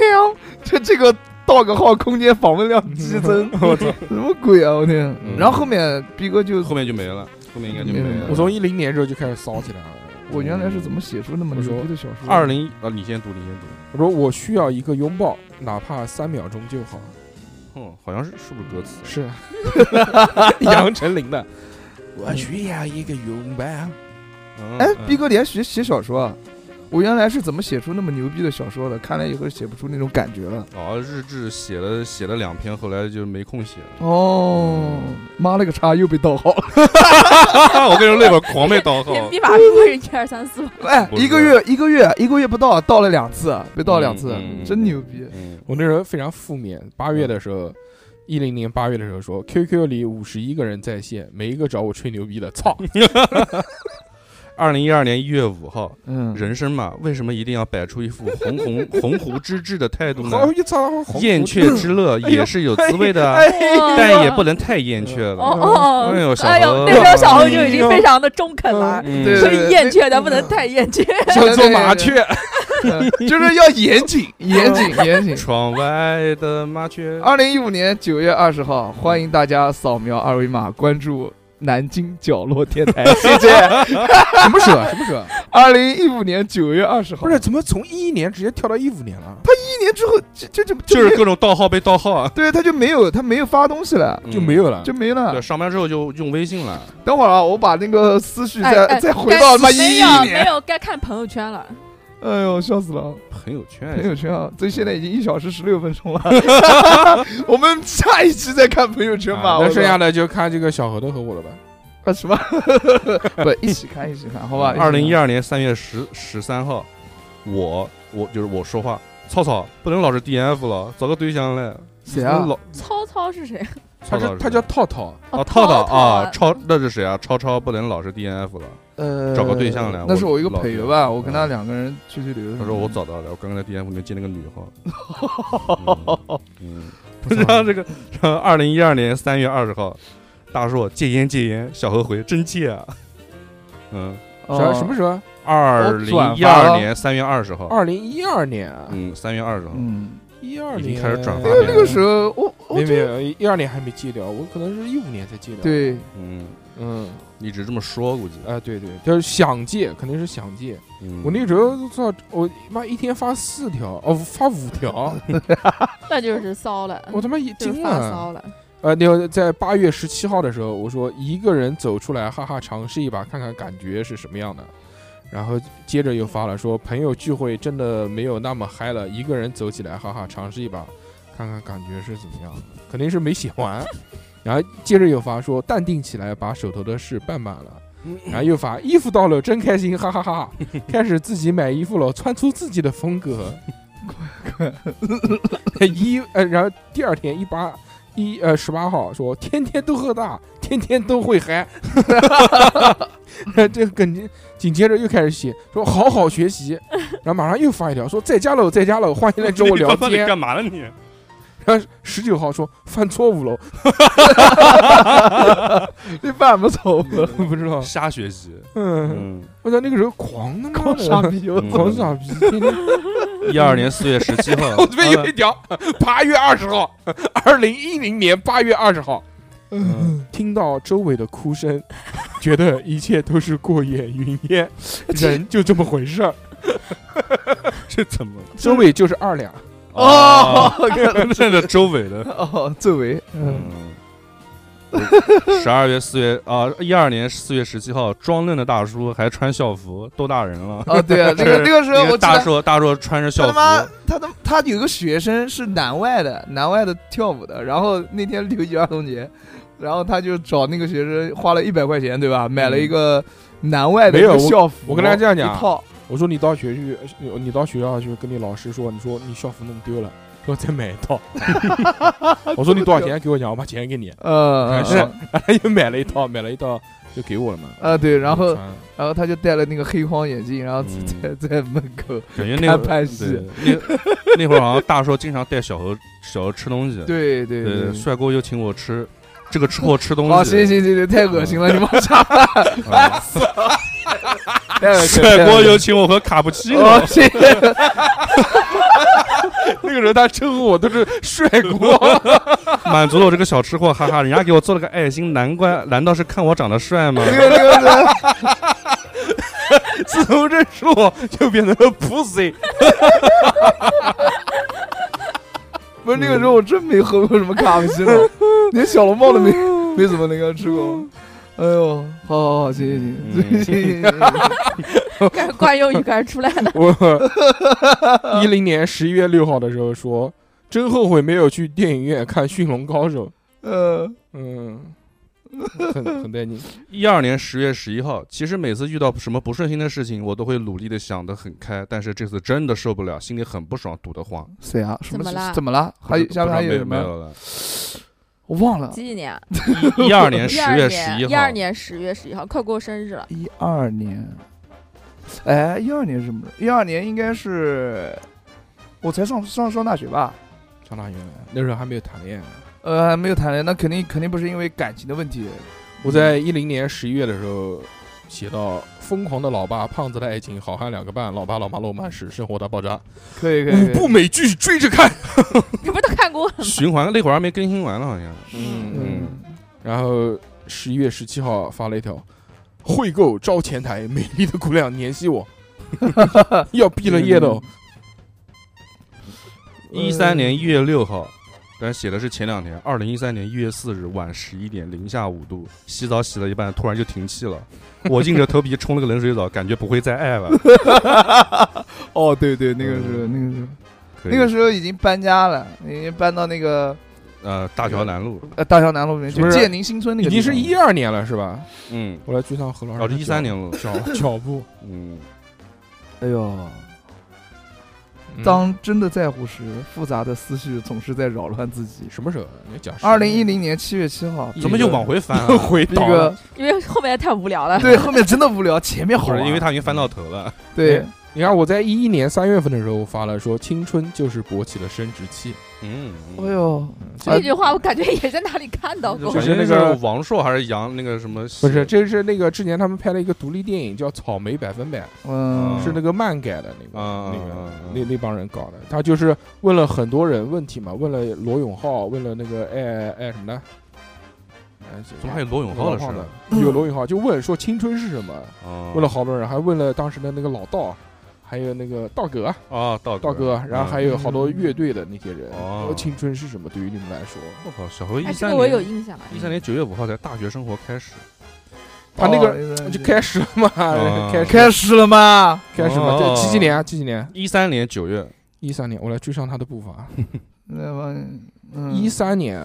B: 这这个盗个号空间访问量激增，
A: 我操！
B: 什么鬼啊！我天！
C: 嗯
B: 然后后面逼哥就
C: 后面就没了，后面应该就没
B: 没了
C: 了。
A: 我从一零年之后就开始骚起来了。
B: 我原来是怎么写出那么
A: 我说
B: 牛逼的小说的？
C: 二零啊，你先读，你先读。
A: 我说我需要一个拥抱，哪怕三秒钟就好。
C: 嗯，好像是是不是歌词？
A: 是 杨丞琳哎的。 我需要一个拥抱。
C: 嗯
B: 哎，逼哥连续写小说啊！我原来是怎么写出那么牛逼的小说的？看来以后写不出那种感觉了。
C: 哦，日志写了写了两篇，后来就没空写 了。
B: 哦，妈了个叉，又被盗号了！
C: 我跟你说，那会儿狂被盗号，
D: 你密码是不是一二三 四？
B: 哎，
C: 不是
B: 一个月一个月一个月不到，盗了两次，被盗两次
C: 嗯嗯，嗯
B: 真牛逼！
C: 嗯，
A: 我那时候非常负面。八月的时候，一零年八月的时候说，QQ 里五十一个人在线，每一个找我吹牛逼的， 操！
C: 二零一二年一月五号，
B: 嗯，
C: 人生嘛，为什么一定要摆出一副红红 红湖之志的态度呢？
A: 好一操！好好
C: 燕雀 之乐也是有滋味的啊，但也不能太燕雀
D: 哦
C: 了。
D: 哦，
C: 哎呦小
D: 哎
C: 猴
D: 呦，那时候小猴就已经非常的中肯了，
C: 嗯
B: 对
D: 所以厌倦咱不能太厌倦。
A: 叫做麻雀。
B: 嗯就是要严 谨，严谨，严谨。
C: 窗外的麻雀，
B: 二零一五年九月二十号，欢迎大家扫描二维码关注南京角落电台， 谢谢。
A: 什么时候？什么时候？
B: 二零一五年九月二十号，
A: 不是，怎么从一一年直接跳到一五年了？
B: 一年之后，这这就
C: 就
B: 没
C: 是各种盗号被盗号啊，
B: 对，他就没有，他没有发东西了，
A: 嗯就没有了。
B: 就没啊了
C: 嗯对，。上班之后就用微信了。
B: 等会儿啊，我把那个思绪
D: 哎
B: 再、
D: 哎
B: 再回到他妈
D: 该
B: 一
D: 没
B: 一
D: 有没
B: 年。
D: 有，该看朋友圈了。
B: 哎呦，笑死了！
C: 朋友圈，
B: 朋友圈啊，这
C: 嗯
B: 现在已经一小时十六分钟了， 我们下一期再看朋友圈吧。
A: 啊
B: 我
A: 那剩下
B: 的
A: 的就看这个小何的和我了吧。
B: 啊什么？不，一起看，一起 看，好吧？
C: 二零一
B: 二，
C: 二年三月十十三号，我我就是我说话，草草不能老是 DNF 了，找个对象来。
B: 谁啊？
C: 老
D: 曹操是谁？哦
A: 他
C: 草草
A: 叫
C: 是
A: 他叫套套，
C: 啊，套
D: 涛涛
C: 套啊，超那是谁啊？超超不能老是 DNF 了。
B: 呃，
C: 找个对象来
B: 那是
C: 我
B: 我一个
C: 老
B: 朋友
C: 觉
B: 吧，
C: 得
B: 我跟他两个人出去旅游。
C: 他说我
A: 嗯
C: 找到了，我刚刚在 DNF 里面进了个女 号。嗯，
A: 不啊
C: 然后这个，然后二零一二年三月二十号，大硕戒烟戒烟，小何回真戒啊。嗯，
B: 哦
A: 啥什么？时候？啊
C: 二零
B: 转
C: 一
B: 发了
C: 二年三月二十号，
A: 二零一二年啊，
C: 嗯，嗯三月二十号，
B: 嗯，
A: 一二
C: 已
A: 年
C: 经开始转发
B: 那个
C: 了
B: 那个时候，我我
A: 没
B: 觉
A: 没
B: 得
A: 有一二年还没戒掉，我可能是一五年才戒掉。，
B: 对，
C: 嗯，
A: 嗯，
C: 一直这么说估计。
A: 啊，对对，就是想戒，肯定是想戒。
C: 嗯
A: 我那时候操，我妈一天发四条，哦，发五条，
D: 那就是骚了，
A: 我他妈一
D: 就是
A: 惊
D: 发
A: 了。
D: 骚了。
A: 呃，那个在八月十七号的时候，我说一个人走出来，哈哈，尝试一把，看看感觉是什么样的。然后接着又发了说，朋友聚会真的没有那么嗨了，一个人走起来，哈哈，尝试一把，看看感觉是怎么样的，肯定是没写完。 然后接着又发说，淡定起来，把手头的事办满了。然后又发衣服到了，真开心，哈哈哈哈！开始自己买衣服了，穿出自己的风格。一呃，然后第二天一八一呃十八号说，天天都喝大，天天都会嗨。这个紧紧接着又开始写说好好学习，然后马上又发一条说在家喽，在家喽，欢迎来找我聊
C: 你
A: 天。
C: 干嘛呢你？
A: 然后十九号说犯错误喽，
B: 你犯不错，
C: 嗯
A: 不知道。
C: 瞎学习。
A: 哦嗯，
C: 嗯，
A: 我操，那个时候狂他妈
B: 好傻
A: 的，
B: 逼！我
C: 嗯
A: 狂傻逼，天天
C: 一二年四月十七号，嗯
A: 我这边有一条，八月二十号，二零一零年八月二十号，
C: 嗯
A: 听到周围的哭声， 觉得一切都是过眼云 烟，人就这么回事儿。
C: 这怎么
A: 周伟就是二两，
B: 哦，看来
C: 这个周伟的，
B: 哦，作为嗯，
C: 嗯，十二月四月啊，一二年四月十七号，装嫩的大叔还穿校服，逗大人了。
B: 哦， 对啊，那个那个时候
C: 那
B: 我
C: 个
B: 记
C: 大
B: 得
C: 硕大硕穿着
B: 他
C: 校
B: 他
C: 服，
B: 妈他他他有个学生是南外的，南外的跳舞的，然后那天六一儿童节，然后他就找那个学生花了一百块钱，对吧？买了一个南外的
A: 嗯
B: 一
A: 没
B: 个
A: 有我
B: 校服，
A: 我跟大家这样讲
B: 一套，
A: 我说你到学去，呃你到学校去跟你老师说，你说你校服弄丢了，说再买一 套。我说你多少钱给我讲，我把钱给你。
B: 呃
A: 还嗯是
B: 呃
A: 他又买了一套，买了一套就给我了嘛。嗯
B: 呃对，然后
A: 穿
B: 然后他就戴了那个黑框眼镜，然后
C: 嗯
B: 在 在门口
C: 感觉那
B: 看
C: 会儿
B: 拍
C: 对
B: 戏，
C: 那那会儿好像大硕经常带小何小何吃东西，
B: 对对
C: 对，帅哥又请我吃，这个吃货吃东
B: 哦，
C: 西
B: 行，行行行，太恶心
A: 嗯
B: 了，你往下吧，
C: 啊
B: 太恶 心了
C: 帅哥又请我喝卡布奇
A: 啊
C: 诺
B: 哦，，谢谢。
A: 那个时候他称呼我都是帅哥，
C: 满足了我这个小吃货，哈哈，人家给我做了个爱心，难怪，难道是看我长得帅吗
B: 那？个那个
A: 自从认识我就变成了 pussy。
B: 不是那个时候，我真没喝过什么咖啡奇诺， 连小笼包都没没怎么那个吃过。哎呦，好好好，行行行
C: 嗯
B: 行行 行行，
D: 该惯用语该出来 了。
A: 我一零年十一月六号的时候说，真后悔没有去电影院看《驯龙高手》。
B: 呃，
A: 嗯，很很带劲。
C: 一二年十月十一号，其实每次遇到什么不顺心的事情，我都会努力的想得很开，但是这次真的受不了，心里很不爽，堵得慌。
B: 谁啊？什
D: 怎么啦
B: 怎么了？还有
C: 不知
B: 下面还
C: 不知道
B: 有
C: 没
B: 什
C: 没
B: 么？
C: 有了？
B: 我忘了。
D: 几几年啊？
C: 一二年
D: 一
C: 十
D: 二
C: 月十
D: 年，
C: 一
D: 一
C: 号
D: 二，年十月十一号，快过生日了。
B: 一二年，哎，一二年是什么？一二年应该是我才上上上大学吧？
A: 上大学了，那时候还没有谈恋爱。
B: 呃，还没有谈恋爱，那肯定肯定不是因为感情的问题。
A: 我在一零年十一月的时候写到：疯狂的老爸、胖子的爱情、好汉两个半、老爸老妈浪漫史、生活大爆炸，
B: 可以可以
A: 五
B: 可
A: 部
B: 以，
A: 美剧追着看。
D: 你不都看过了吗？
C: 循环那会儿还没更新完呢，好
B: 呃
C: 像。
D: 嗯
B: 嗯，
A: 然后十一月十七号发了一条：会购招前台，美丽的姑娘联系 我，要毕了业的哦。
C: 一三年一月六号，但写的是前两天。二零一三年一月四日晚十一点，零下五度，洗澡洗到一半，突然就停气了。我硬着头皮冲了个冷水澡，感觉不会再 爱了。
B: 哦，对对，那个时
C: 嗯
B: 候，那个时候，那
C: 可以
B: 个时候已经搬家了，已经搬到那个
C: 呃大桥南路，
B: 呃大桥南路那边，
A: 不
B: 就是建宁新村那
A: 呃已
B: 个地
A: 经
B: 方。
A: 是一二年了，是吧？
C: 嗯，
A: 我来追上何老师。
C: 哦，是一三年 了，
A: 脚脚步，
C: 嗯，
B: 哎呦，
A: 嗯
B: 当真的在乎时，复杂的思绪总是在扰乱自己。
A: 什么时候？你讲
B: 二零一零年七月七 号，
C: 怎么又往 回翻啊？
A: 又回
B: 那
A: 倒了
B: 个？
D: 因为后面太无 聊了。
B: 对后面真的无聊，前面好啊
C: 不
B: 玩
C: 是，因为他已经翻到头了。
B: 对
A: 哎你看我在一一年三月份的时候发了说，青春就是勃起的生殖器。
C: 嗯，
B: 哎呦，
A: 这
D: 这句话我感觉也在哪里看到过
A: 就。
C: 就是是
A: 那
C: 那
A: 个
C: 个王朔还是杨那个什么？
A: 不是，这是那个之前他们拍了一个独立电影叫《草莓百分百》，
B: 嗯，
A: 是那个漫改的那个、
C: 啊
A: 那
C: 啊啊
A: 个那那帮人搞的。他就是问了很多人问题嘛，问了罗永浩，问了那个爱爱什么的，哎，
C: 怎么还有罗永浩的事
A: 呢
C: 儿？？
A: 有罗永浩就问说青春是什么，
C: 啊
A: 问了好多人，还问了当时的那个老道，还有那个道哥，
C: 啊，道
A: 道哥，然后还有好多乐队的那些人，
C: 哦
A: 说青春是什么？对于你们来说，
C: 我靠，小何
D: 哎，
C: 一
D: 这
C: 三
D: 个我有
C: 年
D: 印象啊。
C: 一三年九月五号才大学生活开始。
A: 他那个
B: 哦个
C: 哦
A: 就开始了嘛，
C: 啊
A: 开始
B: 开始了吗？
A: 开始嘛，
C: 哦
A: 这几几年啊？几几年？
C: 一三年九月，
A: 一三年，我来追上他的步伐。啊
B: 那帮嗯
A: 一三年，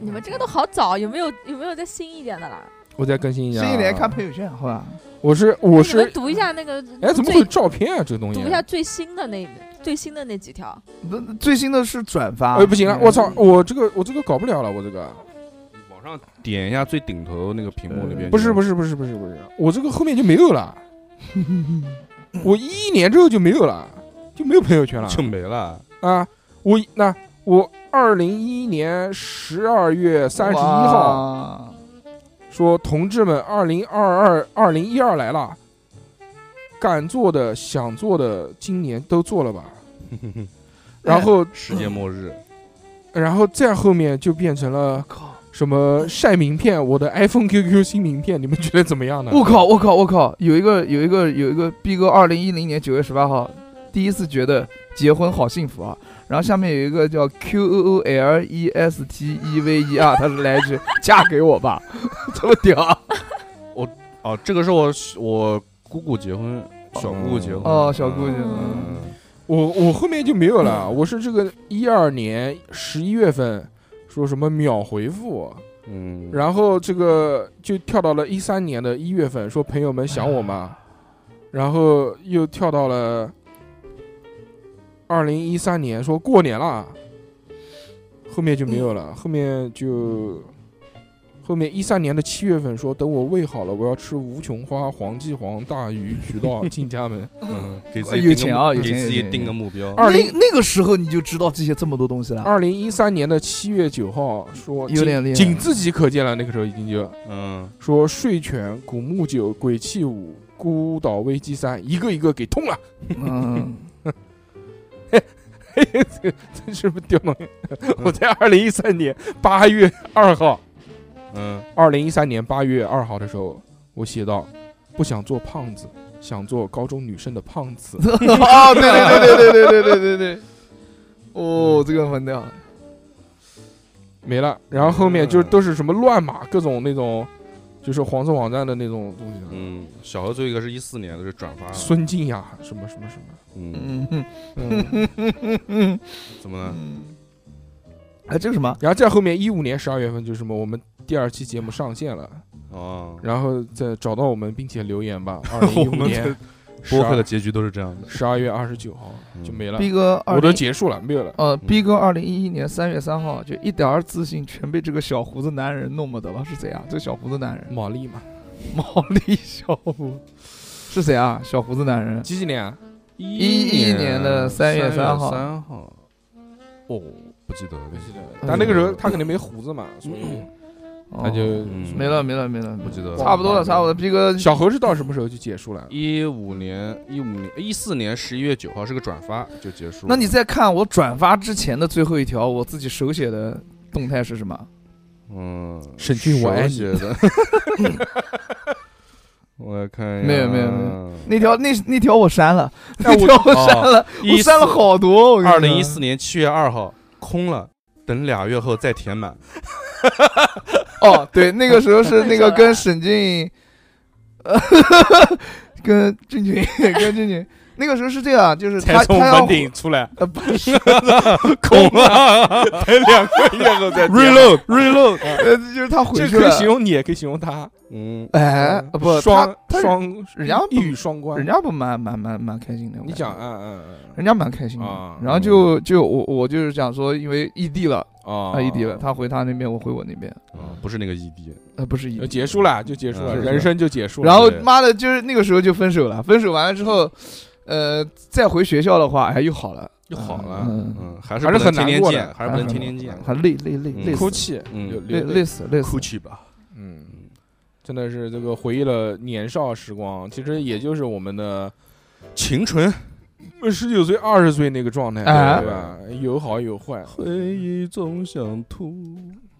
D: 你们这个都好早，有没有有没有再新一点的啦？
A: 我再更新一下。
B: 新一年看朋，友圈，好吧？
A: 我是我
D: 你们
A: 是，
D: 读一下那个最，
A: 哎，怎么会有照片啊？这个东西，
D: 读一下最新的那最新的那几条？
B: 那那最新的是转发，
A: 哎，不行了，
B: 嗯
A: 我操，我这个我这个搞不了了，我这个
C: 往上点一下最顶头那个屏幕那边。
A: 不是不
C: 是，
A: 是不是不是不是，我这个后面就没有 了，我一一年之后就没有了，就没有朋友圈了
C: 就没了。
A: 啊！我那我二零一一年十二月三十一号。
B: 哇
A: 说同志们，二零二二、二零一二来了，敢做的、想做的，今年都做了吧。 然后，
C: 世界末日，
A: 然后再后面就变成了
B: 靠，
A: 什么晒名片，我的 iPhone QQ 新名片，你们觉得怎么样呢？
B: 我靠，我靠，我靠！有一个，有一个，有一个逼哥，二零一零年九月十八号，第一次觉得结婚好幸福啊。然后下面有一个叫 Q O O L E S T E V E R，他是来一 句“嫁给我 吧”，这么屌啊！
C: 哦，这个是我我姑姑结婚，小姑姑结婚
B: 哦小姑娘
C: 嗯
A: 我我后面就没有了，我是这个一二年十一月份说什么秒回复，
C: 嗯，
A: 然后这个就跳到了一三年的一月份，说朋友们想我吗？然后又跳到了二零一三年，说过年了，后面就没有了，后面就后面一三年的七月份说等我喂好了，我要吃无穷花、黄记煌、大鱼、渠道、进家门。
C: 嗯给自己
B: 有
C: 定个
B: 钱啊
C: 目
B: 有
C: 给
B: 钱
C: 自
B: 有
C: 己
B: 钱
C: 定个目标。
A: 二零
B: 那那个时候你就知道这些这么多东西了。
A: 二零一三年的七月九号说
B: 哦有点
A: 仅
B: 厉害
A: 仅自己可见了，那个时候已经就。
C: 嗯，
A: 说睡犬、古墓九、鬼泣五、孤岛危机三，一个一个给通了，
B: 嗯，
A: 这是不是掉东西？ 我在二零一三年八月二号，
C: 嗯，
A: 二零一三年八月二号的时候，我写到：不想做胖子，想做高中女生的胖子。
B: 哦，对对对对对对对对对对，哦，这个很屌。
A: 没了，然后后面就都是什么乱码，各种那种，就是黄色网站的那种东西。
C: 嗯，小何最后一个是一四年的，是转发了。
A: 孙静雅什么什么什么，
C: 嗯，
B: 嗯嗯
A: 嗯，
C: 怎么了？
B: 嗯，哎，这个什么？
A: 然后在后面一五年十二月份就是什么，我们第二期节目上线了。
C: 哦，
A: 然后再找到我们，并且留言 吧。二零一
C: 我
A: 五
C: 们
A: 年
C: 播客的结局都是这样的。
A: 十二月二十九号
C: 嗯
A: 就没了，
B: 逼哥二
A: 我都
B: 零
A: 结束了，没有了。
B: 呃，逼哥二零一一年三月三号就一点儿自信全被这个小胡子男人弄不得了，是谁啊？这小胡子男人，
A: 毛利嘛，
B: 毛利小胡，是谁啊？小胡子男人，
A: 几几年啊？
B: 一一年的三月三号
C: 三号，哦，不记得了，嗯不记得了。
A: 但那个时候他肯定没胡子嘛，所以
B: 哦
A: 他嗯就
C: 嗯
B: 没了，没了，没了，
C: 不记得了
B: 差不多了，差不多了。逼哥，
A: 小何是到什么时候就结束了？
C: 一五年，一五年，一四年十一月九号是个转发就结束了。
B: 那你再看我转发之前的最后一条，我自己手写的动态是什么？
C: 嗯，
A: 沈俊我爱你
C: 手写 的。我来看一下，
B: 没有没有没那条那那条我删了，
A: 哎
B: 那
A: 我
B: 条我删了，
C: 14
B: 我删了好多。我跟你
C: 二
B: 说
C: 零一四年七月二号空了，等俩月后再填满。
B: 哦，对，那个时候是那个跟沈静， 呃，跟俊俊，跟俊俊，那个时候是这样，啊就是他他要
A: 出来，
B: 呃不 是，
A: 空了， 等两个月后再
C: Reload reload，
B: 呃 就是他回
A: 这
B: 去
A: 可以
B: 了。
A: 形容你，也可以形容他。
C: 嗯，
B: 哎，呃不，
A: 双
B: 他他
A: 双，
B: 人家不
A: 一语双关。
B: 人家不蛮蛮蛮蛮开心的。我
A: 你
B: 感觉
A: 讲，，嗯嗯
B: 人家蛮开心的
A: 啊。
B: 然后就就我我就是讲说，因为异地了，
A: 嗯，
B: 他异地了，他回他那边，我回我那边，
C: 啊，不是那个异地，
B: 呃不是异
A: 就
B: 地。
A: 结束了，就结束了，
C: 嗯
A: 人生就结束了。
B: 然后
C: 对
B: 妈的，就是那个时候就分手了。分手完了之后，呃，再回学校的话，哎又好了。
C: 就好了，
B: 嗯
C: 嗯，还是
A: 还是
C: 不能
A: 很
C: 天
A: 难
C: 天
A: 过的
C: 见，还是不能天天见，
B: 还累累累
C: 嗯
B: 累
A: 哭
B: 死，
A: 泣，
C: 嗯
A: 有
B: 累
A: 流泪
B: 累死累死。
C: 泣吧，
A: 嗯。
C: 嗯
A: 真的是这个回忆了年少时光，其实也就是我们的
C: 青春
A: 十九岁、二十岁那个状态，
B: 哎
A: 对吧？有好有坏，
C: 回忆总想吐，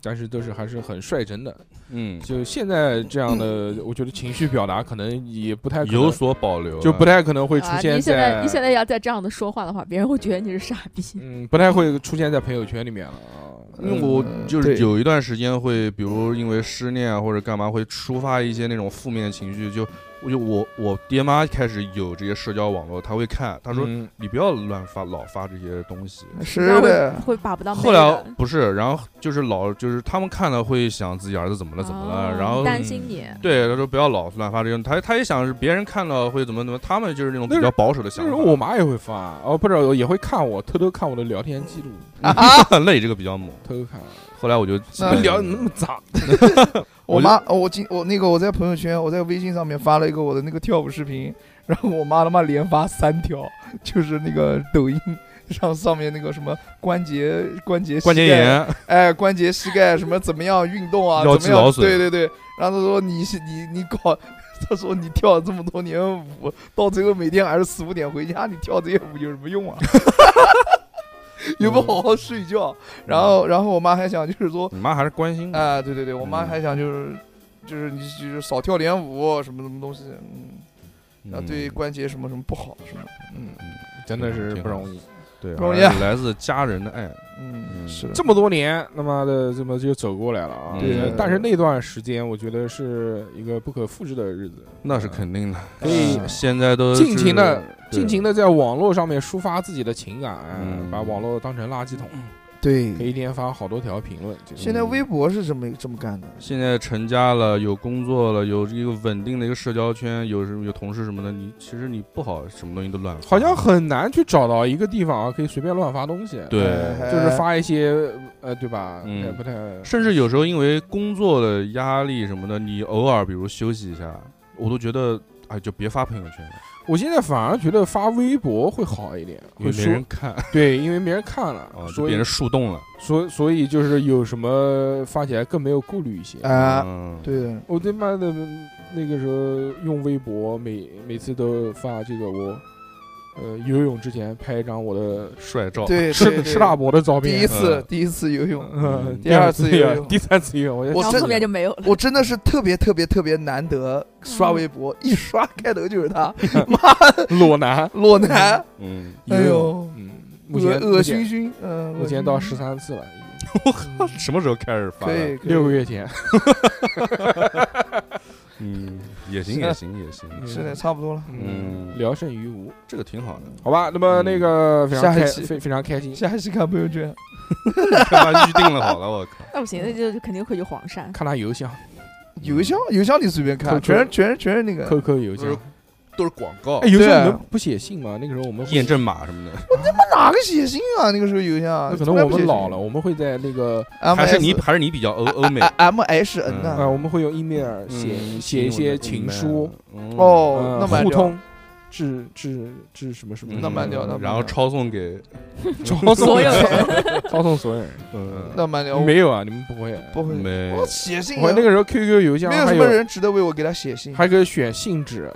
A: 但是都是还是很率真的。
C: 嗯，
A: 就现在这样的，我觉得情绪表达可能也不太可能
C: 有所保留啊，
A: 就不太可能会出
D: 啊！
A: 现
D: 你现在你现
A: 在
D: 在要再这样的说话的话，别人会觉得你是傻逼。
A: 嗯，不太会出现在朋友圈里面了啊。
C: 因为我
B: 嗯
C: 就是
B: 对
C: 有一段时间会，比如因为失恋啊或者干嘛，会抒发一些那种负面情绪。就我就我我爹妈开始有这些社交网络，他会看，他说
A: 嗯
C: 你不要乱发老发这些东西。
D: 这样
B: 是
D: 会
B: 的，
D: 会把不到妹
C: 后来
D: 的
C: 不是，然后就是老就是他们看了会想自己儿子怎么了怎么了，
D: 哦
C: 然后
D: 担心你，
C: 对他说不要老乱发这些，他他也想是别人看到会怎么怎么，他们就是那种比
A: 那
C: 较保守的
A: 那
C: 想
A: 时
C: 法。
A: 候我妈也会发，哦，不是，也会看我，偷偷看我的聊天记录，
C: 那你这个比较猛。
A: 偷偷看，
C: 后来我就
B: 那嗯
A: 聊得 那么脏，
B: 我妈，我今我那个我在朋友圈，我在微信上面发了一个我的那个跳舞视频，然后我妈他妈连发三条， 就是那个抖音上上面那个什么关节关节膝盖
C: 关节，炎，
B: 哎，关节膝盖什么怎么样运动啊，
C: 腰
B: 怎
C: 肌
B: 么样
C: 劳？损
B: 对对对，然后她说你是你你搞。她说：“你跳了这么多年舞，到最后每天还是四五点回家，你跳这些舞有什么用啊？”也不好好睡觉。然后，然后我妈还想就是说，
C: 你妈还是关心的，
B: 啊，对对对，我妈
C: 嗯
B: 还想就是就是你就是少跳点舞什么什么东西，嗯，那
C: 嗯
B: 对关节什么什么不好什么，嗯
A: 真的是不容易。啊
C: 对，
B: 不容易
C: 还是来自家人的爱，
B: 嗯
C: 嗯
B: 是的
A: 这么多年，他妈的这么就走过来了啊！
C: 对
A: 呃但是那段时间，我觉得是一个不可复制的日子。嗯
C: 那是肯定的。
A: 可以
B: 嗯
C: 现在都
A: 尽情地
C: 是
A: 尽情的在网络上面抒发自己的情感，
C: 嗯
A: 把网络当成垃圾桶，可
B: 对。
A: 以一天发好多条评论。这种
B: 现在微博是这么这么干的，
C: 现在成家了，有工作了，有一个稳定的一个社交圈，有什么有同事什么的，你其实你不好什么东西都乱发，
A: 好像很难去找到一个地方啊，可以随便乱发东西。
C: 对
B: 哎
A: 就是发一些呃，对吧？
C: 嗯
A: 也不太
C: 甚至有时候因为工作的压力什么的，你偶尔比如休息一下，我都觉得哎，就别发朋友圈了，
A: 我现在反而觉得发微博会好一点，
C: 因
A: 会
C: 为没
A: 说
C: 人看
A: 对，因为没人看了，
C: 啊，就
A: 所
C: 别
A: 以
C: 人树洞了。
A: 所所以就是有什么发起来更没有顾虑一些。
B: 啊，
C: 嗯，
B: 对的，
A: 我他妈的那个时候用微博，每每次都发这个我，呃，游泳之前拍一张我的
C: 帅照，
B: 对对
A: 吃
B: 对
A: 吃大伯的照片，
B: 第一次
C: 嗯
B: 第一次游泳，
A: 嗯，
B: 第二次游
A: 也，
B: 泳
A: 第三次游泳，我就
B: 我
D: 然后
B: 真
D: 后面就没有了。
B: 我真的是特别特别特别难得刷微博，一刷开头就 是他，妈
A: 裸男，
B: 裸男，
C: 嗯，
B: 哎
A: 游
B: 呦
A: 泳，，嗯，目前
B: 恶恶心
A: 目前
B: 心，嗯，
A: 目前到
B: 恶
A: 十
B: 心
A: 三次了，已经
C: 什么时候开始发
B: 可
C: 的？
B: 以可以
A: 六个月前，
C: 嗯，也行也行也行，
B: 是的，差不多了，
C: 嗯，
A: 聊胜于无，
C: 这个挺好的。
A: 好吧？那么那个非常
B: 下一
A: 开
B: 期
A: 非非常开心，
B: 下一期看朋友圈，
C: 干嘛预定了？好了，我靠，
D: 那不行，那就就肯定会去黄山。
A: 看他邮箱，
B: 邮箱邮箱你随便
A: 嗯扣
B: 看，全
A: 扣
B: 是全是全是那个，
A: 扣扣邮
C: 不
A: 箱
C: 是。都是广告
A: 哎，邮箱
B: 对啊
A: 你们不写信吗？那个时候我们会
C: 验证码什么的，
B: 哪个写信啊？那个时候邮箱，
A: 那可能我们老了，我们会在那个
B: ，M 啊
C: 还是你还是你比较欧欧美
B: M H N
C: 嗯
A: 呃，
B: 呐？
A: 我们会用 email 写、写一些情书，
C: 哦，
B: 哦，那
A: 呃
B: 蛮
A: 互
B: 屌，
A: 通，致致致什么什么，
B: 那蛮屌的
C: 嗯然后抄送给
A: 抄
D: 所有人
A: 抄送所有人。
C: 嗯，
B: 那蛮屌，
A: 没有啊，你们不会。
B: 不会，
C: 没
B: 我写信啊，
A: 我那个时候 QQ 邮箱
B: 没有
A: 还
B: 什么
A: 有
B: 人值得为我给他写信，
A: 还可以选信纸，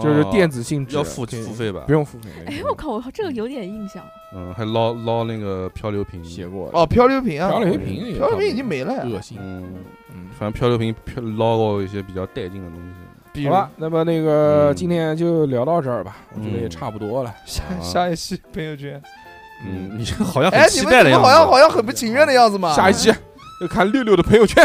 A: 就是
C: 哦
A: 电子信纸，
C: 要付
A: 可以
C: 付，费吧
A: 不？用哦付费。
D: 哎，我靠，我这个有点印象。
C: 嗯，还捞捞那个漂流瓶，
A: 写过
B: 哦，，漂流瓶啊，
A: 漂流
C: 瓶
A: 瓶也
B: 漂流
A: 差不多
B: 瓶已经没了呀，
A: 恶心。
C: 嗯，
A: 嗯，
C: 反正漂流瓶漂捞过一些比较带劲的东西。
B: 比
A: 好
B: 如
A: 吧，那么那个
C: 嗯
A: 今天就聊到这儿吧，我觉得也
C: 嗯
A: 差不多了。
B: 下
C: 啊
B: 下一期朋友圈，
C: 嗯，你好像
B: 哎
C: 很，
B: 你
C: 期
B: 们
C: 待的
B: 怎么好
C: 样子。
B: 像好像很不情愿的样子嘛？
A: 嗯下一期就看六六的朋友圈。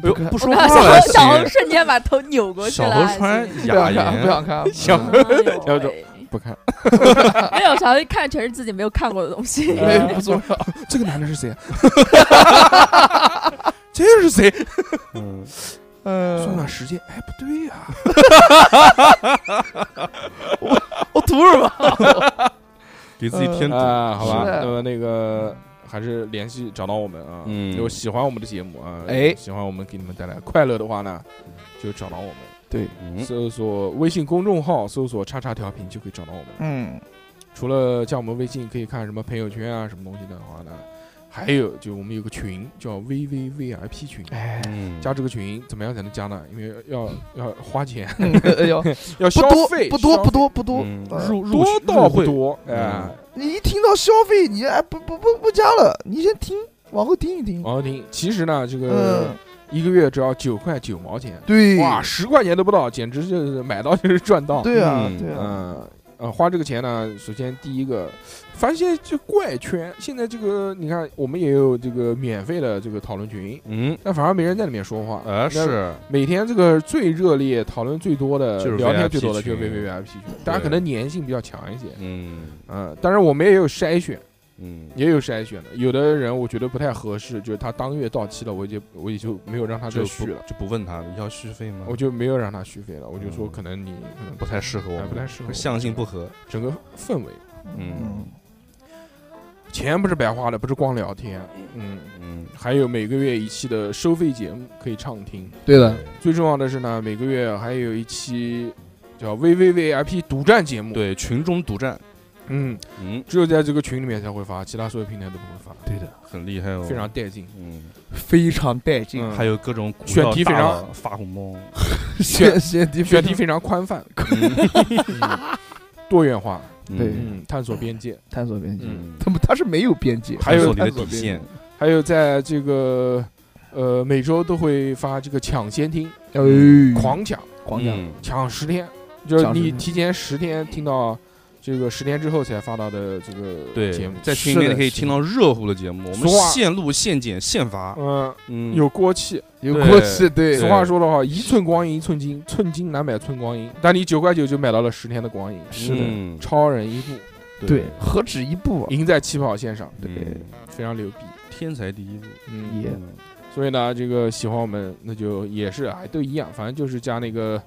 C: 不
B: 不看
C: 不说
D: 我
C: 话
D: 刚小
C: 了，
D: 红小红
C: 行
D: 瞬间把头扭过去
C: 小
D: 了。
C: 猴川
B: 不
C: 雅
B: 想看，不
C: 言，
B: 想看，
A: 小
D: 哎
A: 猴
D: 呦
A: 小
D: 喂
A: 不看，
D: 没有小红看的全是自己没有看过的东西。
B: 没有哎不重要，
A: 这个男的是谁？啊 这是谁？
C: 嗯，
A: 算
B: 嗯
A: 算，时间，哎，不对呀、
B: 我图什么？
C: 给自己添
A: 啊
C: 堵。
A: 好吧
B: 是，的
A: 那么那个还是联系找到我们啊。
C: 嗯
A: 如果喜欢我们的节目啊，
B: 哎嗯
A: 喜欢我们给你们带来快乐的话呢，就找到我们，
B: 对，
C: 嗯，
A: 搜索微信公众号，搜索“叉叉调频”就可以找到我们。
B: 嗯，
A: 除了加我们微信可以看什么朋友圈啊什么东西的话呢，还有就我们有个群叫 VVVIP 群。
B: 哎，
C: 嗯
A: 加这个群怎么样才能加呢？因为要要花钱，
B: 哎呦，
A: 要
B: 不
A: 消
B: 多
A: 费，
B: 不多
A: 消
B: 不多不多，
C: 嗯
B: 呃
C: 入入
A: 多
C: 会
A: 倒
C: 入
A: 不
C: 会
A: 多，
C: 嗯
A: 哎，
B: 你一听到消费，你哎不不不不加了，你先听，往后听一听，
A: 王浩婷，其实呢，这个
B: 嗯，
A: 一个月只要九块九毛钱，
B: 对，
A: 哇，十块钱都不到，简直就是买到就是赚到。
B: 对啊
C: 嗯
B: 对啊，
A: 嗯。呃，花这个钱呢，首先第一个，发现这怪圈，现在这个你看，我们也有这个免费的这个讨论群，
C: 嗯，
A: 但反而没人在里面说话。
C: 呃，
A: 那
C: 是
A: 每天这个最热烈、讨论最多的、
C: 就是
A: 聊天
C: VIP
A: 最多的就是
C: 群
A: VVVIP 群，大家可能粘性比较强一些。
C: 嗯
A: 嗯，但是我们也有筛选，
C: 嗯，
A: 也有筛选的。有的人我觉得不太合适，就是他当月到期了，我就我也就没有让他
C: 就
A: 再续
C: 不
A: 了，
C: 就不问他你要续费吗？
A: 我就没有让他续费了。我就说
C: 嗯
A: 可能你可能
C: 不太适合我
A: 哎
C: 们，
A: 不太适合我
C: 相性不合。
A: 整个氛围，
C: 嗯
A: 钱不是白花的，不是光聊天。嗯，
C: 嗯，
A: 还有每个月一期的收费节目可以畅听。
B: 对，
A: 最重要的是呢，每个月还有一期叫 VVVIP 独占节目。，
C: 对，群众独占，
A: 嗯，
C: 嗯，
A: 只有在这个群里面才会发，其他所有平台都不会发，
B: 对的，
C: 很厉害哦，
A: 非常，带劲。
C: 嗯，
B: 非常带劲
A: 嗯
C: 还有各种股
A: 选
C: 票
A: 题非
C: 大
A: 常
C: 佬发红包，
B: 选选题
A: 选题非常宽泛，
C: 嗯
A: 多元化。
B: 对
A: 嗯，探索边界，
B: 探索边界，
A: 嗯，
B: 他们他是没有边界，
C: 探
A: 有
C: 索你的
B: 探索
C: 底
B: 边
C: 线，
A: 还有在这个呃每周都会发这个抢先听，
B: 哎，
A: 狂抢，
B: 狂讲，
C: 嗯
A: 抢十天，就是
B: 抢10
A: 你
B: 天
A: 提前十天听到这个十天之后才发到的这个
C: 对
A: 节目，，
C: 在群
B: 是
C: 里面
B: 的
C: 可以
B: 是
C: 听到热乎的节目，我们
A: 俗话
C: 现录现剪现发，
A: 嗯，
C: 嗯，
A: 有锅气。
B: 有
C: 对
B: 过去对
A: 俗话说得好，一寸光阴一寸金，寸金难买寸光阴。但你九块九就买到了十天的光阴，
B: 是的
C: 嗯
A: 超人一步，
B: 对，何止一部啊，
A: 赢在起跑线上，
B: 对
C: 嗯
A: 非常牛逼。
C: 天才第一步，
A: 嗯，
B: 也
C: 嗯
A: 所以呢，这个喜欢我们，那就也是啊，都一样，反正就是加那个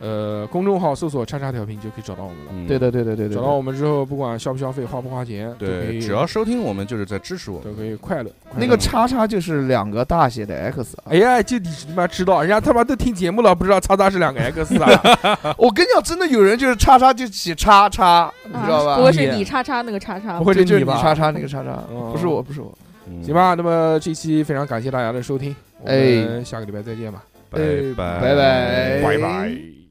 A: 呃公众号搜索“叉叉调频”就可以找到我们了。
C: 嗯
B: 对的对的对的
A: 找到我们之后，不管消不消费，花不花钱，都可
C: 对，
A: 以
C: 只要收听我们就是在支持我们，
A: 都可以快乐。快乐
B: 那个叉叉就是两个大写的 X 啊！
A: 哎呀，就你他妈知道，人家他妈都听节目了，不知道叉叉是两个 X 啊？
B: 我跟你讲，真的有人就是叉叉就写叉叉，你
D: 啊
B: 知道吧
D: 不？会是
A: 你
D: 你叉叉那个叉叉
A: 不
D: 吧？
A: 会
B: 这就
A: 你
B: 是你
A: 吧？
B: 叉叉那个叉叉，
A: 哦
B: 不是我，不是我。
C: 嗯
A: 行，吧，那么这期非常感谢大家的收听，我
B: 哎
A: 们下个礼拜再见吧，
C: 拜
B: 哎
C: 拜
B: 拜拜
A: 拜拜。